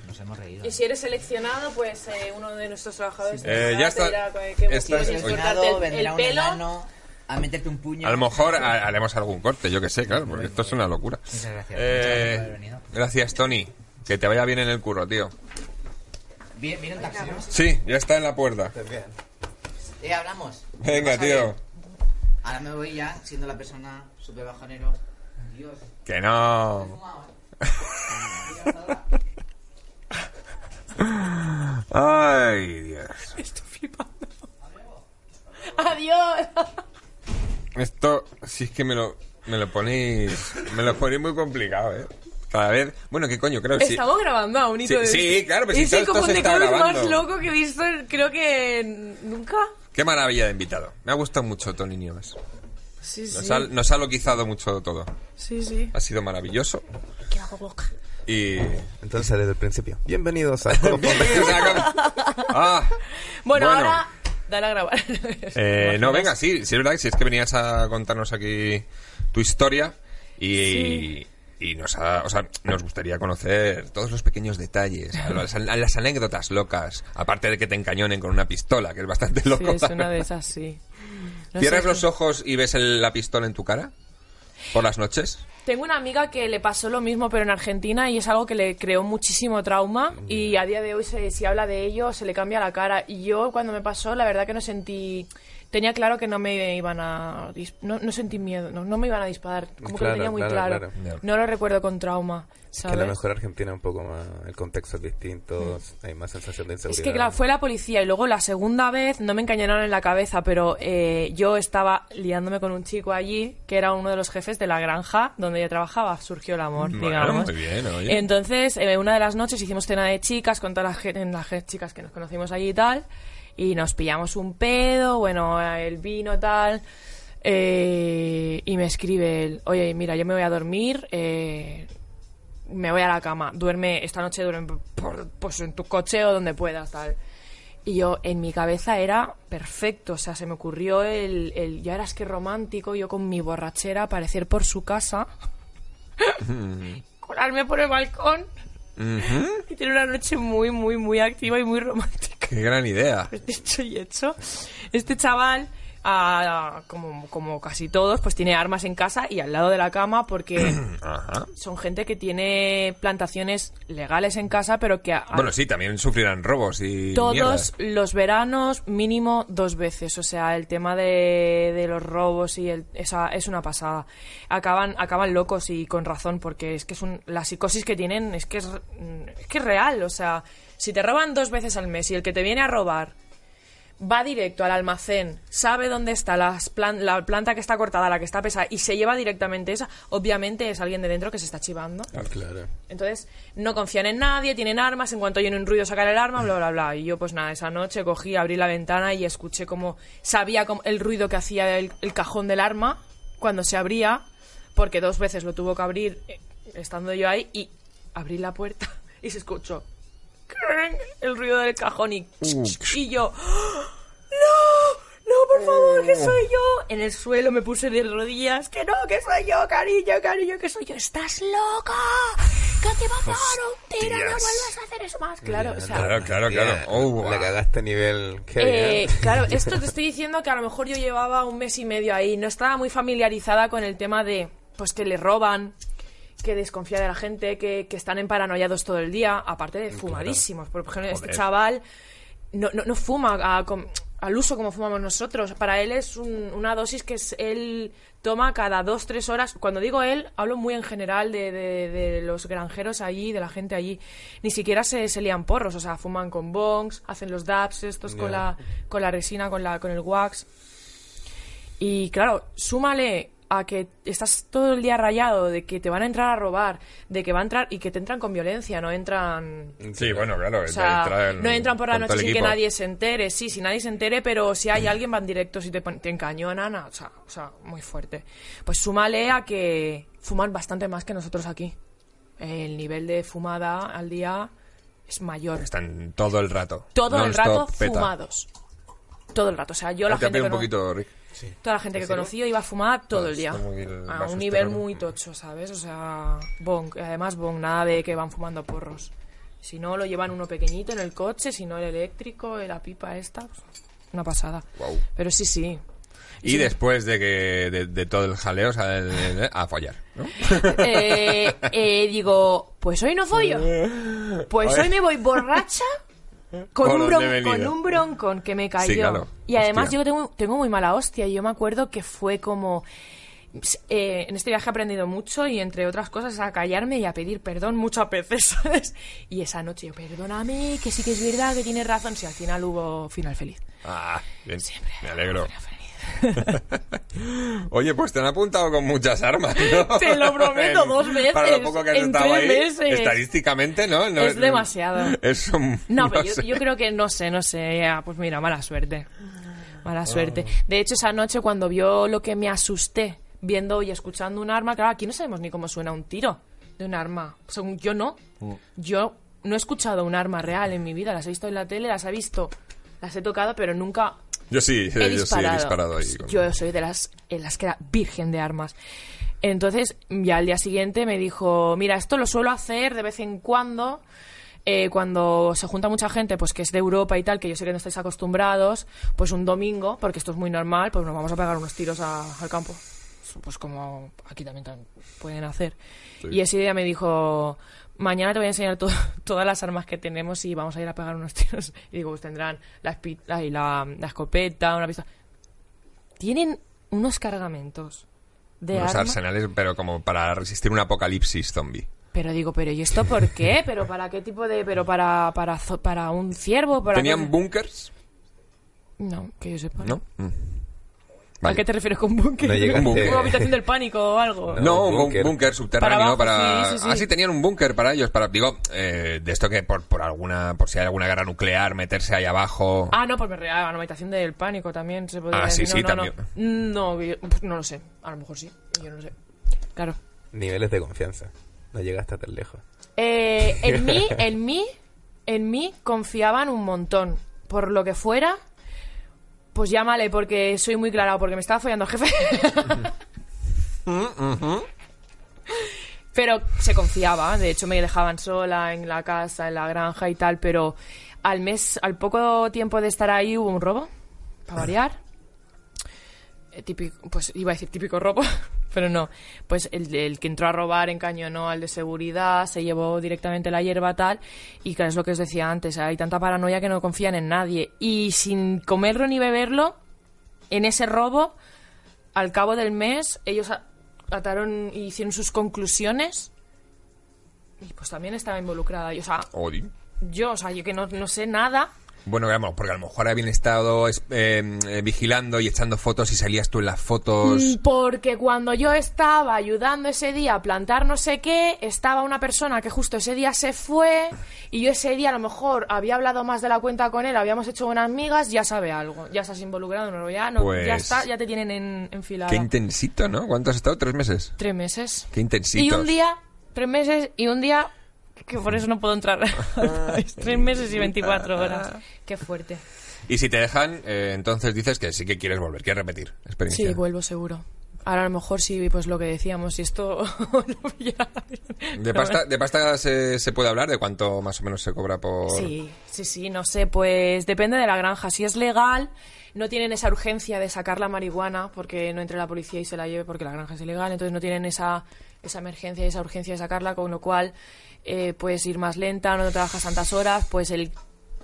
Nos hemos reído.
Y si eres seleccionado, pues eh, uno de nuestros trabajadores
Eh,
te
ya
dirá, te
está-
dirá que- que
está-
busques
Oye,
cortarte
Seleccionado,
el,
vendrá
el
un
pelo.
enano a meterte un puño.
A lo mejor ha- haremos algún corte, yo que sé, claro, porque esto es una locura.
Muchas gracias. Muchas gracias por haber
Eh,
venido.
gracias, Tony. Que te vaya bien en el curro, tío.
¿Viene viene un taxi, ¿no?
Sí, ya está en la puerta.
Eh, hablamos.
Venga, tío.
Ahora me voy ya, siendo la persona súper bajonero. Dios.
Que no.
Oh.
Ay, Dios.
Adiós.
Esto, si es que me lo, me lo ponéis. Me lo ponéis muy complicado, eh. Cada vez. Bueno, ¿qué coño? Creo que sí.
Estamos grabando a un hito
Sí,
de...
sí, claro, pero si
Es el
todo esto se
cojón de
está
color más
grabando.
loco que he visto, creo que n- nunca.
Qué maravilla de invitado. Me ha gustado mucho, Tony Nieves.
Sí, sí.
Nos ha, nos ha loquizado mucho todo.
Sí, sí.
Ha sido maravilloso. Y.
Entonces, desde el principio. Bienvenidos a...
Bienvenidos a la com- Ah,
Bueno,
Bueno.
ahora dale a grabar.
eh, no, venga, sí, sí, es verdad que si es que venías a contarnos aquí tu historia y. y nos, ha- o sea, nos gustaría conocer todos los pequeños detalles, a las, a las anécdotas locas, aparte de que te encañonen con una pistola, que es bastante
Sí,
loco.
es una de
¿verdad?
esas, sí. No
¿Cierras
sé,
los ojos y ves el- la pistola en tu cara? ¿Por las noches?
Tengo una amiga que le pasó lo mismo, pero en Argentina, y es algo que le creó muchísimo trauma. Y a día de hoy, se- si habla de ello, se le cambia la cara. Y yo, cuando me pasó, la verdad que no sentí. Tenía claro que no me iban a. dis- No, no sentí miedo, no, no me iban a disparar. Como que lo
Claro,
tenía muy
claro,
claro.
claro.
No lo recuerdo con trauma,
Que a
¿sabes?
lo mejor Argentina un poco más, el contexto es distinto, hay más sensación de
Es
inseguridad.
que claro, fue la policía y luego la segunda vez no me encañonaron en la cabeza, pero eh, yo estaba liándome con un chico allí que era uno de los jefes de la granja donde yo trabajaba. Surgió el amor,
Bueno,
digamos.
muy bien, oye.
Entonces, eh, una de las noches hicimos cena de chicas con todas las, gen- en las gen- chicas que nos conocimos allí y tal. Y nos pillamos un pedo, bueno, el vino tal. eh, y me escribe él, oye, mira, yo me voy a dormir. eh, me voy a la cama, duerme, esta noche duerme por- pues en tu coche o donde puedas, tal. Y yo, en mi cabeza era perfecto, o sea, se me ocurrió el, el ya eras que romántico, yo con mi borrachera aparecer por su casa, colarme por el balcón y tener una noche muy, muy, muy activa y muy romántica.
Qué gran idea.
Pues dicho y hecho, este chaval, ah, como, como casi todos, pues tiene armas en casa y al lado de la cama porque
Ajá.
son gente que tiene plantaciones legales en casa, pero que a-
Bueno, sí, también sufrirán robos y
todos
mierdas.
los veranos mínimo dos veces. O sea, el tema de, de los robos y el, esa es una pasada. Acaban, acaban locos y con razón, porque es que es un, la psicosis que tienen es que es, es que es real. O sea, si te roban dos veces al mes y el que te viene a robar va directo al almacén, sabe dónde está las plan- la planta que está cortada, la que está pesada, y se lleva directamente esa, obviamente es alguien de dentro que se está chivando.
Claro.
Entonces, no confían en nadie, tienen armas, en cuanto oyen un ruido sacar el arma, bla, bla, bla. Y yo, pues nada, esa noche cogí, abrí la ventana y escuché como sabía cómo- el ruido que hacía el, el cajón del arma cuando se abría, porque dos veces lo tuvo que abrir eh, estando yo ahí y abrí la puerta y se escuchó crrrn, el ruido del cajón y, y yo ¡Oh! ¡No! ¡No, por favor, que soy yo! En el suelo me puse de rodillas. ¡Que no, que soy yo, cariño, cariño, que soy yo! ¡Estás loca! ¡Que te va a
Pues,
dar un tiro! ¡No
Hostias.
vuelvas a hacer eso más! Ah, Claro, o sea...
Claro, claro, claro. Oh, wow.
La cagaste a nivel. Ah, Qué
Eh,
bien.
claro, esto te estoy diciendo que a lo mejor yo llevaba un mes y medio ahí, no estaba muy familiarizada con el tema de pues que le roban, que desconfía de la gente, que, que están emparanoiados todo el día, aparte de fumadísimos. Por ejemplo, este
Joder.
chaval no, no, no fuma a com- al uso como fumamos nosotros. Para él es un- una dosis que es- él toma cada dos, tres horas. Cuando digo él, hablo muy en general de, de- de los granjeros allí, de la gente allí. Ni siquiera se, se lían porros, o sea, fuman con bongs, hacen los dabs estos con, la, con la resina, con, la, con el wax. Y claro, súmale a que estás todo el día rayado de que te van a entrar a robar, de que va a entrar y que te entran con violencia, no entran
Sí, bueno, claro.
o sea,
entra el-
no entran por la
con todo
noche
el
sin que
equipo.
nadie se entere. Sí, si nadie se entere, pero si hay alguien van directos y te, pon- te encañonan. O sea, o sea, muy fuerte. Pues súmale a que fuman bastante más que nosotros aquí. El nivel de fumada al día es mayor.
Están todo el rato.
Todo el
Non-stop,
rato
peta.
fumados. Todo el rato. O sea, yo la
Te
gente,
apeo un
que no-
poquito, Rick.
toda la gente que he conocido iba fumada todo el día.
está muy el
A
vaso
un nivel
estéril.
muy tocho, ¿sabes? O sea, bong. Además, bong, nada de que van fumando porros. Si no, lo llevan uno pequeñito en el coche, si no, el eléctrico, la pipa esta. pues, Una pasada.
Guau.
Pero sí, sí.
Y después de que de, de todo el jaleo, o sea, el- el- a follar. ¿no?
Eh, eh, digo, pues hoy no follo. Pues hoy me voy borracha con,
Por
un,
donde
bron-
he venido.
con un broncón que me cayó.
Sí, claro.
Y además
Hostia.
yo tengo, tengo muy mala hostia. Y yo me acuerdo que fue como... eh, en este viaje he aprendido mucho y entre otras cosas a callarme y a pedir perdón muchas veces, ¿sabes? Y esa noche yo, perdóname, que sí que es verdad, que tienes razón, si al final hubo final feliz.
Ah, bien.
Siempre.
Me alegro.
Final feliz.
Oye, pues te han apuntado con muchas armas, ¿no?
Te lo prometo, dos veces,
Para lo poco que has
en
estado
tres
ahí,
meses.
estadísticamente, ¿no? No
Es demasiado.
Es un-
No, pero yo,
sé.
yo creo que no sé, no sé. ya, pues mira, mala suerte.
Ah.
Mala suerte. De hecho, esa noche cuando vio lo que me asusté viendo y escuchando un arma, claro, aquí no sabemos ni cómo suena un tiro de un arma. Según yo no.
Mm.
Yo no he escuchado un arma real en mi vida. Las he visto en la tele, las he visto, las he tocado, pero nunca
Yo sí,
he
yo sí
disparado.
he disparado ahí. con-
Yo soy de las, en las que era virgen de armas. Entonces, ya al día siguiente me dijo, mira, esto lo suelo hacer de vez en cuando, eh, cuando se junta mucha gente, pues que es de Europa y tal, que yo sé que no estáis acostumbrados, pues un domingo, porque esto es muy normal, pues nos vamos a pegar unos tiros a- al campo. Pues como aquí también tan- pueden hacer. Y ese día me dijo, mañana te voy a enseñar to- todas las armas que tenemos y vamos a ir a pegar unos tiros. Y digo, pues tendrán la, espi- ay, la- la escopeta, una pistola tienen unos cargamentos de
Unos
armas.
arsenales, pero como para resistir un apocalipsis zombie.
Pero digo, pero ¿y esto por qué? ¿Pero para qué tipo de...? ¿Pero para para, zo- para un ciervo? Para
¿Tenían
cosas-
bunkers?
No, que yo sepa.
¿No? Mm.
¿A qué te refieres con búnker?
No
¿Una
búnker.
llegaste.
habitación del pánico o algo?
No, un
un
búnker
búnker.
subterráneo
Para
para...
abajo, sí, sí, sí.
Ah, sí, tenían un búnker para ellos, para digo, eh, de esto que por, por alguna por si hay alguna guerra nuclear meterse ahí abajo.
Ah, no, pues me reía, una habitación del pánico también se podría
Ah, sí,
decir.
sí,
no, no, no. No, que yo- pues no lo sé. A lo mejor sí, yo no lo sé. Claro.
Niveles de confianza. No llegaste tan lejos.
Eh, en mí, en mí, en mí confiaban un montón. Por lo que fuera, pues llámale porque soy muy clara o porque me estaba follando al jefe. Pero se confiaba, de hecho me dejaban sola en la casa, en la granja y tal, pero al mes, al poco tiempo de estar ahí hubo un robo, para variar. Eh, típico, pues iba a decir típico robo, pero no. Pues el, el que entró a robar encañonó al de seguridad, se llevó directamente la hierba tal, y claro, es lo que os decía antes, hay tanta paranoia que no confían en nadie. Y sin comerlo ni beberlo, en ese robo, al cabo del mes, ellos a- ataron y hicieron sus conclusiones, y pues también estaba involucrada. Y, o sea,
Odi.
yo, o sea, yo que no, no sé nada,
Bueno, vamos, porque a lo mejor habían estado es- eh, eh, vigilando y echando fotos y salías tú en las fotos.
Mm, Porque cuando yo estaba ayudando ese día a plantar no sé qué, estaba una persona que justo ese día se fue y yo ese día a lo mejor había hablado más de la cuenta con él, habíamos hecho unas migas, ya sabe algo, ya estás involucrado, no, ya, no,
Pues-
ya está, ya te tienen en, enfilada.
Qué intensito, ¿no? ¿Cuánto has estado? ¿Tres meses?
Tres meses.
Qué intensitos.
Y un día, tres meses y un día que por eso no puedo entrar. Es Tres meses y 24 horas. Ah. Qué fuerte.
Y si te dejan, eh, entonces dices que sí que quieres volver, quieres repetir la experiencia.
Sí, vuelvo seguro. Ahora a lo mejor sí, pues lo que decíamos, si esto lo pillara-
¿De pasta, de pasta se, se puede hablar? ¿De cuánto más o menos se cobra por...?
Sí, sí, sí, no sé, pues depende de la granja. Si es legal, no tienen esa urgencia de sacar la marihuana porque no entre la policía y se la lleve porque la granja es ilegal, entonces no tienen esa, esa emergencia y esa urgencia de sacarla, con lo cual eh, puedes ir más lenta, no trabajas tantas horas, pues el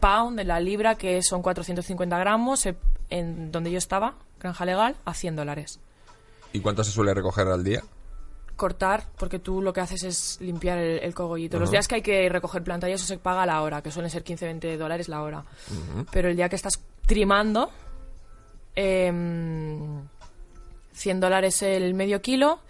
pound de la libra, que son 450 gramos, se- en donde yo estaba, granja legal, a 100 dólares.
¿Y cuánto se suele recoger al día?
cortar, porque tú lo que haces es limpiar el, el cogollito. Los días que hay que recoger planta y eso se paga a la hora, que suelen ser 15, 20 dólares la hora. Pero el día que estás trimando, em, 100 dólares el medio kilo.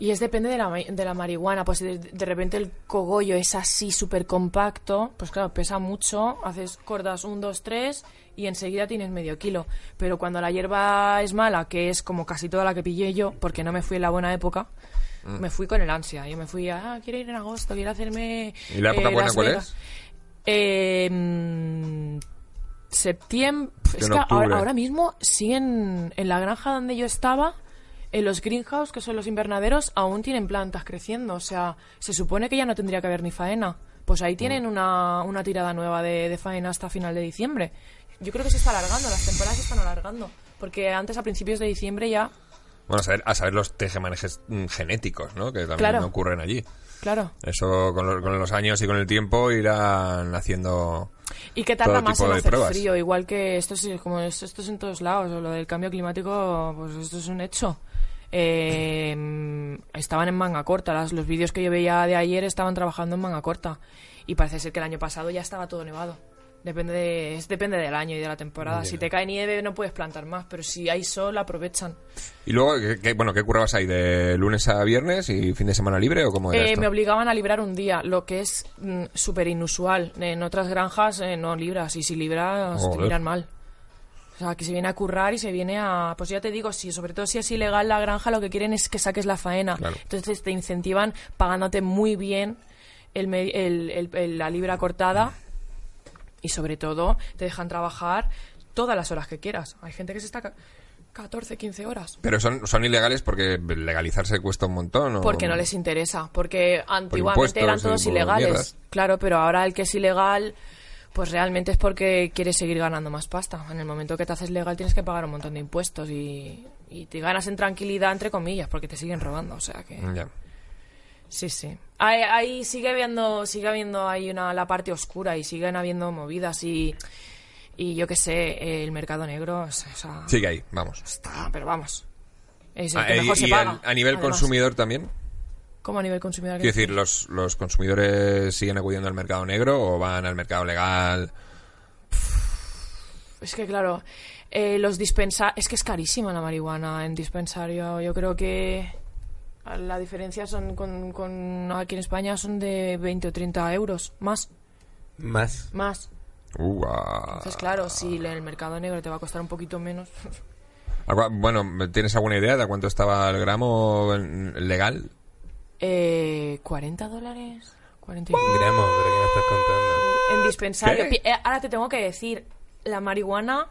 Y es depende de la, ma- de la marihuana, pues si de, de repente el cogollo es así súper compacto, pues claro, pesa mucho, haces cordas 1, 2, 3 y enseguida tienes medio kilo. Pero cuando la hierba es mala, que es como casi toda la que pillé yo, porque no me fui en la buena época,
Mm.
me fui con el ansia. Yo me fui a, ah, quiero ir en agosto, quiero hacerme...
¿Y la época buena
Las
cuál
Vegas".
es?
Eh, mm, septiembre. Es
En
que
octubre.
ahora, ahora mismo siguen en la granja donde yo estaba, en los greenhouse, que son los invernaderos, aún tienen plantas creciendo. O sea, se supone que ya no tendría que haber ni faena. Pues ahí tienen
Mm.
una, una tirada nueva de, de faena hasta final de diciembre. Yo creo que se está alargando, las temporadas se están alargando. Porque antes, a principios de diciembre, ya
Bueno, a saber, a saber los tejemanejes mm, genéticos, ¿no? Que también
Claro.
ocurren allí.
Claro.
Eso con los, con los años y con el tiempo irán haciendo...
Y que tarda
todo
más
tipo
en
de
hacer
pruebas.
frío, igual que esto es como esto, esto es en todos lados, lo del cambio climático, pues esto es un hecho. Eh, estaban en manga corta, las- los vídeos que yo veía de ayer estaban trabajando en manga corta y parece ser que el año pasado ya estaba todo nevado. Depende de- es- depende del año y de la temporada. Si te cae nieve no puedes plantar más, pero si hay sol aprovechan.
Y luego, ¿qué, qué- bueno, ¿qué currabas ahí? ¿De lunes a viernes y fin de semana libre o cómo era
Eh,
esto?
me obligaban a librar un día, lo que es mm, súper inusual. En otras granjas eh, no libras y si libras
Joder.
te miran mal. O sea, que se viene a currar y se viene a... Pues ya te digo, si, sobre todo si es ilegal la granja, lo que quieren es que saques la faena.
Claro.
Entonces te incentivan pagándote muy bien el me- el- el- el- la libra cortada y sobre todo te dejan trabajar todas las horas que quieras. Hay gente que se está ca- 14, 15 horas.
Pero son, son ilegales porque legalizarse cuesta un montón. ¿o?
Porque no les interesa, porque antiguamente
impuestos
eran
y
todos
por
ilegales.
mierdas.
Claro, pero ahora el que es ilegal, pues realmente es porque quiere seguir ganando más pasta. En el momento que te haces legal tienes que pagar un montón de impuestos y, y te ganas en tranquilidad, entre comillas, porque te siguen robando. O sea que...
Mm, Ya.
Sí, sí. Ahí, ahí sigue habiendo, sigue habiendo ahí una, la parte oscura y siguen habiendo movidas y, y yo qué sé, el mercado negro, o sea,
Sigue ahí, vamos.
está, pero vamos. Es el
Ah,
que
eh,
mejor se
y
paga,
al- a nivel
además.
consumidor también.
¿Cómo a nivel consumidor? ¿Qué
Quiero decir, ¿los, ¿los consumidores siguen acudiendo al mercado negro o van al mercado legal?
Es que claro, eh, los dispensa es que es carísima la marihuana en dispensario. Yo creo que la diferencia son con, con aquí en España son de 20 o 30 euros más,
Más.
más.
Ua.
Entonces claro, si en el mercado negro te va a costar un poquito menos.
¿A cua- Bueno, ¿tienes alguna idea de a cuánto estaba el gramo en- legal?
eh, 40 dólares. 45.
Gramos, pero ¿qué me estás contando?
en dispensario.
¿Qué?
Pi- eh, Ahora te tengo que decir, la marihuana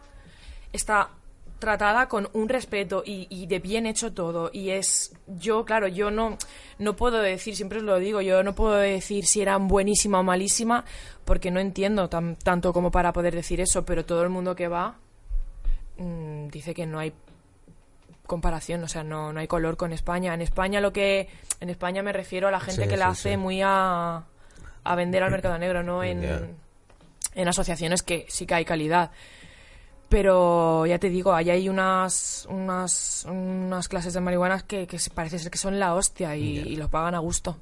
está tratada con un respeto y, y de bien hecho todo. Y es, yo, claro, yo no, no puedo decir, siempre os lo digo, yo no puedo decir si era buenísima o malísima, porque no entiendo tan- tanto como para poder decir eso, pero todo el mundo que va mm, dice que no hay comparación, o sea, no, no hay color con España. En España lo que... En España me refiero a la gente
Sí,
que la
sí,
hace
sí.
muy a, a vender
Mm.
al mercado negro, no en,
Ya.
en asociaciones que sí que hay calidad. Pero ya te digo, ahí hay unas, unas, unas clases de marihuanas que, que se- parece ser que son la hostia y, y lo pagan a gusto.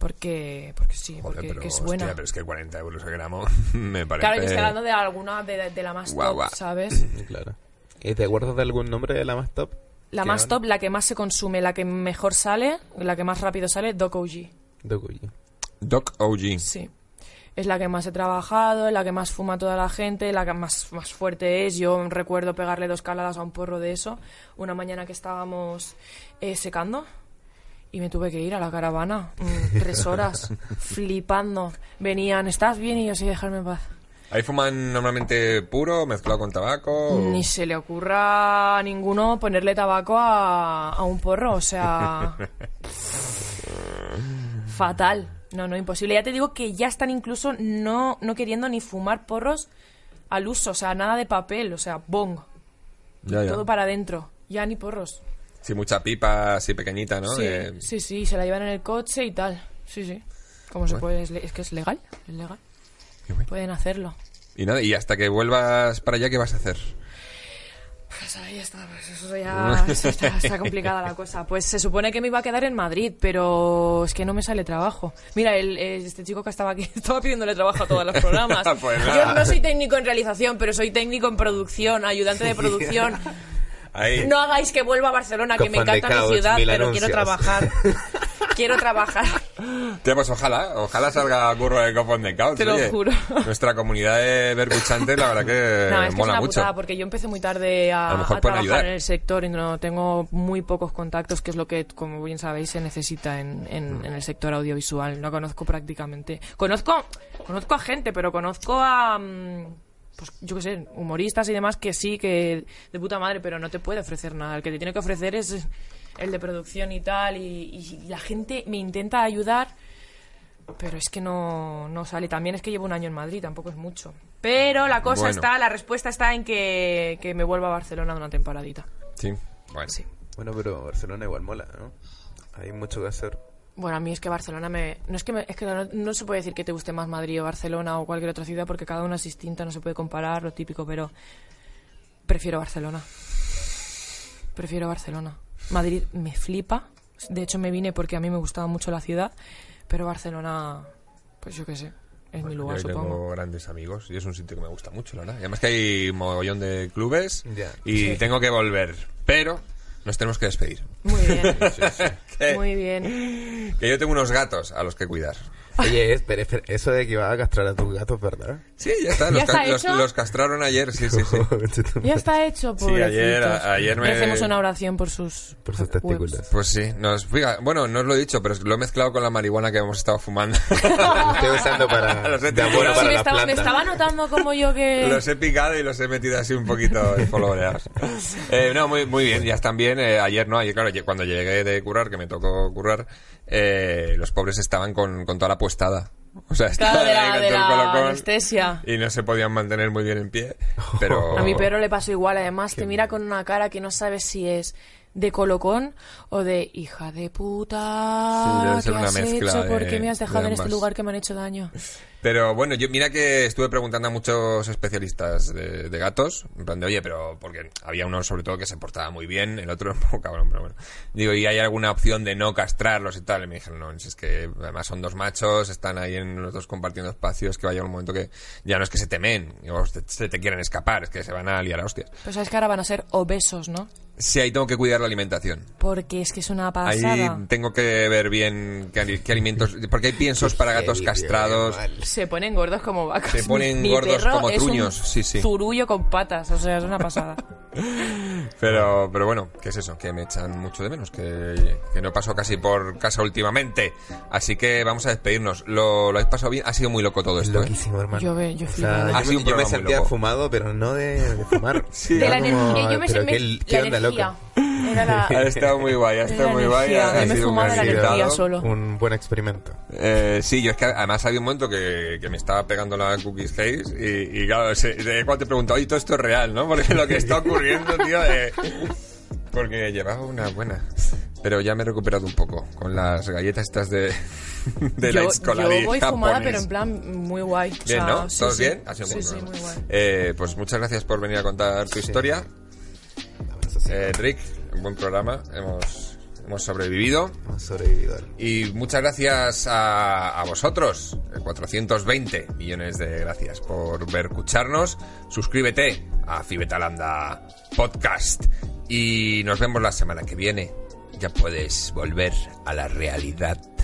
Porque, porque sí,
Mm. Joder,
porque
pero,
que es
hostia,
buena.
pero es que 40 euros el gramo me parece...
Claro, yo estoy hablando de alguna, de, de la más
Guau,
top,
guau.
¿sabes?
Mm,
Claro. ¿Y te acuerdas de algún nombre de la más top?
La
Que
más
ahora-
top, la que más se consume, la que mejor sale, la que más rápido sale, Dokoji.
Dokuyo.
Doc OG.
Sí. Es la que más he trabajado, la que más fuma toda la gente, la que más, más fuerte es. Yo recuerdo pegarle dos caladas a un porro de eso una mañana que estábamos eh, secando. y me tuve que ir a la caravana. mm, tres horas, flipando. Venían, ¿estás bien? Y yo sí, dejarme en paz.
¿Ahí fuman normalmente puro, mezclado con tabaco?
Ni se le ocurra a ninguno ponerle tabaco a, a un porro, o sea. fatal. No, no, imposible. Ya te digo que ya están incluso no, no queriendo ni fumar porros al uso, o sea, nada de papel, o sea, bong.
Ya, ya.
Todo para adentro. Ya ni porros.
Sí, mucha pipa así pequeñita, ¿no? Eh,
Sí,
De-
sí, sí, se la llevan en el coche y tal. Sí, sí. Como se puede, es, le- es que es legal, es legal.
Qué guay.
Pueden hacerlo.
Y nada, y hasta que vuelvas para allá, ¿qué vas a hacer?
Pues ahí está, pues eso ya eso está, está complicada la cosa. Pues se supone que me iba a quedar en Madrid, pero es que no me sale trabajo. Mira, el, eh, este chico que estaba aquí estaba pidiéndole trabajo a todos los programas.
Ah,
Pues
Yo
nada.
no soy técnico en realización, pero soy técnico en producción, ayudante de producción.
Ahí.
No hagáis que vuelva a Barcelona, que me
Cofan de
encanta mi
Caos,
ciudad,
mil
pero quiero
anuncios.
trabajar. Quiero trabajar.
Tía, pues ojalá, ojalá salga curro de Cofón de Caos.
Te lo
oye.
juro.
Nuestra comunidad de verbuchantes, la verdad que
No, es que es
eh, mola
una
mucho.
putada porque yo empecé muy tarde a,
A lo mejor
a
pueden
trabajar
ayudar.
en el sector y no tengo muy pocos contactos, que es lo que, como bien sabéis, se necesita en, en-
Mm.
en el sector audiovisual. No conozco prácticamente. Conozco, conozco a gente, pero conozco a. mm, Pues yo qué sé, humoristas y demás que sí, que de puta madre, pero no te puede ofrecer nada. El que te tiene que ofrecer es el de producción y tal. Y, y la gente me intenta ayudar, pero es que no, no sale. También es que llevo un año en Madrid, tampoco es mucho. Pero la cosa
Bueno.
está, la respuesta está en que, que me vuelva a Barcelona de una temporadita.
Sí, bueno.
Sí.
Bueno, pero Barcelona igual mola, ¿no? Hay mucho que hacer.
Bueno, a mí es que Barcelona me... No es que, me- es que no, no se puede decir que te guste más Madrid o Barcelona o cualquier otra ciudad porque cada una es distinta, no se puede comparar, lo típico, pero prefiero Barcelona. Prefiero Barcelona. Madrid me flipa. De hecho, me vine porque a mí me gustaba mucho la ciudad, pero Barcelona, pues yo qué sé, es mi
Yo
lugar,
ahí
supongo.
tengo grandes amigos y es un sitio que me gusta mucho, la verdad. Y además que hay mogollón de clubes
Ya.
y tengo que volver. Pero nos tenemos que despedir.
Muy bien,
Que-
muy bien.
Que yo tengo unos gatos a los que cuidar.
Oye, espera, espera, eso de que vas a castrar a tus gatos, ¿verdad?
Sí, ya está. Los,
¿Ya está
ca- los-
hecho?
los castraron ayer, sí, sí, sí.
Ya está hecho,
Sí, ayer-
pobrecitos.
ayer me-
Y hacemos una oración por sus...
Por sus
huevos.
testículos.
Pues sí, nos, fija- bueno, no os lo he dicho, pero lo he mezclado con la marihuana que hemos estado fumando.
Lo estoy usando para...
Los he
de abono
tirado.
Sí,
para
me
la
estaba, me
planta.
estaba notando como yo que...
Los he picado y los he metido así un poquito de followeados. Eh, no, muy, muy bien, ya están bien. Eh, ayer no, ayer, claro, ye- cuando llegué de currar, que me tocó currar, eh, los pobres estaban con, con toda la puestada. O sea,
Claro,
estaban
de
ahí
la,
con
de
todo el
la
colocón
anestesia.
y no se podían mantener muy bien en pie. Pero
A mi perro le pasó igual, además te mira con una cara que no sabes si es de colocón o de hija de
Sí,
puta.
debe ser
¿qué
una
has
mezcla
hecho?
de-
¿Por qué me has
de
dejado en este
ambas.
lugar que me han hecho daño? Pues
Pero bueno, yo mira que estuve preguntando a muchos especialistas de, de gatos, en plan de, oye, pero porque había uno sobre todo que se portaba muy bien, el otro un poco cabrón, pero bueno. Digo, ¿y hay alguna opción de no castrarlos y tal? Y me dijeron, no, si es que además son dos machos, están ahí en los dos compartiendo espacios, que vaya un momento que ya no es que se temen, o se, se te quieren escapar, es que se van a liar a hostias.
Pues sabes que ahora van a ser obesos, ¿no?
Sí, ahí tengo que cuidar la alimentación.
Porque es que es una
Ahí
pasada.
tengo que ver bien qué, ali- qué alimentos, porque hay piensos para gatos castrados.
Se ponen gordos como vacas.
Se ponen
Mi
gordos
perro
como
es un
truños, sí, sí.
Zurullo con patas, o sea, es una pasada.
Pero, pero bueno, ¿qué es eso? Que me echan mucho de menos, que, que no paso casi por casa últimamente. Así que vamos a despedirnos. ¿Lo, lo habéis pasado bien? Ha sido muy loco todo
Es
esto, ¿eh?
loquísimo, hermano.
Yo ve- yo
O sea,
flipo, ¿no?
yo,
Ha sido un
me- yo me
programa muy
sentía
loco.
fumado, pero no de, de fumar.
Sí.
de
Era
la
Era como,
energía, yo me
pero
me-
¿qué,
la
qué onda,
energía.
loco?
Era la-
Ha estado muy guay, ha estado
la
muy guay.
energía.
Ha
Yo me he
sido un
fumado
gran
la energía
invitado.
solo.
Un buen experimento.
Eh, sí, yo es que además había un momento que, que me estaba pegando la cookies case y, y claro, se- de- cuando te preguntaba, oye, todo esto es real, ¿no? Porque lo que está ocurriendo, tío, eh, porque llevaba una buena. Pero ya me he recuperado un poco con las galletas estas de, de la
yo,
escolaridad.
yo voy fumada, pero en plan muy guay. O
Bien,
sea,
¿no?
sí,
¿Todos
sí.
bien? Ha sido un
sí,
buen
sí,
programa.
muy guay.
Eh, pues muchas gracias por venir a contar tu historia. Eh, Rick, un buen programa. Hemos, hemos sobrevivido.
Un sobrevividor.
Y muchas gracias a, a vosotros, eh, 420 millones de gracias por ver, escucharnos. Suscríbete a Fibetalanda Podcast y nos vemos la semana que viene. Ya puedes volver a la realidad.